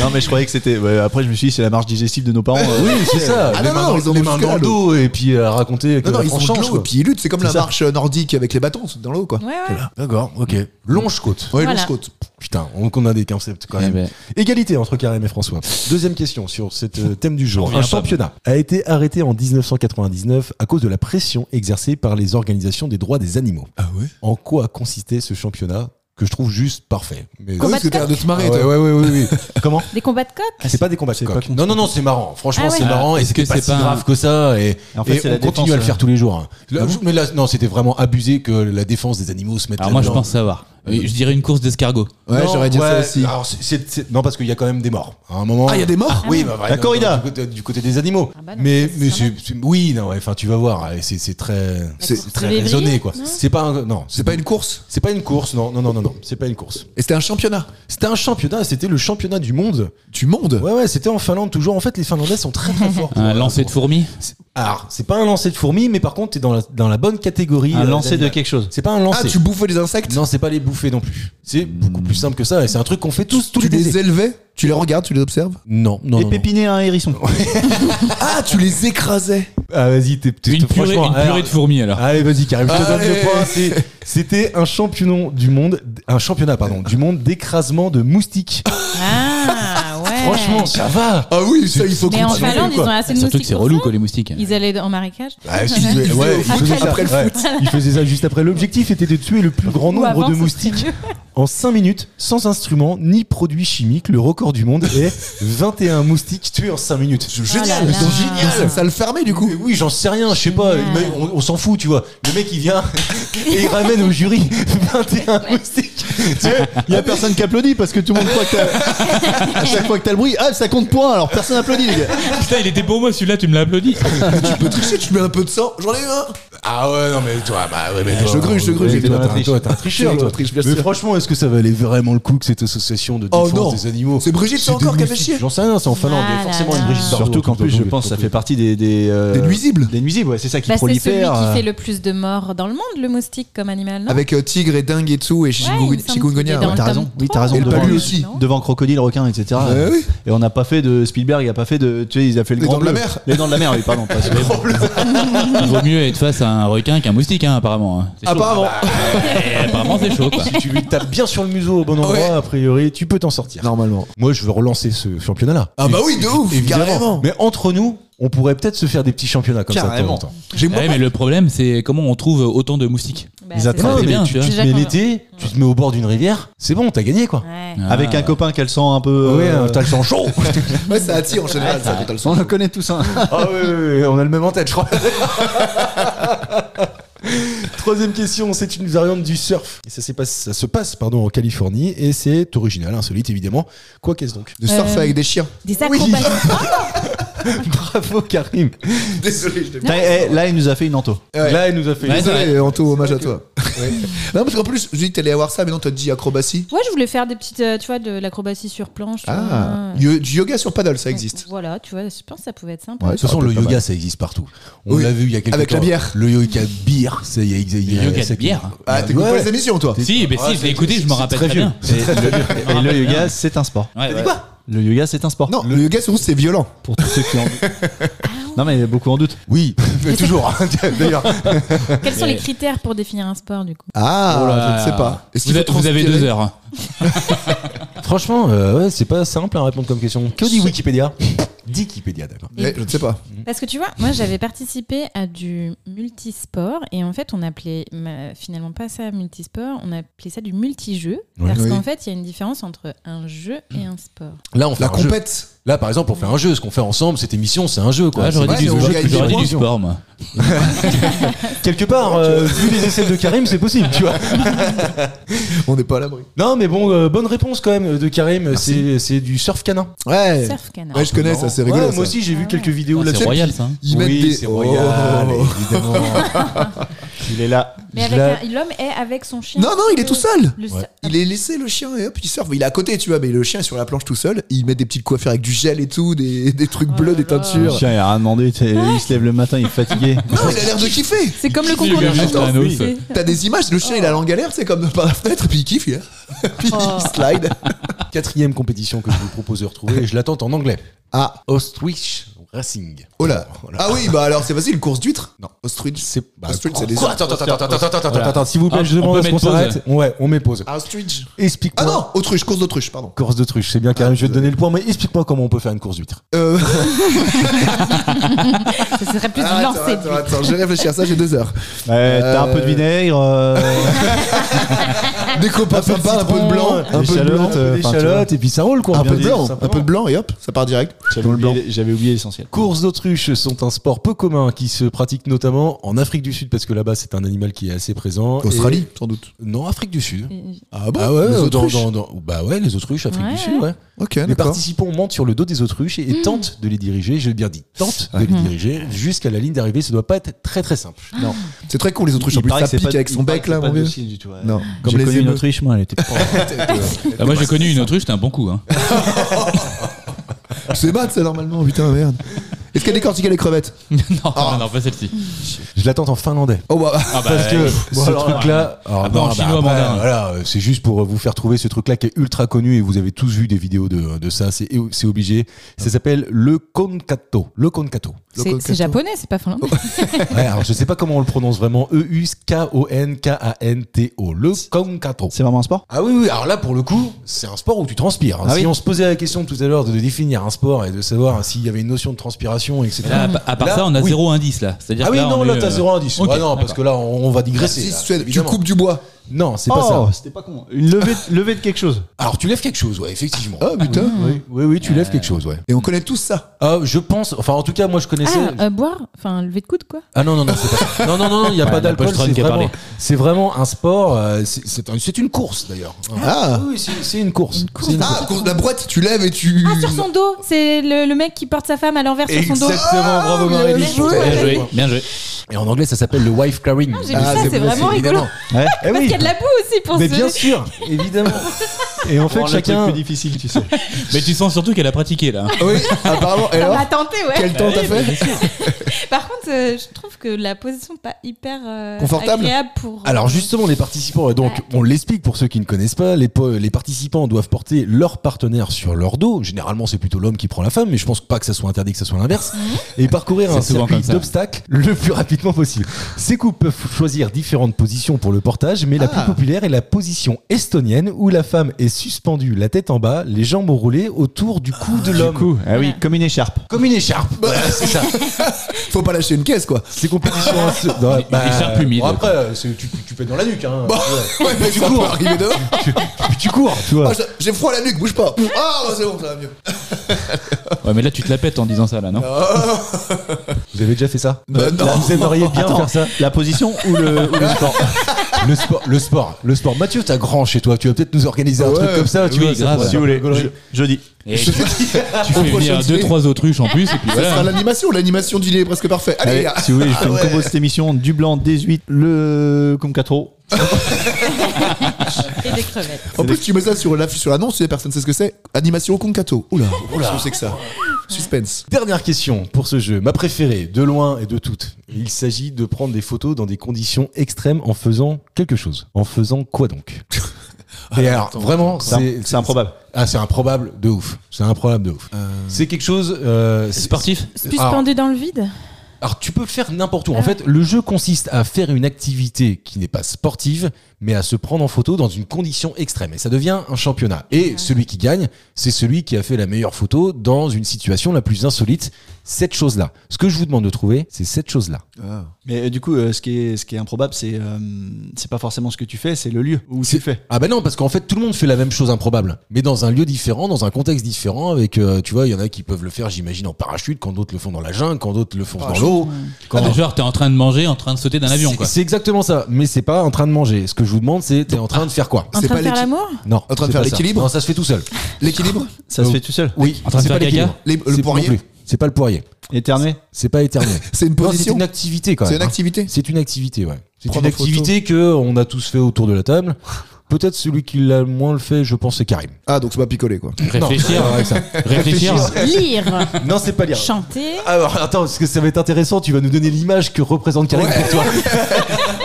Speaker 7: non, mais je croyais que c'était. ouais, après, je me suis dit, c'est la marche digestive de nos parents.
Speaker 4: Oui, c'est ça.
Speaker 3: Ah
Speaker 4: les
Speaker 3: non,
Speaker 4: mains
Speaker 3: non,
Speaker 4: dans-
Speaker 3: ils ont
Speaker 4: les
Speaker 3: jusque
Speaker 4: mains
Speaker 3: là,
Speaker 4: dans le dos et puis euh, raconter que
Speaker 3: Non, non,
Speaker 4: la
Speaker 3: ils
Speaker 4: France
Speaker 3: sont de l'eau,
Speaker 4: change.
Speaker 3: et
Speaker 4: quoi.
Speaker 3: puis ils luttent, c'est comme la
Speaker 4: ça.
Speaker 3: marche nordique avec les bâtons, c'est dans l'eau quoi.
Speaker 5: Ouais, ouais.
Speaker 4: D'accord, ok. Longe côte.
Speaker 3: Ouais,
Speaker 5: Voilà.
Speaker 3: longe côte.
Speaker 4: Putain, on, on a des concepts quand
Speaker 6: Eh
Speaker 4: même.
Speaker 6: ben.
Speaker 4: Égalité entre Karim et François. Deuxième question sur ce thème du jour. Un
Speaker 6: revient pas,
Speaker 4: championnat a été arrêté en 1999 à cause de la pression exercée par les organisations des droits des animaux.
Speaker 3: Ah ouais
Speaker 4: En quoi consistait ce championnat que je trouve juste parfait mais...
Speaker 3: Ouais, parce que t'as l'air de te marrer,
Speaker 4: Ah ouais,
Speaker 3: toi.
Speaker 4: ouais, ouais, ouais, ouais. Comment
Speaker 5: Des combats de coq.
Speaker 4: Ah, C'est pas des combats de coq. Non, non, non, c'est marrant. Franchement,
Speaker 5: Ah ouais.
Speaker 4: c'est marrant.
Speaker 6: Ah,
Speaker 4: Et
Speaker 6: est-ce
Speaker 4: c'était
Speaker 6: que
Speaker 4: pas
Speaker 6: c'est
Speaker 4: si
Speaker 6: pas un-
Speaker 4: grave que ça. Et,
Speaker 7: Et en fait,
Speaker 4: et
Speaker 7: c'est la
Speaker 4: on continue
Speaker 7: défense,
Speaker 4: à le
Speaker 7: euh.
Speaker 4: faire tous les jours. hein. Là, je- mais là, non, c'était vraiment abusé que la défense des animaux se mette
Speaker 6: Alors moi je
Speaker 4: là-dedans.
Speaker 6: pense savoir. Euh, Je dirais une course d'escargot.
Speaker 3: Ouais,
Speaker 4: Non,
Speaker 3: j'aurais dit ça
Speaker 4: ouais,
Speaker 3: aussi.
Speaker 4: alors, c'est- c'est- c'est- non, parce qu'il y a quand même des morts. À un moment.
Speaker 3: Ah, il y a des morts
Speaker 4: Oui, bah, bah,
Speaker 7: La
Speaker 4: non,
Speaker 7: corrida.
Speaker 4: Du côté, du côté des animaux.
Speaker 5: Ah bah non,
Speaker 4: mais
Speaker 5: ça, c'est
Speaker 4: mais
Speaker 5: pas
Speaker 4: c'est,
Speaker 5: mal.
Speaker 4: c'est- oui, non, ouais, enfin tu vas voir, ouais, c'est, c'est très c'est,
Speaker 5: course
Speaker 4: très
Speaker 5: de l'évrier,
Speaker 4: raisonné quoi.
Speaker 5: non
Speaker 4: C'est pas un, non,
Speaker 3: C'est pas une course
Speaker 4: c'est pas une course, non, non, non, non, non, c'est pas une course.
Speaker 3: Et c'était un championnat
Speaker 4: C'était un championnat, c'était le championnat du monde.
Speaker 3: du monde
Speaker 4: Ouais, ouais, c'était en Finlande toujours. En fait, les Finlandais sont très très forts.
Speaker 3: Ah,
Speaker 4: pour-
Speaker 6: Un lancer de fourmis.
Speaker 4: C'est- Alors, c'est pas un lancer de fourmis, mais par contre, t'es dans la dans la bonne catégorie.
Speaker 7: Un
Speaker 4: euh,
Speaker 7: lancer de
Speaker 4: d'animal.
Speaker 7: quelque chose.
Speaker 4: C'est pas un
Speaker 3: Ah,
Speaker 4: lancer.
Speaker 3: tu bouffais des insectes
Speaker 4: Non, c'est pas les bouffer non plus. C'est beaucoup plus simple que ça. Et c'est un truc qu'on fait tous tous
Speaker 3: Tu
Speaker 4: les
Speaker 3: les
Speaker 4: étés.
Speaker 3: élevais Tu les regardes, tu les observes
Speaker 4: Non, non,
Speaker 7: Et
Speaker 4: non, non.
Speaker 7: pépiner un hérisson.
Speaker 3: Ah, tu les écrasais
Speaker 4: Ah vas-y, t'es, t'es-
Speaker 6: Une purée,
Speaker 4: franchement,
Speaker 6: une purée
Speaker 4: alors-
Speaker 6: de fourmis alors.
Speaker 4: Allez, vas-y, Karim, je te donne
Speaker 3: Allez.
Speaker 4: le point. C'est- C'était un championnat du monde, un championnat, pardon, du monde d'écrasement de moustiques.
Speaker 5: Ah, ouais.
Speaker 4: Franchement, ça va.
Speaker 3: Ah oui, ça, il faut
Speaker 5: Mais en
Speaker 4: continuer,
Speaker 5: Finlande, ils ont
Speaker 4: quoi.
Speaker 5: assez de
Speaker 6: Surtout que
Speaker 5: moustiques.
Speaker 6: c'est
Speaker 5: pour
Speaker 6: relou
Speaker 5: ça.
Speaker 6: quoi les moustiques.
Speaker 5: Ils allaient en marécage.
Speaker 4: Ah, je disais, ouais, il faisait ça,
Speaker 3: après le
Speaker 4: ouais. Il faisait ça juste après. L'objectif était de tuer le plus grand
Speaker 5: Ou avant,
Speaker 4: nombre de
Speaker 5: ce serait
Speaker 4: moustiques
Speaker 5: mieux.
Speaker 4: en 5 minutes, sans instrument ni produit chimique. Le record du monde est 21 moustiques tués en 5 minutes.
Speaker 5: là
Speaker 7: Oh
Speaker 3: Génial,
Speaker 5: là.
Speaker 3: donc génial Ça le fermait du coup
Speaker 4: Oui, j'en sais rien, je sais pas,
Speaker 5: Génial.
Speaker 4: mais on, on s'en fout, tu vois. Le mec, il vient et il ramène au jury 21 moustiques.
Speaker 7: Il y a personne qui applaudit parce que tout le monde croit que t'as. À chaque fois que t'as le bruit, ah, ça compte point, alors personne applaudit, les gars.
Speaker 6: Putain il était pour moi celui-là tu me l'as applaudi.
Speaker 3: Tu peux tricher, tu mets un peu de sang, j'en ai un
Speaker 4: Ah ouais, non, mais toi, bah ouais, mais toi,
Speaker 3: je gruge, je
Speaker 4: ouais,
Speaker 3: gruge,
Speaker 4: mais
Speaker 3: j'ai
Speaker 4: Toi,
Speaker 3: dit,
Speaker 4: t'es un- toi, t'es un tricheur,
Speaker 3: Je
Speaker 4: toi.
Speaker 3: triche, bien
Speaker 4: Mais
Speaker 3: sûr.
Speaker 4: franchement, est-ce que ça valait vraiment le coup que cette association de
Speaker 3: Oh
Speaker 4: défense
Speaker 3: non.
Speaker 4: des animaux.
Speaker 3: C'est Brigitte, c'est
Speaker 4: des
Speaker 3: encore qui a fait
Speaker 4: moustiques.
Speaker 3: chier.
Speaker 4: J'en sais rien, c'est en Finlande. Il y a
Speaker 5: Ah
Speaker 4: forcément
Speaker 5: là
Speaker 4: une
Speaker 5: là.
Speaker 4: Brigitte Bardot
Speaker 7: Surtout qu'en
Speaker 4: autour
Speaker 7: plus,
Speaker 4: de
Speaker 7: je
Speaker 4: nous,
Speaker 7: pense, ça
Speaker 4: surtout.
Speaker 7: fait partie des. Des, euh,
Speaker 3: Des nuisibles.
Speaker 7: Des nuisibles, ouais, c'est ça qui
Speaker 5: Bah, c'est celui
Speaker 7: prolifère.
Speaker 5: qui
Speaker 7: euh.
Speaker 5: fait le plus de morts dans le monde, le moustique, comme animal, non
Speaker 3: Avec euh, tigre et dingue et tout, et
Speaker 5: il me semble
Speaker 3: chikungu-
Speaker 5: qu'il est
Speaker 3: chikungunya.
Speaker 5: dans
Speaker 3: ouais.
Speaker 7: T'as
Speaker 5: le tome
Speaker 7: raison, oui,
Speaker 5: trois.
Speaker 7: t'as raison.
Speaker 3: Et le
Speaker 7: devant-
Speaker 3: palu aussi.
Speaker 7: Devant crocodile, requin, etc.
Speaker 3: Ouais, oui.
Speaker 7: Et on n'a pas fait de Spielberg, il a pas fait de. Tu sais, ils a fait le
Speaker 3: Les
Speaker 7: grand
Speaker 3: Dents de la
Speaker 7: bleu.
Speaker 3: Mer.
Speaker 7: Les dents de la mer, oui, pardon. pas-
Speaker 6: Il vaut mieux être face à un requin qu'un moustique hein, apparemment. hein. C'est
Speaker 4: Ah,
Speaker 6: chaud.
Speaker 3: Apparemment
Speaker 4: bah,
Speaker 6: Eh, apparemment c'est chaud quoi.
Speaker 4: Si tu lui tapes bien sur le museau au bon endroit,
Speaker 3: Ouais.
Speaker 4: a priori, tu peux t'en sortir.
Speaker 3: Normalement.
Speaker 4: Moi, je veux relancer ce championnat-là.
Speaker 3: Ah bah oui, de ouf,
Speaker 4: Évidemment.
Speaker 3: carrément
Speaker 4: Mais entre nous, on pourrait peut-être se faire des petits championnats comme ça de temps en
Speaker 7: Carrément.
Speaker 4: temps.
Speaker 3: J'ai
Speaker 6: Ouais,
Speaker 3: moins
Speaker 6: mais le problème c'est comment on trouve autant de moustiques.
Speaker 5: Bah,
Speaker 7: Ils
Speaker 5: c'est
Speaker 7: attrapent
Speaker 5: ça.
Speaker 6: c'est
Speaker 4: mais
Speaker 6: bien,
Speaker 4: tu,
Speaker 6: tu vois.
Speaker 4: tu te mets l'été, tu te mets au bord d'une rivière, c'est bon, t'as gagné quoi.
Speaker 5: Ouais.
Speaker 7: Avec un copain qu'elle sent un peu.
Speaker 4: Ouais, hein,
Speaker 7: euh,
Speaker 4: t'as le sang chaud.
Speaker 3: Ouais, ça attire en général, ça, quand t'as le sang.
Speaker 7: On le connaît tous, hein.
Speaker 4: Ah oui, oui, oui, on a le même en tête, je crois. Troisième question, c'est une variante du surf. Et ça, s'est pas- ça se passe pardon, en Californie et c'est original, insolite évidemment. Quoi qu'est-ce donc
Speaker 3: De surf
Speaker 5: Euh,
Speaker 3: avec des chiens.
Speaker 5: Des acrobaties.
Speaker 4: Bravo Karim.
Speaker 3: Désolé, je t'ai
Speaker 7: Putain, eh, Là, il nous a fait une anto.
Speaker 3: Ouais.
Speaker 4: Là, il nous a fait...
Speaker 6: Ouais, c'est vrai.
Speaker 3: Désolé, euh, Anto, hommage à toi. Non, parce qu'en plus, je dis que t'allais avoir ça, mais non, t'as dit acrobatie.
Speaker 5: Ouais, je voulais faire des petites, euh, tu vois, de l'acrobatie sur planche. tu
Speaker 3: Ah,
Speaker 5: vois.
Speaker 3: Yo- du yoga sur paddle, ça existe.
Speaker 5: Voilà, tu vois, je pense que ça pouvait être sympa.
Speaker 4: De toute façon, le
Speaker 3: aurait pu être pas
Speaker 4: yoga, ça existe partout. On
Speaker 3: Oui.
Speaker 4: l'a vu il y a quelques
Speaker 3: Avec
Speaker 4: temps.
Speaker 3: la bière.
Speaker 4: Le yoga bière, ça y est, il y a-
Speaker 6: Le yoga de
Speaker 4: ça-
Speaker 6: bière
Speaker 3: Ah, t'écoutes
Speaker 4: Ouais.
Speaker 3: pas les émissions, toi
Speaker 6: Si, mais si, je l'ai écouté, je me rappelle très,
Speaker 4: très
Speaker 6: bien.
Speaker 7: Et le, et le yoga, c'est un sport.
Speaker 6: Ouais, ouais.
Speaker 7: Le yoga, c'est un sport.
Speaker 3: Non, le yoga, surtout, c'est violent.
Speaker 7: Pour tous ceux
Speaker 5: Ah
Speaker 7: qui en doutent. Non, mais beaucoup en doutent.
Speaker 4: Oui, mais toujours.
Speaker 3: hein,
Speaker 4: D'ailleurs,
Speaker 5: Quels sont les critères pour définir un sport, du coup
Speaker 3: Ah,
Speaker 6: Oh là
Speaker 3: je ne sais
Speaker 6: là.
Speaker 3: pas. Est-ce qu'il
Speaker 6: Vous,
Speaker 3: faut
Speaker 6: a- vous avez
Speaker 3: transpirer
Speaker 6: deux heures.
Speaker 4: franchement, euh, ouais, c'est pas simple à répondre comme question. Que dit Wikipédia Wikipédia, d'accord.
Speaker 3: Mais Eh, Je ne sais pas.
Speaker 5: Parce que tu vois, moi, j'avais participé à du multisport et en fait, on appelait ma- finalement pas ça multisport, on appelait ça du multijeu.
Speaker 4: Ouais.
Speaker 5: parce
Speaker 3: Oui. Hmm.
Speaker 5: qu'en fait, il y a une différence entre un jeu et un sport.
Speaker 4: Là, on fait
Speaker 3: La
Speaker 4: un jeu.
Speaker 3: compète.
Speaker 4: Là, par exemple, on fait un jeu. Ce qu'on fait ensemble, cette émission, c'est un jeu. Quoi.
Speaker 6: Ah, J'aurais
Speaker 4: C'est-
Speaker 3: vrai,
Speaker 6: dit du
Speaker 3: mais on
Speaker 6: sport,
Speaker 3: gagne des
Speaker 6: j'aurais dit
Speaker 3: points.
Speaker 6: du sport, moi.
Speaker 4: Quelque part, euh, vu les essais de Karim, c'est possible, tu vois.
Speaker 3: On n'est pas à l'abri.
Speaker 4: Non, mais bon, euh, bonne réponse quand même de Karim. C'est c'est du surf canin.
Speaker 3: Ouais.
Speaker 5: Surf canard.
Speaker 3: Eh. Ouais, je connais ça, c'est rigolo.
Speaker 4: Ouais,
Speaker 3: ça.
Speaker 4: moi aussi, j'ai vu quelques vidéos
Speaker 6: Ah,
Speaker 4: là-dessus.
Speaker 6: C'est royal, ça. hein.
Speaker 3: Ils mettent
Speaker 4: oui,
Speaker 3: des-
Speaker 4: c'est royal,
Speaker 3: Oh.
Speaker 4: évidemment.
Speaker 7: Il est là.
Speaker 5: Mais
Speaker 4: Je
Speaker 5: avec
Speaker 4: la-
Speaker 5: un- l'homme est avec son chien.
Speaker 3: Non, non, il est tout seul.
Speaker 5: Le
Speaker 4: Ouais.
Speaker 3: Il est laissé le chien et hop, il surfe. Il est à côté, tu vois, mais le chien est sur la planche tout seul. Il met des petites coiffures avec du gel et tout, des, des trucs
Speaker 5: Oh
Speaker 3: bleus,
Speaker 5: là
Speaker 3: des
Speaker 5: là.
Speaker 7: Le
Speaker 3: teintures.
Speaker 7: chien, il a rien demandé. tu sais,
Speaker 5: Ah
Speaker 7: Il se lève le matin, il est fatigué.
Speaker 3: Non, il a l'air de kiffer.
Speaker 5: C'est comme le
Speaker 6: Il
Speaker 5: concours
Speaker 6: lui
Speaker 5: de
Speaker 6: a juste
Speaker 5: chien.
Speaker 6: un os.
Speaker 5: C'est-
Speaker 3: T'as des images, le chien il a en galère, c'est comme par la fenêtre, puis il kiffe, il, est- puis
Speaker 5: Oh.
Speaker 3: il slide.
Speaker 4: Quatrième compétition que je vous propose de retrouver, et je l'attends en anglais.
Speaker 3: Ah,
Speaker 4: Ostrich Racing.
Speaker 3: oh là.
Speaker 4: Voilà.
Speaker 3: Ah oui, bah alors c'est facile, course d'huître
Speaker 4: Non.
Speaker 3: Ostrich.
Speaker 4: C'est bah,
Speaker 3: Ostrich, c'est
Speaker 4: quoi
Speaker 3: des
Speaker 4: attends, attends, attends, attends, attends, attends, attends, attends, s'il vous plaît,
Speaker 6: Ah,
Speaker 4: je
Speaker 6: on
Speaker 4: demande
Speaker 6: peut
Speaker 4: à ce qu'on
Speaker 6: mettre pause.
Speaker 4: s'arrête. Ouais, on met pause.
Speaker 3: Ostrich.
Speaker 4: Explique-moi.
Speaker 3: Ah non, autruche, course d'autruche, pardon.
Speaker 4: Course de truche, c'est bien Karim, je vais te donner le point, mais explique-moi comment on peut faire une course d'huître.
Speaker 3: Euh,
Speaker 5: Ce serait plus
Speaker 3: attends,
Speaker 5: du lancer.
Speaker 3: attends, attends, je vais réfléchir à ça, j'ai deux heures.
Speaker 7: Ouais, T'as un peu de vinaigre. euh,
Speaker 5: Ah.
Speaker 3: Des copains sympas, un peu de blanc, un
Speaker 4: des
Speaker 3: peu de blanc,
Speaker 7: Ah,
Speaker 4: chalotes, euh,
Speaker 7: enfin, tu
Speaker 4: échalotes, et puis ça roule quoi.
Speaker 3: un
Speaker 4: bien
Speaker 3: peu de
Speaker 4: dit,
Speaker 3: blanc, un
Speaker 4: simplement.
Speaker 3: peu de blanc et hop, ça part direct.
Speaker 7: J'avais oublié, j'avais oublié l'essentiel.
Speaker 4: Courses d'autruche sont un sport peu commun qui se pratique notamment en Afrique du Sud parce que là-bas c'est un animal qui est assez présent.
Speaker 3: Australie, sans doute.
Speaker 4: Et- Non, Afrique du Sud.
Speaker 3: Ah
Speaker 4: Ah ouais,
Speaker 3: les
Speaker 4: dans-
Speaker 3: autruches.
Speaker 4: dans- dans- bah ouais, les autruches, Afrique
Speaker 5: Ouais,
Speaker 4: du Sud, ouais.
Speaker 3: Ok,
Speaker 4: Les
Speaker 3: d'accord.
Speaker 4: participants montent sur le dos des autruches et, et tentent de les diriger, j'ai bien dit, tentent de les diriger jusqu'à la ligne d'arrivée. Ça doit pas être très très simple. Non.
Speaker 3: C'est très con les autruches, en
Speaker 7: Il
Speaker 3: plus
Speaker 7: paraît
Speaker 3: ça
Speaker 7: que c'est
Speaker 3: pique
Speaker 7: pas-
Speaker 3: avec
Speaker 7: il
Speaker 3: son
Speaker 7: paraît
Speaker 3: bec
Speaker 7: que
Speaker 3: là,
Speaker 7: c'est pas
Speaker 3: mon vieux.
Speaker 7: docile du tout, ouais.
Speaker 3: Non, comme
Speaker 7: J'ai
Speaker 3: les
Speaker 7: connu une
Speaker 3: émeutes.
Speaker 7: Autriche, moi, elle était propre.
Speaker 6: Ah, Moi, j'ai connu une autruche, c'était un bon coup. hein.
Speaker 3: C'est mat ça normalement, putain merde. Est-ce qu'elle décortique les crevettes
Speaker 6: Non, non, non, pas celle-ci.
Speaker 4: Je l'attends en finlandais.
Speaker 3: Oh bah.
Speaker 6: Ah, bah,
Speaker 4: Parce que
Speaker 6: euh,
Speaker 4: ce
Speaker 6: bon, alors,
Speaker 4: truc-là, alors,
Speaker 6: Ah bah, en
Speaker 4: non,
Speaker 6: chinois
Speaker 4: après,
Speaker 6: mandarin.
Speaker 4: voilà, euh, c'est juste pour euh, vous faire trouver ce truc-là qui est ultra connu et vous avez tous vu des vidéos de, de ça, c'est c'est obligé. Ça s'appelle le konkato. Le konkato.
Speaker 5: C'est- C'est japonais, c'est pas finlandais.
Speaker 4: Ouais, alors je sais pas comment on le prononce vraiment. E E-U-K-O-N-K-A-N-T-O. Le konkato.
Speaker 7: C'est vraiment un sport
Speaker 4: Ah oui, oui, alors là pour le coup, c'est un sport où tu transpires. hein.
Speaker 7: Ah
Speaker 4: si
Speaker 7: oui.
Speaker 4: on se posait la question tout à l'heure de définir un sport et de savoir s'il y avait une notion de transpiration, etc.
Speaker 6: Là, à pa- à part
Speaker 4: Là,
Speaker 6: ça, on a
Speaker 4: oui.
Speaker 6: zéro indice là. C'est-à-dire
Speaker 4: Ah
Speaker 6: Ah, que
Speaker 4: oui,
Speaker 6: là,
Speaker 4: non,
Speaker 6: on
Speaker 4: là
Speaker 6: est,
Speaker 4: t'as
Speaker 6: euh,
Speaker 4: zéro indice.
Speaker 6: ok,
Speaker 4: Ouais, non, parce que là on, on va digresser.
Speaker 3: Si,
Speaker 4: là,
Speaker 3: Suède, tu
Speaker 4: hein, évidemment.
Speaker 3: coupes du bois.
Speaker 4: Non, c'est pas ça.
Speaker 7: Oh, c'était pas con. Une levée, levée de quelque chose.
Speaker 4: Alors tu lèves quelque chose, ouais, effectivement.
Speaker 3: Ah putain.
Speaker 4: Oui, oui, oui, tu lèves quelque chose, ouais.
Speaker 3: Et on connaît tous ça.
Speaker 4: Ah, je pense, enfin en tout cas moi je connaissais.
Speaker 5: Ah, euh, boire Enfin, lever de coude, quoi.
Speaker 4: Ah non, non, non, c'est pas ça. Non, non, non, non, il n'y a
Speaker 6: Ouais,
Speaker 4: pas
Speaker 6: il y a pas
Speaker 4: d'alcool,
Speaker 6: le Strand
Speaker 4: c'est
Speaker 6: qui a
Speaker 4: vraiment,
Speaker 6: parlé.
Speaker 4: c'est vraiment un sport, euh, c'est- c'est un- c'est une course d'ailleurs.
Speaker 3: Ah.
Speaker 4: Oui, c'est c'est une course.
Speaker 5: course.
Speaker 4: C'est une
Speaker 3: Ah, course de la boîte, tu lèves et tu.
Speaker 5: Ah, sur son dos C'est le, le mec qui porte sa femme à l'envers sur son dos. Ah,
Speaker 4: Exactement, bravo
Speaker 3: bien
Speaker 4: Marélie.
Speaker 5: joué.
Speaker 6: Bien joué, bien joué.
Speaker 4: Et en anglais ça s'appelle le wife clearing.
Speaker 5: j'ai vu Ah, ça, c'est c'est vraiment
Speaker 4: évidemment.
Speaker 7: Ouais.
Speaker 4: Eh
Speaker 5: Parce
Speaker 4: oui.
Speaker 5: qu'il y a de la boue aussi pour
Speaker 4: Mais
Speaker 5: se-
Speaker 4: bien sûr, évidemment. Et en fait chacun.
Speaker 7: plus difficile, tu sais.
Speaker 6: Mais tu sens surtout qu'elle a pratiqué
Speaker 7: Ah
Speaker 6: là.
Speaker 3: Oui, apparemment. Et
Speaker 5: Ça
Speaker 3: alors
Speaker 5: m'a tenté, ouais.
Speaker 3: Quel temps t'as fait
Speaker 5: Par contre, euh, je trouve que la position pas hyper euh,
Speaker 3: Confortable
Speaker 5: agréable pour.
Speaker 4: Alors justement, les participants, et donc on l'explique pour ceux qui ne connaissent pas, les, po- les participants doivent porter leur partenaire sur leur dos. Généralement, c'est plutôt l'homme qui prend la femme, mais je pense pas que ça soit interdit que ça soit l'inverse. Et parcourir
Speaker 6: C'est
Speaker 4: un
Speaker 6: souvent
Speaker 4: circuit
Speaker 6: comme ça.
Speaker 4: d'obstacles le plus rapidement possible. Ces couples peuvent choisir différentes positions pour le portage, mais la plus populaire est la position estonienne où la femme est suspendue la tête en bas, les jambes enroulées autour du cou de l'homme.
Speaker 7: Ah oui, comme une écharpe.
Speaker 4: Comme une écharpe. Voilà, c'est ça.
Speaker 3: Faut pas lâcher une caisse, quoi.
Speaker 4: Ces compétitions. hein, se- non,
Speaker 6: écharpe humide,
Speaker 4: bon, après, euh, c'est- tu, tu- tu pètes dans la nuque. Hein, Ouais.
Speaker 3: Ouais, mais tu vas pas arriver dehors.
Speaker 4: Puis Bah, tu cours, tu vois.
Speaker 3: Ah, j'ai- J'ai froid à la nuque, bouge pas. Ah, bah, c'est bon, ça va mieux.
Speaker 6: Ouais, mais là, tu te la pètes en disant ça là, non
Speaker 4: Vous avez déjà fait ça
Speaker 3: Bah, non.
Speaker 4: Là, Vous aimeriez bien
Speaker 7: Attends,
Speaker 4: faire ça
Speaker 7: la position ou le, ou le sport
Speaker 4: Le sport, le sport, le sport. Mathieu, t'as grand chez toi. Tu vas peut-être nous organiser un
Speaker 3: Ouais,
Speaker 4: truc comme ça. Tu
Speaker 6: oui,
Speaker 4: vois, ça
Speaker 6: grave.
Speaker 4: pourrait-
Speaker 7: Si vous voulez, je- jeudi.
Speaker 6: Et tu, tu
Speaker 3: Au
Speaker 6: fais
Speaker 3: prochain
Speaker 6: venir
Speaker 3: dîner.
Speaker 6: deux, trois autruches en plus, et puis
Speaker 3: Ça sera
Speaker 6: voilà.
Speaker 3: l'animation, l'animation du lait est presque parfait. Allez,
Speaker 7: Allez,
Speaker 3: ah,
Speaker 7: si vous voulez, je fais
Speaker 3: ah,
Speaker 7: une
Speaker 3: ouais.
Speaker 7: combo de cette émission du blanc, des huîtres, le comme 4 euros.
Speaker 5: Et des crevettes.
Speaker 3: En plus, tu mets ça sur l'affiche, sur l'annonce, si personne sait ce que c'est. Animation concato. Oula, qu'est-ce que c'est que ça Suspense.
Speaker 4: Dernière question pour ce jeu, ma préférée, de loin et de toutes. Il s'agit de prendre des photos dans des conditions extrêmes en faisant quelque chose. En faisant quoi donc Et alors, vraiment, c'est
Speaker 7: C'est improbable.
Speaker 4: Ah, c'est improbable de ouf. C'est improbable de ouf. C'est quelque chose. euh, c'est-
Speaker 6: Sportif
Speaker 5: Suspendu dans le vide
Speaker 4: Alors tu peux faire n'importe où. En fait, le jeu consiste à faire une activité qui n'est pas sportive, mais à se prendre en photo dans une condition extrême. Et ça devient un championnat. Et celui qui gagne, c'est celui qui a fait la meilleure photo dans une situation la plus insolite. Cette chose-là. Ce que je vous demande de trouver, c'est cette chose-là.
Speaker 7: Mais euh, du coup, euh, ce, qui est, ce qui est improbable, c'est euh, c'est pas forcément ce que tu fais, c'est le lieu où tu le fais.
Speaker 4: Ah bah non, parce qu'en fait tout le monde fait la même chose improbable, mais dans un lieu différent, dans un contexte différent, avec, euh, tu vois, il y en a qui peuvent le faire, j'imagine, en parachute, quand d'autres le font dans la jungle, quand d'autres le font dans l'eau. Quand...
Speaker 6: Ah, genre, t'es en train de manger, en train de sauter d'un avion,
Speaker 4: C'est-
Speaker 6: quoi.
Speaker 4: C'est exactement ça, mais c'est pas en train de manger. Ce que je vous demande, c'est t'es en train de faire quoi
Speaker 5: En
Speaker 3: C'est
Speaker 5: train
Speaker 3: pas
Speaker 5: de faire
Speaker 3: l'équi-
Speaker 5: l'amour
Speaker 4: Non.
Speaker 3: Ah, En train de
Speaker 4: c'est
Speaker 3: faire
Speaker 4: pas ça.
Speaker 3: l'équilibre
Speaker 4: Non, ça se fait tout seul.
Speaker 3: L'équilibre
Speaker 7: Ça se fait tout seul.
Speaker 4: Oui.
Speaker 6: En train de
Speaker 4: c'est
Speaker 6: faire
Speaker 4: pas
Speaker 6: caca
Speaker 4: l'équilibre.
Speaker 3: Les-
Speaker 4: C'est
Speaker 3: Le
Speaker 4: pas non
Speaker 3: poirier
Speaker 4: plus. C'est pas le poirier.
Speaker 7: Éternué
Speaker 4: C'est pas éternué.
Speaker 3: C'est une
Speaker 4: Non, c'est
Speaker 3: position
Speaker 4: une activité quand même.
Speaker 3: C'est une
Speaker 4: hein.
Speaker 3: activité
Speaker 4: C'est une activité, ouais. C'est une
Speaker 3: Prendre en photo.
Speaker 4: activité que on a tous fait autour de la table. Peut-être celui qui l'a moins le fait, je pense, c'est Karim.
Speaker 3: Ah, donc c'est pas picoler quoi.
Speaker 6: Réfléchir, réfléchir.
Speaker 5: Lire,
Speaker 4: Non, c'est pas lire.
Speaker 5: chanter.
Speaker 4: Alors attends, parce que ça va être intéressant, tu vas nous donner l'image que représente Karim pour toi.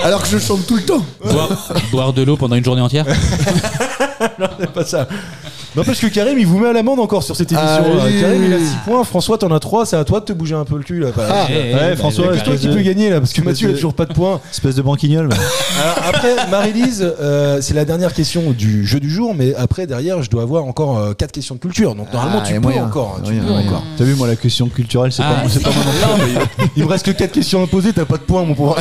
Speaker 3: Alors que je chante tout le temps
Speaker 6: Boire, boire de l'eau pendant une journée entière.
Speaker 4: C'est pas ça. N'empêche que Karim, il vous met à l'amende encore sur cette émission.
Speaker 3: Ah
Speaker 4: là.
Speaker 3: oui.
Speaker 4: Karim, il a 6 points. François, t'en as 3. C'est à toi de te bouger un peu le cul. Là.
Speaker 7: Ah,
Speaker 6: Eh, eh,
Speaker 7: ouais,
Speaker 6: bah,
Speaker 7: François,
Speaker 6: d'accord.
Speaker 4: c'est toi qui peux gagner là, parce que
Speaker 7: Mais
Speaker 4: Mathieu a
Speaker 7: c'est-
Speaker 4: toujours pas de points.
Speaker 7: Espèce de banquignol. mais-
Speaker 4: Alors, après, Marie-Lise, euh, c'est la dernière question du jeu du jour, mais après, derrière, je dois avoir encore 4 questions de culture. Donc normalement,
Speaker 3: Ah,
Speaker 4: tu
Speaker 3: et
Speaker 4: peux
Speaker 3: moyen.
Speaker 4: encore. hein, tu
Speaker 3: Moyen,
Speaker 4: peux
Speaker 3: moyen.
Speaker 4: encore.
Speaker 7: T'as vu, moi, la question culturelle, c'est
Speaker 6: Ah,
Speaker 7: pas, c'est pas mon
Speaker 4: Il me reste que 4 questions à poser, t'as pas de points, mon pauvre.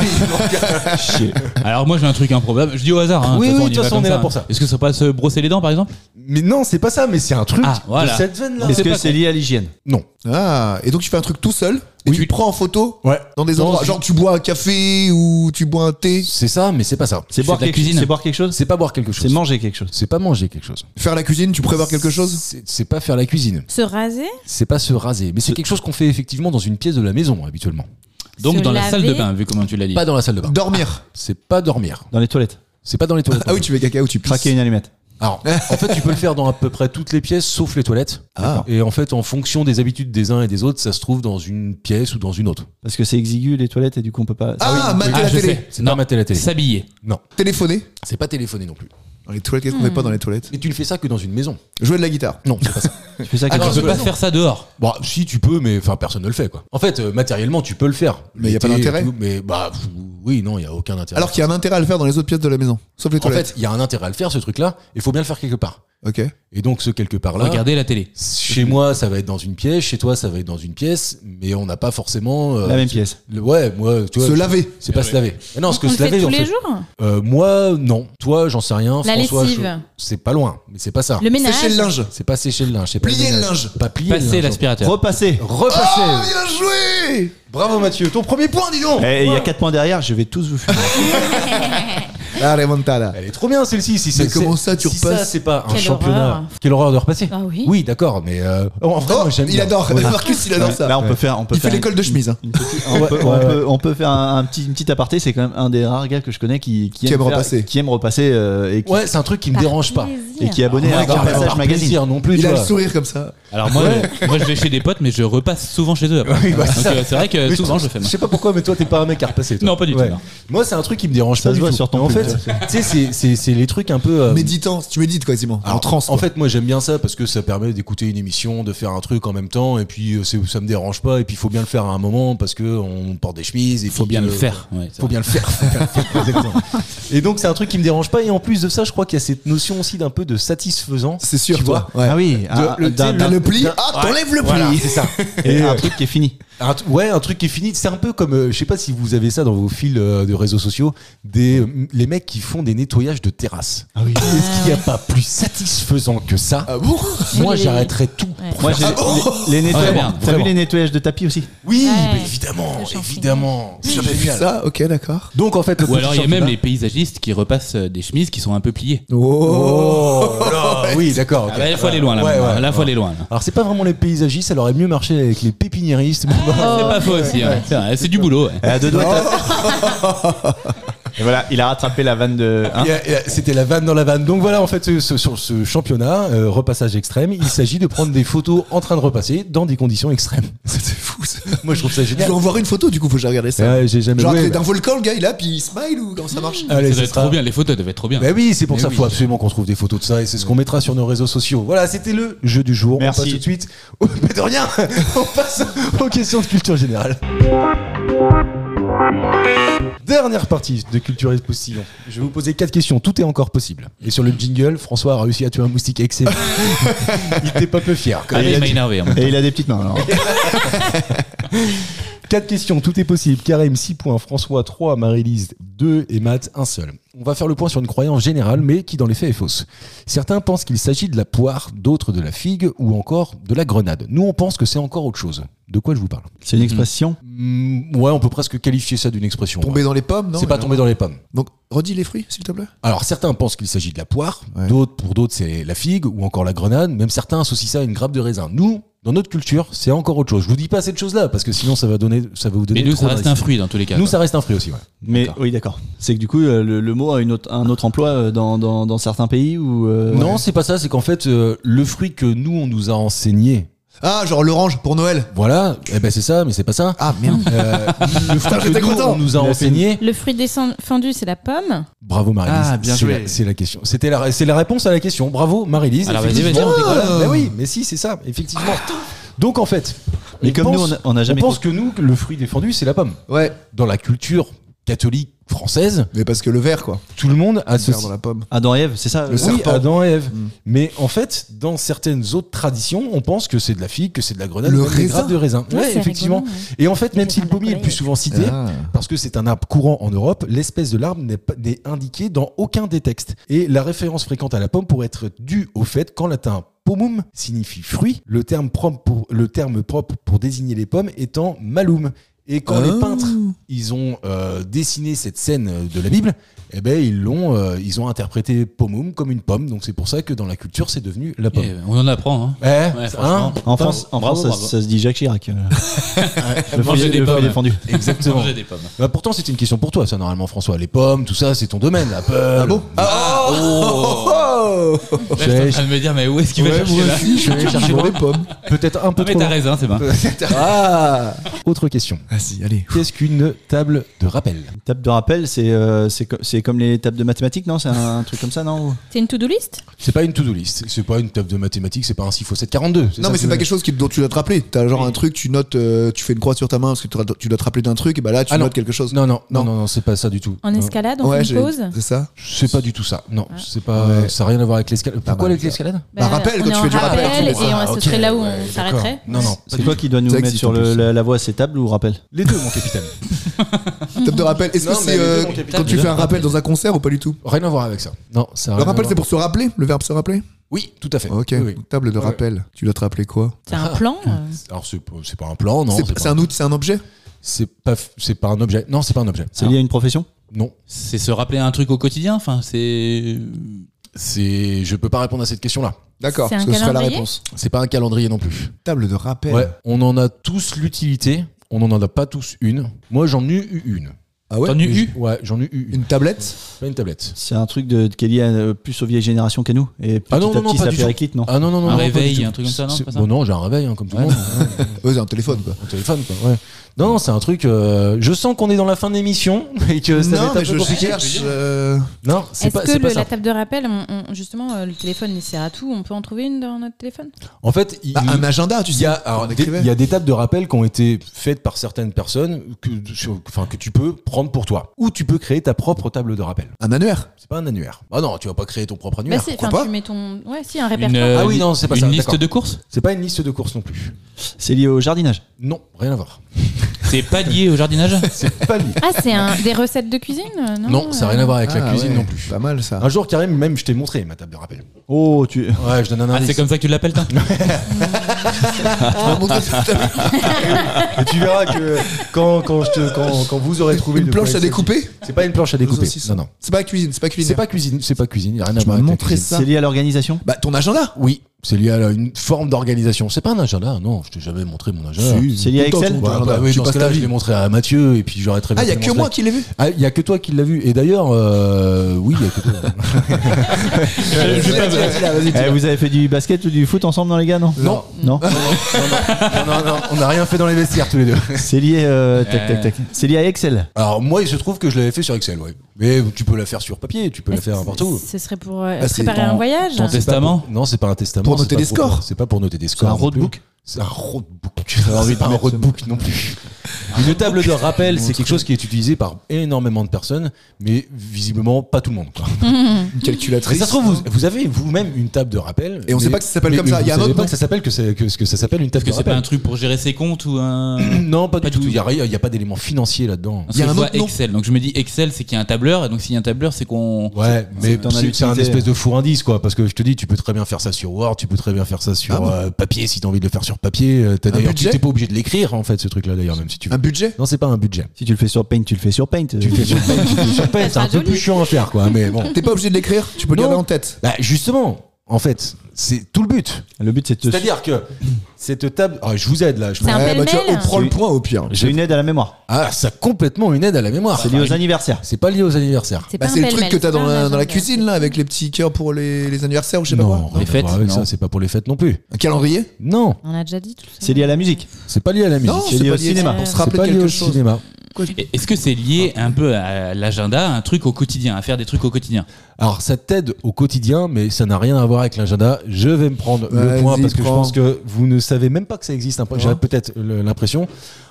Speaker 6: Alors moi j'ai un truc improbable. Je dis au hasard. Hein,
Speaker 4: Oui, oui,
Speaker 6: y
Speaker 4: de toute
Speaker 6: va
Speaker 4: façon,
Speaker 6: comme
Speaker 4: on est là pour ça.
Speaker 6: Est-ce que ça passe brosser les dents par exemple
Speaker 4: Mais non, c'est pas ça, mais c'est un truc
Speaker 6: Ah, voilà.
Speaker 4: de cette veine là.
Speaker 6: Mais
Speaker 7: Est-ce
Speaker 6: c'est
Speaker 7: que
Speaker 6: pas
Speaker 7: c'est lié à l'hygiène
Speaker 4: Non.
Speaker 3: Ah, et donc tu fais un truc tout seul et
Speaker 6: Oui.
Speaker 3: tu te prends en photo
Speaker 4: Ouais.
Speaker 3: dans des
Speaker 4: Non,
Speaker 3: endroits.
Speaker 4: c'est-
Speaker 3: Genre tu bois un café ou tu bois un thé.
Speaker 4: C'est ça, mais c'est pas ça.
Speaker 7: C'est
Speaker 6: fais
Speaker 7: boire,
Speaker 6: de la
Speaker 7: quelque-
Speaker 6: cuisine.
Speaker 7: c'est boire quelque chose
Speaker 4: C'est pas boire quelque chose.
Speaker 7: C'est manger quelque chose.
Speaker 4: C'est pas manger quelque chose.
Speaker 3: Faire la cuisine, tu prépares quelque chose
Speaker 4: C'est c'est pas faire la cuisine.
Speaker 5: Se raser
Speaker 4: C'est pas se raser. Mais c'est quelque chose qu'on fait effectivement dans une pièce de la maison habituellement.
Speaker 6: Donc
Speaker 5: Se
Speaker 6: dans la salle de
Speaker 5: laver.
Speaker 6: bain, vu comment tu l'as dit.
Speaker 4: Pas dans la salle de bain.
Speaker 3: Dormir.
Speaker 4: C'est pas dormir.
Speaker 7: Dans les toilettes.
Speaker 4: C'est pas dans les toilettes.
Speaker 3: Ah oui, tu fais caca ou tu pisses.
Speaker 7: Craquer une allumette.
Speaker 4: Alors, en fait, tu peux le faire dans à peu près toutes les pièces, sauf les toilettes.
Speaker 3: Ah.
Speaker 4: Et en fait, en fonction des habitudes des uns et des autres, ça se trouve dans une pièce ou dans une autre.
Speaker 7: Parce que c'est exigu, les toilettes, et du coup, on peut pas.
Speaker 3: Ah, mater
Speaker 6: Ah,
Speaker 3: la
Speaker 6: je
Speaker 3: télé.
Speaker 6: sais.
Speaker 4: C'est pas mater la télé.
Speaker 6: S'habiller.
Speaker 4: Non,
Speaker 3: Téléphoner.
Speaker 4: c'est pas téléphoner non plus.
Speaker 3: Dans les toilettes, qu'est-ce qu'on fait pas dans les toilettes
Speaker 4: Mais tu ne fais ça que dans une maison.
Speaker 3: Jouer de la guitare.
Speaker 4: Non, c'est pas ça.
Speaker 7: Tu fais ça
Speaker 4: Ah,
Speaker 7: quelque
Speaker 4: non,
Speaker 6: Tu
Speaker 7: chose.
Speaker 6: peux pas
Speaker 4: non.
Speaker 6: faire ça dehors.
Speaker 4: Bah, si tu peux, mais enfin personne ne le fait quoi. En fait, euh, matériellement, tu peux le faire.
Speaker 3: Mais y a pas
Speaker 4: L'été,
Speaker 3: d'intérêt
Speaker 4: tout, Mais bah pff, oui, non, il y a aucun intérêt.
Speaker 3: Alors qu'il y a un intérêt à le faire dans les autres pièces de la maison, sauf les
Speaker 4: en
Speaker 3: toilettes.
Speaker 4: fait, il y a un intérêt à le faire ce truc-là. Il faut bien le faire quelque part.
Speaker 3: Ok.
Speaker 4: Et donc ce quelque part là.
Speaker 6: Regarder la télé.
Speaker 3: Mhm.
Speaker 4: Chez moi, ça va être dans une pièce. Chez toi, ça va être dans une pièce. Mais on n'a pas forcément. euh,
Speaker 7: La même pièce.
Speaker 4: le- ouais, moi, tu vois.
Speaker 3: Se
Speaker 4: je-
Speaker 3: laver.
Speaker 4: C'est pas se laver. Mais non, parce que
Speaker 5: On le
Speaker 4: se
Speaker 5: fait
Speaker 4: laver,
Speaker 5: tous
Speaker 4: on
Speaker 5: les
Speaker 4: fait-
Speaker 5: jours
Speaker 4: Euh, moi, non. Toi, j'en sais rien.
Speaker 5: La
Speaker 4: François,
Speaker 5: lessive.
Speaker 4: je- c'est pas loin, mais c'est pas ça.
Speaker 5: Le ménage
Speaker 3: Sécher le linge.
Speaker 4: C'est pas sécher le linge. c'est pas
Speaker 3: Plier le
Speaker 4: ménage.
Speaker 3: linge.
Speaker 4: Pas plier. le
Speaker 6: Passer
Speaker 4: linge.
Speaker 6: l'aspirateur.
Speaker 7: Repasser.
Speaker 4: Repasser.
Speaker 3: Bien joué
Speaker 4: Bravo Mathieu, ton premier point, dis donc.
Speaker 7: Et il y a 4 points derrière, je vais tous vous fumer.
Speaker 3: Eh, La remontada.
Speaker 4: Elle est trop bien celle-ci. Si
Speaker 3: Mais
Speaker 4: c'est-
Speaker 3: comment
Speaker 4: c'est-
Speaker 3: ça, tu
Speaker 4: si
Speaker 3: repasses
Speaker 4: ça, c'est pas un
Speaker 5: Quelle
Speaker 4: championnat.
Speaker 5: horreur.
Speaker 4: Quelle horreur de repasser.
Speaker 5: Ah oui.
Speaker 4: Oui, d'accord, mais euh, en vrai,
Speaker 3: Oh,
Speaker 4: moi, j'aime
Speaker 3: il
Speaker 4: bien.
Speaker 3: adore.
Speaker 4: Ouais.
Speaker 3: Marcus, il adore ça.
Speaker 7: Là, on peut faire. On peut
Speaker 3: il fait
Speaker 7: faire
Speaker 3: l'école de chemise. hein.
Speaker 7: une- une petite- on
Speaker 4: Ouais,
Speaker 7: peut-
Speaker 4: ouais,
Speaker 7: on
Speaker 4: ouais.
Speaker 7: peut- On peut faire un, un petit, une petite aparté. C'est quand même un des rares gars que je connais qui,
Speaker 3: Qui aime
Speaker 7: faire-
Speaker 3: repasser.
Speaker 7: Qui aime repasser euh, et, qui,
Speaker 4: Ouais, c'est un truc qui me dérange pas.
Speaker 7: et qui est abonné
Speaker 4: Ouais,
Speaker 7: à
Speaker 4: carrément,
Speaker 7: Passage
Speaker 4: par
Speaker 7: Magazine.
Speaker 4: plaisir non plus.
Speaker 3: Il
Speaker 4: tu
Speaker 3: a le
Speaker 4: vois.
Speaker 3: sourire comme ça.
Speaker 6: Alors moi, je- moi je vais chez des potes, mais je repasse souvent chez eux. après.
Speaker 4: bah,
Speaker 6: Donc,
Speaker 4: ça-
Speaker 6: euh, c'est vrai que
Speaker 4: Mais
Speaker 6: souvent je fais.
Speaker 4: Je
Speaker 6: mal.
Speaker 4: sais pas pourquoi, mais toi, t'es pas un mec à repasser. toi.
Speaker 6: Non, pas du tout, non.
Speaker 4: Moi, c'est un truc qui me dérange
Speaker 7: Ça
Speaker 4: pas
Speaker 7: se
Speaker 4: du
Speaker 7: voit
Speaker 4: tout.
Speaker 7: sur ton
Speaker 4: Mais en
Speaker 7: pub,
Speaker 4: fait, tu sais, c'est- c'est c'est les trucs un peu. euh,
Speaker 3: Méditant, tu médites quasiment. en
Speaker 4: Alors,
Speaker 3: transe.
Speaker 4: Ah, En
Speaker 3: quoi.
Speaker 4: fait, moi, j'aime bien ça parce que ça permet d'écouter une émission, de faire un truc en même temps, et puis euh, c'est- ça me dérange pas. Et puis, il faut bien le faire à un moment parce que on porte des chemises. Il
Speaker 6: Faut bien le faire. ouais, c'est
Speaker 4: Faut bien le faire. faut bien le faire, exactement. et donc c'est un truc qui me dérange pas. Et en plus de ça, je crois qu'il y a cette notion aussi d'un peu de satisfaisant.
Speaker 3: C'est sûr,
Speaker 4: tu
Speaker 3: toi.
Speaker 4: vois.
Speaker 3: Ouais.
Speaker 7: Ah oui, un-
Speaker 4: le-
Speaker 7: d'un-
Speaker 4: tu sais,
Speaker 3: T'as
Speaker 7: d'un-
Speaker 3: le pli.
Speaker 4: d'un-
Speaker 3: Ah, t'enlèves le pli.
Speaker 4: Voilà, c'est ça.
Speaker 7: et
Speaker 4: Et
Speaker 7: un
Speaker 4: euh,
Speaker 7: truc qui est fini.
Speaker 4: un tr- ouais, un truc qui est fini. C'est un peu comme, euh, je sais pas si vous avez ça dans vos fils euh, de réseaux sociaux, des euh, les mecs qui font des nettoyages de terrasses.
Speaker 6: Ah
Speaker 4: Est-ce qu'il n'y a pas plus satisfaisant que ça
Speaker 3: Ah bon
Speaker 4: Moi,
Speaker 5: Oui.
Speaker 4: j'arrêterais tout. pour
Speaker 7: Moi,
Speaker 4: faire
Speaker 7: j'ai
Speaker 4: ça.
Speaker 7: les, les nettoyages.
Speaker 6: Ouais, merde,
Speaker 7: T'as vu
Speaker 4: vraiment.
Speaker 7: les nettoyages de tapis aussi
Speaker 4: Oui,
Speaker 5: Ouais.
Speaker 4: mais évidemment,
Speaker 5: Le champignon.
Speaker 4: évidemment. C'est
Speaker 3: J'avais vu
Speaker 4: génial.
Speaker 3: ça. Ok, d'accord.
Speaker 4: Donc en fait, le
Speaker 6: Ou alors il y a
Speaker 4: petit
Speaker 6: même
Speaker 4: championnat-
Speaker 6: les paysagistes qui repassent euh, des chemises qui sont un peu pliées.
Speaker 4: Oh, là, oui, d'accord. ok.
Speaker 6: Ah bah, là, faut aller loin là.
Speaker 4: Ouais,
Speaker 6: maintenant.
Speaker 4: ouais.
Speaker 6: là, faut aller loin. là.
Speaker 4: Alors c'est pas vraiment les paysagistes, ça aurait mieux marché avec les pépiniéristes.
Speaker 3: Ah.
Speaker 6: C'est pas faux aussi. hein. C'est vrai, C'est du boulot. ouais.
Speaker 7: À deux doigts, t'as- Et voilà, il a rattrapé la vanne de. hein.
Speaker 4: Il y a- il y a- C'était la vanne dans la vanne. Donc voilà, en fait, ce- ce- sur ce championnat, euh, repassage extrême, il s'agit de prendre des photos en train de repasser dans des conditions extrêmes.
Speaker 3: C'était fou ça.
Speaker 4: Moi, je trouve ça
Speaker 3: Je vais
Speaker 4: génial.
Speaker 3: en voir une photo, du coup, faut que j'ai regardé ça.
Speaker 4: Ouais, j'ai jamais
Speaker 3: Genre,
Speaker 4: ouais,
Speaker 3: t'es
Speaker 4: bah-
Speaker 3: d'un volcan, le gars, il a, puis il smile ou comment ça marche
Speaker 4: Allez,
Speaker 6: ça
Speaker 4: ce
Speaker 6: doit être
Speaker 4: sera-
Speaker 6: trop bien, les photos devaient être trop bien.
Speaker 4: Bah oui, c'est pour
Speaker 6: Mais
Speaker 4: ça
Speaker 6: oui.
Speaker 4: faut absolument qu'on trouve des photos de ça et c'est ce qu'on mettra sur nos réseaux sociaux. Voilà, c'était le jeu du jour.
Speaker 7: Merci.
Speaker 4: On passe tout de suite. au- Mais de rien. On passe aux questions de culture générale. Dernière partie de culture et postillon. Je vais vous poser quatre questions. Tout est encore possible. Et sur le jingle, François a réussi à tuer un moustique excellent. Il était pas peu fier. quand
Speaker 6: Ah,
Speaker 4: même.
Speaker 6: mais
Speaker 7: il a
Speaker 6: il m'a
Speaker 7: dit-
Speaker 6: énervé. hein.
Speaker 7: Et il a des petites mains. alors.
Speaker 4: Quatre questions, tout est possible. Karim 6 points, François 3, Marie-Lise 2 et Matt 1 seul. On va faire le point sur une croyance générale, mais qui dans les faits est fausse. Certains pensent qu'il s'agit de la poire, d'autres de la figue ou encore de la grenade. Nous, on pense que c'est encore autre chose. De quoi je vous parle
Speaker 7: C'est une expression.
Speaker 4: Hmm, Ouais, on peut presque qualifier ça d'une expression.
Speaker 3: Tomber dans les pommes, non
Speaker 4: C'est pas
Speaker 3: Alors.
Speaker 4: tomber dans les pommes.
Speaker 3: Donc, redis les fruits, s'il te plaît.
Speaker 4: Alors certains pensent qu'il s'agit de la poire,
Speaker 3: Ouais.
Speaker 4: d'autres pour d'autres c'est la figue ou encore la grenade, même certains associent ça à une grappe de raisin. Nous, dans notre culture, c'est encore autre chose. Je vous dis pas cette chose-là parce que sinon ça va donner ça va vous donner
Speaker 6: Les deux,
Speaker 4: trop
Speaker 6: ça reste un
Speaker 4: d'indices.
Speaker 6: fruit dans tous les cas.
Speaker 4: Nous
Speaker 6: quoi.
Speaker 4: ça reste un fruit aussi, ouais.
Speaker 7: Mais
Speaker 4: D'accord.
Speaker 7: oui, d'accord. C'est que du coup, euh, le, le mot a une autre- un autre emploi euh, dans, dans- dans certains pays ou. euh,
Speaker 4: Non, c'est pas ça, c'est qu'en fait, euh, le fruit que nous, on nous a enseigné,
Speaker 3: Ah, genre l'orange pour Noël.
Speaker 4: voilà, eh ben c'est ça, mais c'est pas ça.
Speaker 3: Ah merde.
Speaker 4: Euh, le fruit que
Speaker 3: j'étais
Speaker 4: nous,
Speaker 3: content.
Speaker 4: on nous a
Speaker 7: Il a fait une-
Speaker 4: enseigné,
Speaker 5: Le fruit descend- fendu, c'est la pomme.
Speaker 4: bravo Marie-Lise.
Speaker 6: Ah, bien
Speaker 4: C'est
Speaker 6: joué.
Speaker 4: la- C'est la question. C'était la, c'est la réponse à la question. Bravo Marie-Lise.
Speaker 6: Alors, vas-y,
Speaker 4: effectivement.
Speaker 6: vas-y, on dit quoi,
Speaker 3: là
Speaker 4: Ben oui, mais si, c'est ça,
Speaker 3: Ah,
Speaker 4: effectivement. Donc en fait,
Speaker 7: Mais
Speaker 4: on
Speaker 7: comme
Speaker 4: pense-
Speaker 7: nous, on a- on n'a jamais.
Speaker 4: on pense que nous, que le fruit défendu, c'est la pomme.
Speaker 3: Ouais.
Speaker 4: Dans la culture catholique française,
Speaker 3: Mais parce que le vert, quoi.
Speaker 4: tout le monde
Speaker 3: Le vert
Speaker 4: associe
Speaker 3: dans la pomme.
Speaker 7: Adam et Ève, c'est ça
Speaker 3: Le
Speaker 7: euh,
Speaker 4: oui,
Speaker 3: serpent. Mm.
Speaker 4: Adam et Ève. Mais en fait, dans certaines autres traditions, on pense que c'est de la figue, que c'est de la grenade,
Speaker 3: Le
Speaker 4: ou même des
Speaker 3: raisin.
Speaker 4: grappes de raisin.
Speaker 5: Ouais,
Speaker 4: Ouais,
Speaker 5: c'est
Speaker 4: effectivement.
Speaker 5: rigolo,
Speaker 4: Et en fait, même
Speaker 5: J'ai
Speaker 4: si le
Speaker 5: plein de
Speaker 4: pommier est le plus
Speaker 5: collègues.
Speaker 4: souvent cité,
Speaker 3: Ah.
Speaker 4: parce que c'est un arbre courant en Europe, l'espèce de l'arbre n'est pas- n'est indiquée dans aucun des textes. Et la référence fréquente à la pomme pourrait être due au fait qu'en latin pomum signifie fruit, le terme propre pour, le terme propre pour désigner les pommes étant malum. Et quand les
Speaker 3: Ah.
Speaker 4: peintres ils ont euh, dessiné cette scène euh, de la Bible, eh ben ils l'ont, euh, ils ont interprété pomum comme une pomme. Donc c'est pour ça que dans la culture, c'est devenu la pomme.
Speaker 6: Et on en apprend. Hein.
Speaker 4: Eh,
Speaker 6: Ouais,
Speaker 4: hein
Speaker 6: franchement.
Speaker 7: En France, en France
Speaker 6: Bravo,
Speaker 7: ça,
Speaker 6: bravo.
Speaker 7: ça se dit Jacques Chirac. euh, le
Speaker 6: Manger
Speaker 7: fruit-
Speaker 6: des
Speaker 7: le fruit
Speaker 6: pommes.
Speaker 7: défendu.
Speaker 4: Exactement.
Speaker 6: Manger des pommes.
Speaker 4: Bah, pourtant, c'était une question pour toi, ça normalement, François. Les pommes, tout ça, c'est ton domaine. Apple.
Speaker 3: Ah bon
Speaker 4: Ah, oh
Speaker 6: Là, je suis en train de me dire, mais où est-ce qu'il va
Speaker 3: Ouais,
Speaker 6: chercher
Speaker 3: moi
Speaker 6: là
Speaker 3: aussi, je vais chercher pour les pommes.
Speaker 4: Peut-être un peu
Speaker 6: Ah, mais
Speaker 4: trop.
Speaker 6: t'as
Speaker 4: loin.
Speaker 6: raison, c'est bien.
Speaker 4: Ah Autre question.
Speaker 3: Vas-y, allez.
Speaker 4: Qu'est-ce qu'une table de rappel
Speaker 7: Une table de rappel, c'est euh, c'est co- c'est comme les tables de mathématiques, non C'est un, truc comme ça, non
Speaker 5: C'est une to-do list
Speaker 4: C'est pas une to-do list, c'est pas une table de mathématiques, c'est pas un 6 x 7 42.
Speaker 3: Non, mais c'est pas quelque chose qui- dont tu dois te rappeler. T'as genre un truc, tu notes, euh, tu fais une croix sur ta main parce que tu dois- tu dois te rappeler d'un truc, et bah là, tu
Speaker 4: Ah non.
Speaker 3: notes quelque chose.
Speaker 4: Non, non, non, non, non, c'est pas ça du tout.
Speaker 5: en
Speaker 4: Non.
Speaker 5: escalade, on fait
Speaker 3: j'ai- Bah,
Speaker 5: une pause.
Speaker 3: C'est ça
Speaker 4: C'est pas du tout ça. Non, c'est pas.
Speaker 3: Ouais.
Speaker 4: Ça n'a rien à voir avec l'escalade. Pourquoi
Speaker 3: mal,
Speaker 4: avec l'escalade
Speaker 3: Bah, rappel, quand
Speaker 5: on est
Speaker 3: tu
Speaker 5: en
Speaker 3: fais du rappel,
Speaker 5: rappel,
Speaker 3: tu fais
Speaker 5: et
Speaker 3: ça. Ah,
Speaker 5: on, ce
Speaker 3: Ok,
Speaker 5: serait là où on
Speaker 4: Ouais,
Speaker 5: s'arrêterait.
Speaker 4: d'accord. Non, non.
Speaker 7: C'est toi qui dois nous
Speaker 3: Ça
Speaker 7: mettre
Speaker 3: existe
Speaker 7: sur
Speaker 3: en
Speaker 7: le-
Speaker 3: plus.
Speaker 7: la, la voie, c'est table ou rappel
Speaker 4: Les deux, mon capitaine.
Speaker 3: Table de rappel. Est-ce que
Speaker 4: Non, mais
Speaker 3: c'est
Speaker 4: les deux
Speaker 3: euh,
Speaker 4: ont capté.
Speaker 3: quand tu fais un rappel dans un concert ou pas du tout
Speaker 4: Rien à voir avec ça. Non, ça. a
Speaker 3: Le
Speaker 4: rien à
Speaker 3: rappel,
Speaker 4: voir.
Speaker 3: c'est pour se rappeler Le verbe se rappeler
Speaker 4: Oui, tout à fait.
Speaker 3: Ok.
Speaker 4: Oui, oui.
Speaker 3: Table de
Speaker 4: Ouais.
Speaker 3: rappel. Tu dois te rappeler quoi
Speaker 5: C'est un plan. euh,
Speaker 4: Alors c'est pas- c'est pas un plan, non.
Speaker 3: C'est-
Speaker 4: C'est
Speaker 3: C'est
Speaker 4: pas,
Speaker 3: un outil, c'est un objet
Speaker 4: c'est pas, c'est pas un objet. Non, c'est pas un objet.
Speaker 7: C'est lié à une profession
Speaker 4: Non,
Speaker 6: C'est se rappeler un truc au quotidien. Enfin, c'est.
Speaker 4: c'est. Je peux pas répondre à cette question-là.
Speaker 3: D'accord,
Speaker 5: C'est un
Speaker 3: ce serait la
Speaker 5: calendrier
Speaker 3: réponse.
Speaker 4: C'est pas un calendrier non plus.
Speaker 3: Table de rappel.
Speaker 4: Ouais, on en a tous l'utilité, on n'en a pas tous une. Moi, j'en ai eu une.
Speaker 3: Ah ouais
Speaker 6: T'en as eu
Speaker 4: Ouais, j'en ai eu une.
Speaker 3: Une tablette
Speaker 4: Pas une tablette.
Speaker 7: C'est un truc de, qui est lié à, euh, plus aux vieilles générations qu'à nous. Et petit
Speaker 4: Ah non,
Speaker 7: à
Speaker 4: non, non,
Speaker 7: petit,
Speaker 4: pas
Speaker 7: ça
Speaker 4: du tout.
Speaker 7: périclite, non
Speaker 4: Ah non, non, non.
Speaker 6: Un
Speaker 4: non, pas
Speaker 6: réveil,
Speaker 4: du tout.
Speaker 6: un truc comme ça, non,
Speaker 4: C'est-
Speaker 6: pas ça
Speaker 4: Bon, non, j'ai un réveil, hein, comme tout le
Speaker 6: Ouais,
Speaker 4: monde.
Speaker 3: Ouais, c'est un téléphone, quoi.
Speaker 4: Mon téléphone, quoi. Ouais. Non, non, c'est un truc. euh, je sens qu'on est dans la fin de l'émission et que ça va
Speaker 3: Non,
Speaker 4: être
Speaker 3: mais
Speaker 4: un peu
Speaker 3: je
Speaker 4: compliqué.
Speaker 3: cherche. euh,
Speaker 4: Non, c'est
Speaker 5: Est-ce
Speaker 4: pas,
Speaker 5: que
Speaker 4: c'est pas
Speaker 5: le- la
Speaker 4: ça.
Speaker 5: table de rappel, on- on- justement, euh, le téléphone, il sert à tout On peut en trouver une dans notre téléphone
Speaker 4: En fait, il,
Speaker 3: bah, un agenda, tu
Speaker 4: il
Speaker 3: sais.
Speaker 4: y a,
Speaker 3: qu'on
Speaker 4: alors, des-
Speaker 3: écrivait.
Speaker 4: il y a des tables de rappel qui ont été faites par certaines personnes que, sur- enfin, que tu peux prendre pour toi. Ou tu peux créer ta propre table de rappel.
Speaker 3: Un annuaire.
Speaker 4: C'est pas un annuaire. Ah non, tu vas pas créer ton propre
Speaker 5: bah,
Speaker 4: annuaire.
Speaker 5: c'est,
Speaker 4: pourquoi
Speaker 5: enfin,
Speaker 4: pas
Speaker 5: Tu mets ton. Ouais, si, un
Speaker 6: Une,
Speaker 5: répertoire.
Speaker 6: euh,
Speaker 4: Ah oui, non, c'est pas
Speaker 6: une
Speaker 4: ça,
Speaker 6: liste
Speaker 4: d'accord.
Speaker 6: de courses
Speaker 4: C'est pas une liste de courses non plus.
Speaker 7: C'est lié au jardinage.
Speaker 4: Non, rien à voir.
Speaker 6: C'est pas lié au jardinage
Speaker 4: Pas lié.
Speaker 5: Ah, c'est un, des recettes de cuisine euh, Non,
Speaker 4: Non, ça n'a rien à voir avec la
Speaker 3: Ah,
Speaker 4: cuisine
Speaker 3: ouais,
Speaker 4: non plus.
Speaker 3: Pas mal ça.
Speaker 4: Un jour, Karim, même, je t'ai montré ma table de rappel.
Speaker 7: Oh, tu.
Speaker 4: Ouais, je donne un
Speaker 6: Ah,
Speaker 4: indice.
Speaker 6: c'est comme ça que tu l'appelles, toi
Speaker 3: Tu m'as
Speaker 4: Ah,
Speaker 3: montré cette table-
Speaker 4: Et tu verras que quand, quand, je te- quand, quand vous aurez trouvé
Speaker 3: une
Speaker 4: le
Speaker 3: planche à
Speaker 4: correct-
Speaker 3: découper
Speaker 4: C'est pas une planche à découper.
Speaker 3: saucisses.
Speaker 4: Non, non.
Speaker 3: C'est pas cuisine, c'est pas cuisine.
Speaker 4: C'est pas cuisine, c'est pas cuisine, y a rien à
Speaker 3: Je
Speaker 4: voir
Speaker 3: m'as
Speaker 4: avec la
Speaker 3: montré
Speaker 4: cuisine.
Speaker 3: ça.
Speaker 7: C'est lié à l'organisation
Speaker 3: Bah ton agenda
Speaker 4: Oui, C'est lié à la- une forme d'organisation. C'est pas un agenda, non. Je t'ai jamais montré mon agenda.
Speaker 7: C'est lié à
Speaker 3: Tout le temps,
Speaker 7: Excel
Speaker 3: ton
Speaker 4: Bah,
Speaker 3: agenda.
Speaker 4: bah oui,
Speaker 3: Tu
Speaker 4: dans ce
Speaker 3: passes
Speaker 4: cas-là,
Speaker 3: ta
Speaker 4: je
Speaker 3: vie.
Speaker 4: l'ai montré à Mathieu et puis j'aurais très bien.
Speaker 3: Ah, il y a
Speaker 4: pu
Speaker 3: que
Speaker 4: montrer.
Speaker 3: moi qui l'ai vu.
Speaker 4: Ah, il y a que toi qui l'as vu. Et d'ailleurs, euh, oui, il y a que toi.
Speaker 6: Je- je vais pas-
Speaker 7: Eh, vous avez fait du basket ou du foot ensemble dans les gars, non
Speaker 4: Non.
Speaker 7: Non.
Speaker 4: Non, non, non, on n'a rien fait dans les vestiaires tous les deux.
Speaker 7: C'est lié, euh, tac, tac, tac. C'est lié à Excel.
Speaker 4: Alors moi, il se trouve que je l'avais fait sur Excel, ouais. Mais tu peux la faire sur papier, tu peux la
Speaker 5: Est-ce
Speaker 4: faire
Speaker 5: que
Speaker 4: n'importe où.
Speaker 5: bah, Ce serait pour euh,
Speaker 4: Bah, c'est
Speaker 5: préparer
Speaker 4: ton-
Speaker 5: un voyage
Speaker 6: ton testament
Speaker 4: Pas pour- Non, c'est pas un testament.
Speaker 3: Pour
Speaker 4: c'est
Speaker 3: noter
Speaker 4: pas
Speaker 3: des scores
Speaker 4: C'est pas pour noter des scores.
Speaker 3: un
Speaker 4: non plus.
Speaker 3: roadbook
Speaker 4: C'est un roadbook. C'est pas un roadbook non plus. Une table de rappel, c'est quelque chose qui est utilisé par énormément de personnes, mais visiblement pas tout le monde. quoi.
Speaker 3: Une
Speaker 4: Mais
Speaker 3: calculatrice.
Speaker 4: ça se trouve, vous, vous avez vous-même une table de rappel.
Speaker 3: Et on sait
Speaker 4: mais-
Speaker 3: pas que ça s'appelle
Speaker 4: mais-
Speaker 3: comme
Speaker 4: mais
Speaker 3: ça. Il y a
Speaker 4: vous
Speaker 3: un
Speaker 4: savez
Speaker 3: autre
Speaker 4: pas
Speaker 3: nom.
Speaker 4: que ça s'appelle que, c'est- que, ce que ça s'appelle une table
Speaker 6: Parce que c'est
Speaker 4: de
Speaker 6: pas
Speaker 4: rappel.
Speaker 6: un truc pour gérer ses comptes ou un.
Speaker 4: Non, pas,
Speaker 6: Pas
Speaker 4: du
Speaker 6: du
Speaker 4: tout.
Speaker 6: tout.
Speaker 4: Il n'y a, rien- il y a pas d'élément financier là-dedans.
Speaker 6: Parce
Speaker 3: Il y a
Speaker 6: que
Speaker 3: un
Speaker 6: je vois
Speaker 3: autre nom.
Speaker 6: Excel. Donc je me dis Excel, c'est qu'il y a un tableur. Et donc s'il y a un tableur, c'est qu'on.
Speaker 4: Ouais, mais
Speaker 7: t'en as
Speaker 4: c'est c'est un
Speaker 7: l'utilité.
Speaker 4: espèce de four indice, quoi. Parce que je te dis, tu peux très bien faire ça sur Word, tu peux très bien faire ça sur
Speaker 3: Ah bon
Speaker 4: euh, papier, si t'as envie de le faire sur papier. Euh, T'as d'ailleurs, tu
Speaker 3: budget
Speaker 4: t'es pas obligé de l'écrire, en fait, ce truc-là, d'ailleurs, même si tu veux.
Speaker 3: Un budget
Speaker 4: Non, c'est pas un budget.
Speaker 7: Si tu le fais sur Paint, tu le fais sur Paint.
Speaker 4: Tu le fais sur Paint, tu le fais sur Paint, c'est un
Speaker 5: sera
Speaker 4: peu
Speaker 5: joli.
Speaker 4: plus chiant à faire, quoi. Mais bon.
Speaker 3: T'es pas obligé de l'écrire, tu peux le
Speaker 4: Non.
Speaker 3: garder en tête.
Speaker 4: Bah, justement. En fait, c'est tout le but.
Speaker 7: Le but, c'est de te.
Speaker 4: C'est-à-dire que cette table, Ah, je vous aide là. Je
Speaker 5: C'est un
Speaker 3: Ouais, bah, tu vois,
Speaker 5: pêle-mêle.
Speaker 3: on prend le
Speaker 7: Oui.
Speaker 3: point au pire.
Speaker 7: J'ai une aide à la mémoire.
Speaker 4: Ah, ça a complètement une aide à la mémoire. Ah,
Speaker 7: C'est lié aux anniversaires.
Speaker 4: C'est pas lié aux anniversaires.
Speaker 5: C'est
Speaker 3: Bah,
Speaker 5: pas un
Speaker 3: c'est le
Speaker 5: pêle-mêle,
Speaker 3: truc que t'as
Speaker 5: c'est
Speaker 3: dans
Speaker 5: pas un
Speaker 3: la, dans la
Speaker 5: agenda.
Speaker 3: cuisine là avec les petits cœurs pour les, les anniversaires ou je sais pas
Speaker 4: Non,
Speaker 3: quoi.
Speaker 4: rien à
Speaker 6: Les
Speaker 4: voir
Speaker 6: fêtes,
Speaker 4: avec
Speaker 6: non.
Speaker 4: ça, c'est pas pour les fêtes non plus.
Speaker 3: Un calendrier
Speaker 5: Euh,
Speaker 4: Non,
Speaker 5: On l'a déjà dit tout ça.
Speaker 7: C'est lié à la musique.
Speaker 4: c'est pas lié à la musique.
Speaker 3: Non,
Speaker 7: c'est lié au
Speaker 3: pas
Speaker 7: cinéma.
Speaker 3: Pour se
Speaker 4: c'est
Speaker 3: rappeler
Speaker 4: pas
Speaker 3: de
Speaker 4: lié
Speaker 3: quelque
Speaker 4: au
Speaker 3: chose.
Speaker 4: cinéma.
Speaker 6: Et- Est-ce que c'est lié un peu à l'agenda, un truc au quotidien, à faire des trucs au quotidien
Speaker 4: Alors ça t'aide au quotidien, mais ça n'a rien à voir avec l'agenda. Je vais me prendre le
Speaker 3: Vas-y,
Speaker 4: point parce que je
Speaker 3: prends.
Speaker 4: pense que vous ne savez même pas que ça existe. hein. J'avais peut-être le- l'impression.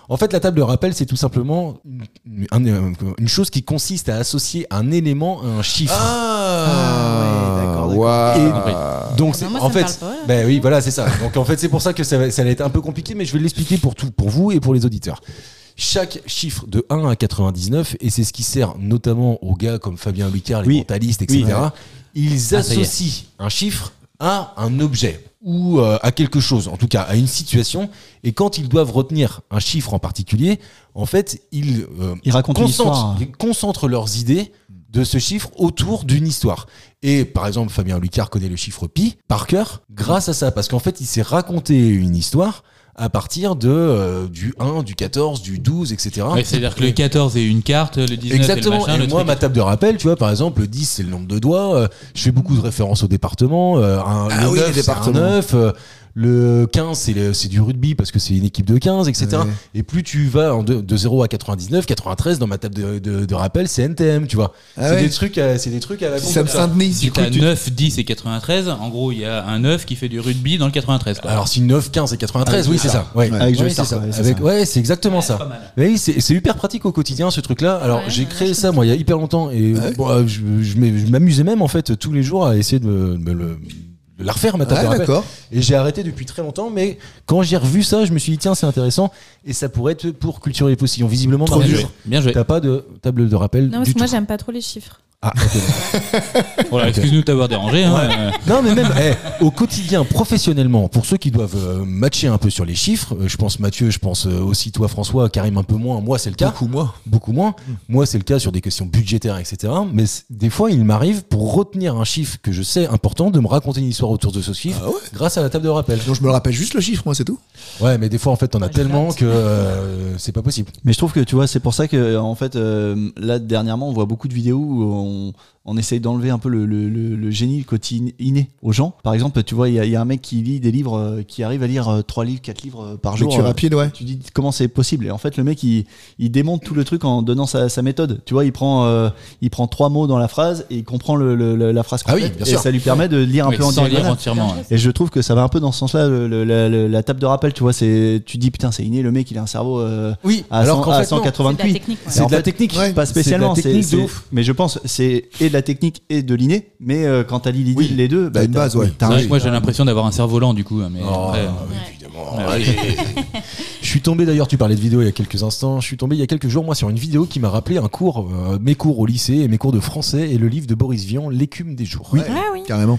Speaker 4: En fait, la table de rappel, c'est tout simplement une, une- une chose qui consiste à associer un élément à un chiffre.
Speaker 3: Ah,
Speaker 7: ouais, d'accord,
Speaker 6: J'ai
Speaker 3: Waouh.
Speaker 6: compris.
Speaker 4: Donc
Speaker 5: Ah
Speaker 4: c'est
Speaker 5: bah moi,
Speaker 4: en
Speaker 5: ça me
Speaker 4: fait,
Speaker 5: parle pas, là.
Speaker 4: ben oui, voilà, c'est ça. Donc en fait, c'est pour ça que ça va, ça va être un peu compliqué, mais je vais l'expliquer pour tout, pour vous et pour les auditeurs. Chaque chiffre de 1 à 99, et c'est ce qui sert notamment aux gars comme Fabien Wicard, les
Speaker 7: Oui.
Speaker 4: mentalistes,
Speaker 7: Oui.
Speaker 4: etc. Ils
Speaker 6: Ah, ça y est.
Speaker 4: associent un chiffre à un objet ou euh, à quelque chose, en tout cas à une situation. Et quand ils doivent retenir un chiffre en particulier, en fait, ils euh,
Speaker 7: Ils racontent une histoire.
Speaker 4: concentrent, ils concentrent leurs idées de ce chiffre autour d'une histoire. Et par exemple, Fabien Lucard connaît le chiffre pi par cœur grâce à ça, parce qu'en fait, il s'est raconté une histoire à partir de euh, du 1, du 14, du 12, etc.
Speaker 6: Ouais, C'est-à-dire que le 14 est une carte, le 19 est le
Speaker 4: Ah, Exactement.
Speaker 6: machin,
Speaker 4: et
Speaker 6: le
Speaker 4: moi,
Speaker 6: truc.
Speaker 4: ma table de rappel, tu vois, par exemple, le 10, c'est le nombre de doigts. euh, je fais beaucoup de références au département. euh, un-
Speaker 3: Ah
Speaker 4: le
Speaker 3: oui,
Speaker 4: 9,
Speaker 3: les
Speaker 4: c'est un
Speaker 3: départements.
Speaker 4: 9, euh, le 15, c'est le- c'est du rugby parce que c'est une équipe de 15, etc.
Speaker 3: Ouais.
Speaker 4: Et plus tu vas en de, de 0 à 99, 93, dans ma table de, de- de rappel, c'est NTM, tu vois.
Speaker 3: Ah
Speaker 4: c'est
Speaker 3: ouais.
Speaker 4: des trucs à, c'est des trucs à la con
Speaker 3: Sam
Speaker 4: comme ça.
Speaker 3: Saint-Denis.
Speaker 6: Si
Speaker 3: du coup,
Speaker 6: t'as
Speaker 3: tu-
Speaker 6: 9, 10 et 93, en gros, il y a un 9 qui fait du rugby dans le 93. quoi.
Speaker 4: Alors si 9, 15 et 93, oui c'est ça. Ouais.
Speaker 7: Ah, Avec
Speaker 4: Ouais,
Speaker 7: Joe
Speaker 4: c'est
Speaker 7: Star,
Speaker 4: ça.
Speaker 7: ouais, c'est
Speaker 4: Avec-
Speaker 7: ça.
Speaker 4: ouais, c'est exactement ça.
Speaker 6: pas mal.
Speaker 4: Mais oui, c'est c'est hyper pratique au quotidien ce truc-là. Alors
Speaker 5: Ouais,
Speaker 4: j'ai
Speaker 5: ouais,
Speaker 4: créé
Speaker 5: je
Speaker 4: ça moi il y a hyper longtemps et bon, euh, je, je m'ai- je m'amusais même en fait tous les jours à essayer de me, me le- de la refaire ma table
Speaker 3: Ah,
Speaker 4: de rappel.
Speaker 3: d'accord.
Speaker 4: Et j'ai arrêté depuis très longtemps, mais quand j'ai revu ça, je me suis dit tiens c'est intéressant et ça pourrait être pour culture et postillon. Visiblement,
Speaker 3: Trop
Speaker 4: Marie,
Speaker 6: bien
Speaker 3: dur.
Speaker 6: joué. Bien joué.
Speaker 4: T'as pas de table de rappel
Speaker 5: Non, parce
Speaker 4: du
Speaker 5: que moi,
Speaker 4: tout.
Speaker 5: j'aime pas trop les chiffres.
Speaker 4: Ah, ok.
Speaker 6: Voilà, excuse-nous de t'avoir dérangé. hein, euh,
Speaker 4: Non, mais même eh, au quotidien, professionnellement, pour ceux qui doivent euh, matcher un peu sur les chiffres, euh, je pense Mathieu, je pense euh, aussi toi François, Karim un peu moins, moi c'est le cas,
Speaker 3: Beaucoup moins. Mm.
Speaker 4: beaucoup moins. Moi c'est le cas sur des questions budgétaires, etc. Mais c- des fois, il m'arrive pour retenir un chiffre que je sais important de me raconter une histoire autour de ce chiffre
Speaker 3: Ah ouais
Speaker 4: grâce à la table de rappel.
Speaker 3: Non, je me le rappelle juste le chiffre, moi, c'est tout.
Speaker 4: Ouais, mais des fois en fait, t'en as
Speaker 5: je
Speaker 4: tellement
Speaker 5: rate.
Speaker 4: que euh, c'est pas possible.
Speaker 7: Mais je trouve que tu vois, c'est pour ça que en fait, euh, là dernièrement, on voit beaucoup de vidéos où on, on essaye d'enlever un peu le, le, le, le génie quotidien aux gens. Par exemple, tu vois, il y, a- il y a un mec qui lit des livres, euh, qui arrive à lire euh, trois livres, quatre livres euh, par jour.
Speaker 3: Lecture
Speaker 7: euh,
Speaker 3: rapide, ouais.
Speaker 7: tu dis comment c'est possible et en fait le mec il, il démonte tout le truc en donnant sa, sa méthode tu vois il prend euh, il prend trois mots dans la phrase et il comprend le, le- le- la phrase
Speaker 4: Ah oui,
Speaker 7: complète
Speaker 4: bien
Speaker 7: et
Speaker 4: sûr.
Speaker 7: ça lui permet de lire un
Speaker 6: oui,
Speaker 7: peu en
Speaker 6: sans lire
Speaker 7: diagonale.
Speaker 6: entièrement.
Speaker 7: Et je trouve que ça va un peu dans ce sens-là, le- le- la, la- la table de rappel, tu vois, c'est, tu dis putain, c'est inné, le mec, il a un cerveau euh,
Speaker 4: Oui,
Speaker 7: à,
Speaker 4: alors
Speaker 7: 100
Speaker 4: qu'en
Speaker 7: à
Speaker 4: fait, non.
Speaker 7: 180
Speaker 5: C'est de la
Speaker 7: QI.
Speaker 5: technique, ouais.
Speaker 4: C'est
Speaker 7: en
Speaker 4: de la
Speaker 7: fait,
Speaker 4: technique.
Speaker 3: Ouais.
Speaker 7: Pas spécialement,
Speaker 4: C'est de la
Speaker 7: c'est,
Speaker 4: technique de
Speaker 7: c'est-
Speaker 4: ouf.
Speaker 7: mais je pense c'est et de la technique et de l'inné, mais euh, quand t'as l'idée
Speaker 3: Oui,
Speaker 7: les deux,
Speaker 3: t'as
Speaker 7: bah,
Speaker 4: Bah,
Speaker 3: une base, ouais.
Speaker 7: t'as
Speaker 6: C'est
Speaker 7: un-
Speaker 6: vrai que moi, j'ai l'impression d'avoir un cerf-volant, du coup. hein, Mais
Speaker 4: Oh,
Speaker 6: après,
Speaker 4: évidemment. Allez. Je suis tombé d'ailleurs, tu parlais de vidéo il y a quelques instants, je suis tombé il y a quelques jours moi sur une vidéo qui m'a rappelé un cours, euh, mes cours au lycée et mes cours de français et le livre de Boris Vian, L'écume des jours.
Speaker 3: Oui.
Speaker 5: Ah oui.
Speaker 3: Carrément.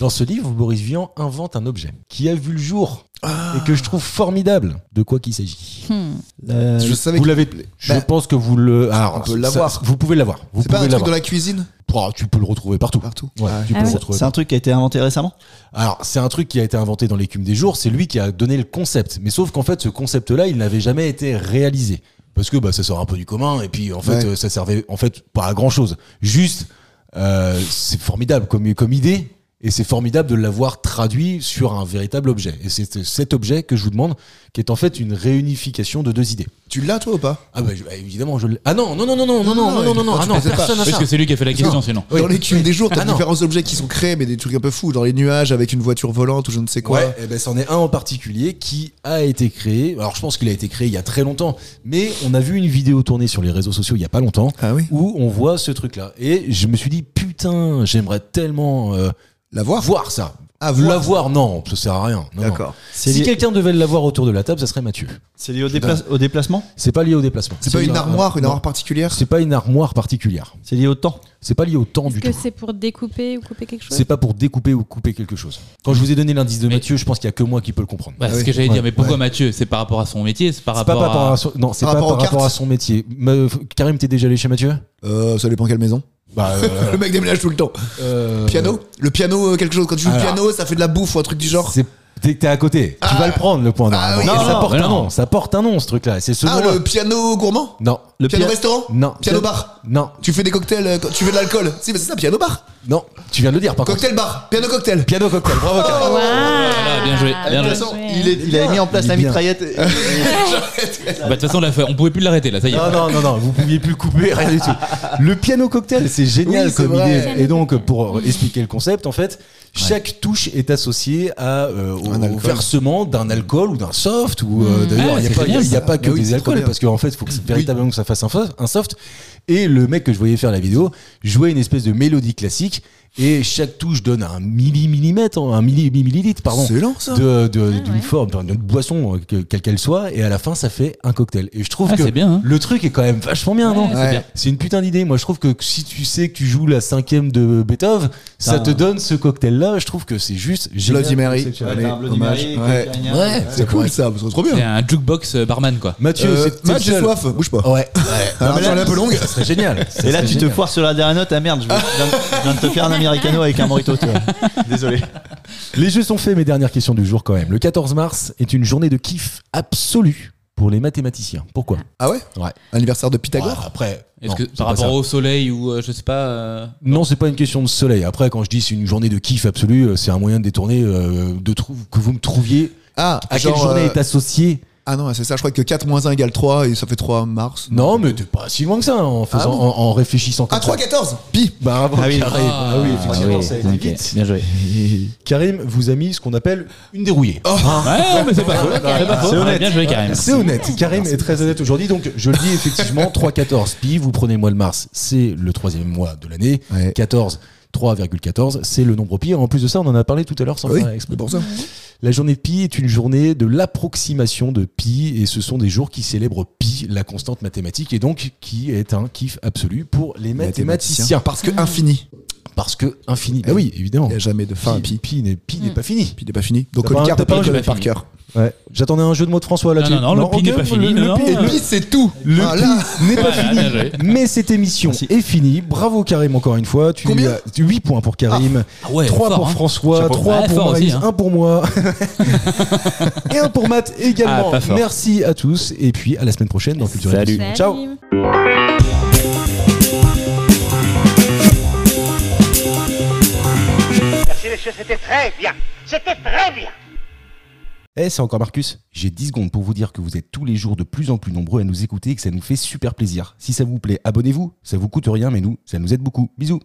Speaker 4: Dans ce livre, Boris Vian invente un objet qui a vu le jour
Speaker 3: Ah.
Speaker 4: et que je trouve formidable. De quoi qu'il s'agit
Speaker 5: Hmm.
Speaker 7: La-
Speaker 3: Je savais
Speaker 4: Vous
Speaker 3: que-
Speaker 4: l'avez. Je
Speaker 3: Bah,
Speaker 4: pense que vous le. Alors,
Speaker 3: on peut
Speaker 4: ça-
Speaker 3: l'avoir.
Speaker 4: Vous pouvez l'avoir. Vous
Speaker 3: C'est pas un
Speaker 4: pouvez
Speaker 3: truc de
Speaker 4: l'avoir.
Speaker 3: la cuisine
Speaker 4: Oh, tu peux le retrouver partout.
Speaker 3: Partout.
Speaker 4: Ouais,
Speaker 3: Ah,
Speaker 4: tu peux
Speaker 5: Ah
Speaker 4: le
Speaker 5: ouais.
Speaker 4: retrouver.
Speaker 7: C'est un truc qui a été inventé récemment
Speaker 4: Alors, c'est un truc qui a été inventé dans l'écume des jours, c'est lui qui a donné le concept. Mais sauf qu'en fait, ce concept-là, il n'avait jamais été réalisé. Parce que bah, ça sort un peu du commun, et puis en fait,
Speaker 3: Ouais.
Speaker 4: euh, ça servait en fait pas à grand-chose. Juste, euh, c'est formidable comme, comme idée, et c'est formidable de l'avoir traduit sur un véritable objet. Et c'est cet objet que je vous demande, qui est en fait une réunification de deux idées.
Speaker 3: Tu l'as toi ou pas
Speaker 4: Ah bah, je- bah, évidemment, je l'ai- Ah non, non, non, non, non, non, non, non, non, non, non,
Speaker 3: tu
Speaker 4: ah non,
Speaker 3: pensais pas.
Speaker 4: personne à
Speaker 6: Parce
Speaker 4: ça.
Speaker 6: que c'est lui qui a fait la question,
Speaker 4: Non.
Speaker 6: sinon.
Speaker 4: Oui,
Speaker 3: Dans les
Speaker 4: oui.
Speaker 3: cubes des jours, t'as
Speaker 4: Ah non.
Speaker 3: différents objets qui sont créés, mais des trucs un peu fous, genre les nuages avec une voiture volante ou je ne sais quoi.
Speaker 4: Ouais, eh ben, c'en est un en particulier qui a été créé. Alors, je pense qu'il a été créé il y a très longtemps, mais on a vu une vidéo tournée sur les réseaux sociaux il y a pas longtemps
Speaker 3: Ah oui
Speaker 4: où on voit ce truc-là. Et je me suis dit, putain, j'aimerais tellement euh,
Speaker 3: La voir
Speaker 4: voir ça.
Speaker 3: Ah, voir.
Speaker 4: L'avoir, non, ça sert à rien. Non, non.
Speaker 3: D'accord.
Speaker 7: C'est
Speaker 4: Si
Speaker 7: lié,
Speaker 4: quelqu'un devait l'avoir autour de la table, ça serait Mathieu.
Speaker 7: c'est lié au, dépla- au déplacement
Speaker 4: C'est pas lié au déplacement.
Speaker 3: C'est pas une
Speaker 4: un-
Speaker 3: armoire, une
Speaker 4: non.
Speaker 3: armoire particulière
Speaker 4: C'est pas une armoire particulière.
Speaker 7: C'est lié au temps
Speaker 4: C'est pas lié au temps
Speaker 5: Est-ce
Speaker 4: du
Speaker 5: que
Speaker 4: tout.
Speaker 5: c'est pour découper ou couper quelque chose
Speaker 4: C'est pas pour découper ou couper quelque chose. Quand je vous ai donné l'indice de
Speaker 6: Mais-
Speaker 4: Mathieu, je pense qu'il y a que moi qui peux le comprendre.
Speaker 6: Bah,
Speaker 3: Ah
Speaker 6: c'est ce
Speaker 3: oui.
Speaker 6: que j'allais
Speaker 4: Ouais.
Speaker 6: dire, mais pourquoi Mathieu C'est par rapport à son métier, c'est par
Speaker 4: C'est pas
Speaker 6: rapport
Speaker 4: par rapport
Speaker 6: à.
Speaker 4: à son, non, c'est
Speaker 3: Par
Speaker 4: pas
Speaker 3: rapport
Speaker 4: par
Speaker 3: aux
Speaker 4: rapport à
Speaker 3: cartes
Speaker 4: son métier. Me- Karim, t'es déjà allé chez Mathieu
Speaker 3: Euh, ça dépend quelle maison.
Speaker 4: Bah, euh,
Speaker 3: Le mec déménage tout le temps.
Speaker 4: euh,
Speaker 3: Piano Le piano, euh, quelque chose. Quand tu joues le
Speaker 4: Alors.
Speaker 3: piano, ça fait de la bouffe ou un truc du genre. Ah.
Speaker 4: c'est- T'es t'es à côté. Tu vas le prendre le point. normalement.
Speaker 3: oui,
Speaker 4: Et
Speaker 3: non,
Speaker 4: ça
Speaker 7: non,
Speaker 4: porte
Speaker 6: mais
Speaker 4: un
Speaker 6: non.
Speaker 4: nom. Ça porte un nom ce truc-là. C'est ce
Speaker 3: Ah,
Speaker 4: nom-là.
Speaker 3: le piano gourmand
Speaker 4: Non.
Speaker 7: Le
Speaker 3: Piano
Speaker 7: pia-
Speaker 3: restaurant
Speaker 4: Non.
Speaker 3: Piano bar
Speaker 4: Non.
Speaker 3: Tu fais des cocktails, euh, quand tu fais de l'alcool Si, mais c'est ça, piano bar
Speaker 4: Non. Tu viens de le dire par contre.
Speaker 3: Cocktail bar Piano cocktail Ah,
Speaker 4: Piano cocktail. Bravo Karim.
Speaker 5: Waouh
Speaker 6: Voilà,
Speaker 5: Ah.
Speaker 6: Ah, bien joué, bien joué.
Speaker 3: Intéressant.
Speaker 5: Ouais.
Speaker 7: il, est- il avait mis en place
Speaker 4: Il est
Speaker 7: la
Speaker 4: bien.
Speaker 7: mitraillette. et-
Speaker 6: Bah, De toute façon, on l'a fait- on pouvait plus l'arrêter là, ça y est.
Speaker 4: Non, non, non, non, vous pouviez plus le couper, rien du tout. Le piano cocktail, c'est génial
Speaker 3: Oui, c'est
Speaker 4: comme
Speaker 3: vrai.
Speaker 4: idée. Et donc, pour euh, expliquer le concept, en fait, chaque touche est associée à, euh, au,
Speaker 3: Un
Speaker 4: au
Speaker 3: alcool.
Speaker 4: versement d'un alcool ou d'un soft. Ou, euh, D'ailleurs,
Speaker 6: Ah,
Speaker 4: il n'y a
Speaker 6: c'est
Speaker 4: pas- il
Speaker 6: génial,
Speaker 4: n'y
Speaker 3: ça.
Speaker 4: a, pas que
Speaker 3: Bah oui,
Speaker 4: des
Speaker 3: c'est trop
Speaker 4: alcools,
Speaker 3: bien.
Speaker 4: parce qu'en fait, il faut que c'est véritablement que ça fasse un, fo- un soft. Et le mec que je voyais faire la vidéo jouait une espèce de mélodie classique. Et chaque touche donne un milli millimètre, un milli millilitre, pardon
Speaker 3: C'est lent ça
Speaker 4: de, de-
Speaker 5: Ah,
Speaker 4: d'une
Speaker 5: ouais.
Speaker 4: forme, enfin, d'une boisson, euh, que- quelle qu'elle soit, et à la fin, ça fait un cocktail. Et je trouve
Speaker 6: Ah,
Speaker 4: que
Speaker 6: c'est bien, hein.
Speaker 4: le truc est quand même vachement bien, non
Speaker 3: c'est Ouais. bien.
Speaker 4: C'est une putain d'idée. Moi, je trouve que si tu sais que tu joues la cinquième de Beethoven, ça
Speaker 7: T'as
Speaker 4: te
Speaker 7: un-
Speaker 4: donne ce cocktail-là. Je trouve que c'est juste génial.
Speaker 3: Bloody Mary.
Speaker 4: Exceptionnel.
Speaker 3: Allez,
Speaker 7: T'as un Bloody
Speaker 3: hommage.
Speaker 7: Mary,
Speaker 3: Ouais.
Speaker 7: quelqu'un,
Speaker 4: Ouais,
Speaker 3: C'est cool ça, c'est trop
Speaker 6: C'est
Speaker 3: bien.
Speaker 6: un jukebox euh, barman, quoi.
Speaker 4: Mathieu,
Speaker 3: Euh,
Speaker 4: c'est- c'est
Speaker 3: Matt,
Speaker 4: le
Speaker 3: j'ai
Speaker 4: seul.
Speaker 3: soif, bouge pas.
Speaker 4: Ouais, ouais.
Speaker 3: Alors,
Speaker 4: mais là,
Speaker 3: attends, elle est un peu longue.
Speaker 4: Ça serait génial. Ça
Speaker 7: Et là,
Speaker 4: serait
Speaker 7: tu te
Speaker 4: génial.
Speaker 7: foires sur la dernière note. Ah merde, je je viens, je viens de te faire un americano avec un morito. tu vois. Désolé.
Speaker 4: Les jeux sont faits, mes dernières questions du jour quand même. Le 14 mars est une journée de kiff absolu pour les mathématiciens. Pourquoi
Speaker 3: Ah ouais
Speaker 4: Ouais.
Speaker 3: Anniversaire de Pythagore
Speaker 4: Ouais, Après,
Speaker 6: Est-ce
Speaker 4: non,
Speaker 6: que
Speaker 4: c'est
Speaker 6: par
Speaker 4: pas ça.
Speaker 6: rapport au soleil ou euh, je sais pas. euh,
Speaker 4: Non, c'est pas une question de soleil. Après, quand je dis c'est une journée de kiff absolu, euh, c'est un moyen de détourner, euh, de trou- que vous me trouviez
Speaker 3: Ah,
Speaker 4: à
Speaker 3: genre,
Speaker 4: quelle journée
Speaker 3: euh,
Speaker 4: est associée.
Speaker 3: Ah non, c'est ça, je crois que 4 moins 1 égale 3 et ça fait 3 mars.
Speaker 4: Non, mais t'es pas si loin que ça hein, en, faisant,
Speaker 3: bon
Speaker 4: en, en réfléchissant comme
Speaker 3: Ah, 3,
Speaker 4: ça.
Speaker 3: 14 Pi
Speaker 4: Bah, bravo,
Speaker 7: Ah oui,
Speaker 4: Karim.
Speaker 6: ah,
Speaker 4: Ah oui,
Speaker 6: ah
Speaker 4: effectivement, ça a été vite.
Speaker 6: Bien joué.
Speaker 4: Karim vous a mis ce qu'on appelle une dérouillée. Hein
Speaker 6: Ouais, non, mais c'est pas faux. Ah, C'est pas faux. Ouais,
Speaker 7: honnête.
Speaker 6: Bien joué, Karim.
Speaker 4: C'est honnête, Karim est très honnête aujourd'hui, donc je le dis effectivement, 3-14 pi, vous prenez le mois de mars, c'est le troisième mois de l'année,
Speaker 3: Ouais.
Speaker 4: 14, 3,14, c'est le nombre pi, en plus de ça on en a parlé tout à l'heure sans
Speaker 3: Oui,
Speaker 4: faire exprès.
Speaker 3: c'est pour ça.
Speaker 4: La journée de Pi est une journée de l'approximation de Pi et ce sont des jours qui célèbrent Pi, la constante mathématique, et donc qui est un kiff absolu pour les mathématiciens.
Speaker 3: Parce que infini.
Speaker 4: Parce que infini. Bah oui, évidemment.
Speaker 3: Il n'y a jamais de fin à pi.
Speaker 4: Pi, pi n'est pi
Speaker 6: Hmm.
Speaker 4: n'est pas fini.
Speaker 3: Pi n'est pas fini. Donc
Speaker 4: T'as pas un-
Speaker 3: Olicard
Speaker 4: t'as
Speaker 3: peut
Speaker 4: pas
Speaker 3: pas
Speaker 4: un-
Speaker 3: le
Speaker 6: j'ai
Speaker 3: connaître
Speaker 6: pas
Speaker 3: par
Speaker 6: fini.
Speaker 3: cœur.
Speaker 4: Ouais. J'attendais un jeu de mots de François là.
Speaker 6: Non,
Speaker 4: tu-
Speaker 6: non, non, le pi
Speaker 4: ok,
Speaker 6: n'est pas fini,
Speaker 4: Le,
Speaker 6: non,
Speaker 4: pi,
Speaker 6: non,
Speaker 4: est-
Speaker 6: non.
Speaker 4: le pi
Speaker 3: c'est tout.
Speaker 4: le
Speaker 3: Ah,
Speaker 4: pi
Speaker 3: là.
Speaker 4: n'est pas
Speaker 6: Voilà, bien joué.
Speaker 4: fini. Mais cette émission est finie. Bravo Karim encore une fois. Tu
Speaker 3: Combien
Speaker 4: as 8 points pour Karim,
Speaker 6: Ah ouais,
Speaker 4: 3
Speaker 6: fort,
Speaker 4: pour
Speaker 6: hein.
Speaker 4: François,
Speaker 6: Chapeau.
Speaker 4: 3
Speaker 6: Ouais,
Speaker 4: pour
Speaker 6: fort aussi,
Speaker 4: Maïs,
Speaker 6: hein.
Speaker 4: 1 pour moi et 1 pour Matt également.
Speaker 6: Ah, pas fort.
Speaker 4: Merci à tous et puis à la semaine prochaine dans Culture
Speaker 6: Salut.
Speaker 4: Évolution. Ciao.
Speaker 5: Salut.
Speaker 2: Merci messieurs, c'était très bien. C'était très bien.
Speaker 4: Eh, c'est encore Marcus. J'ai 10 secondes pour vous dire que vous êtes tous les jours de plus en plus nombreux à nous écouter et que ça nous fait super plaisir. Si ça vous plaît, abonnez-vous. Ça vous coûte rien, mais nous, ça nous aide beaucoup. Bisous.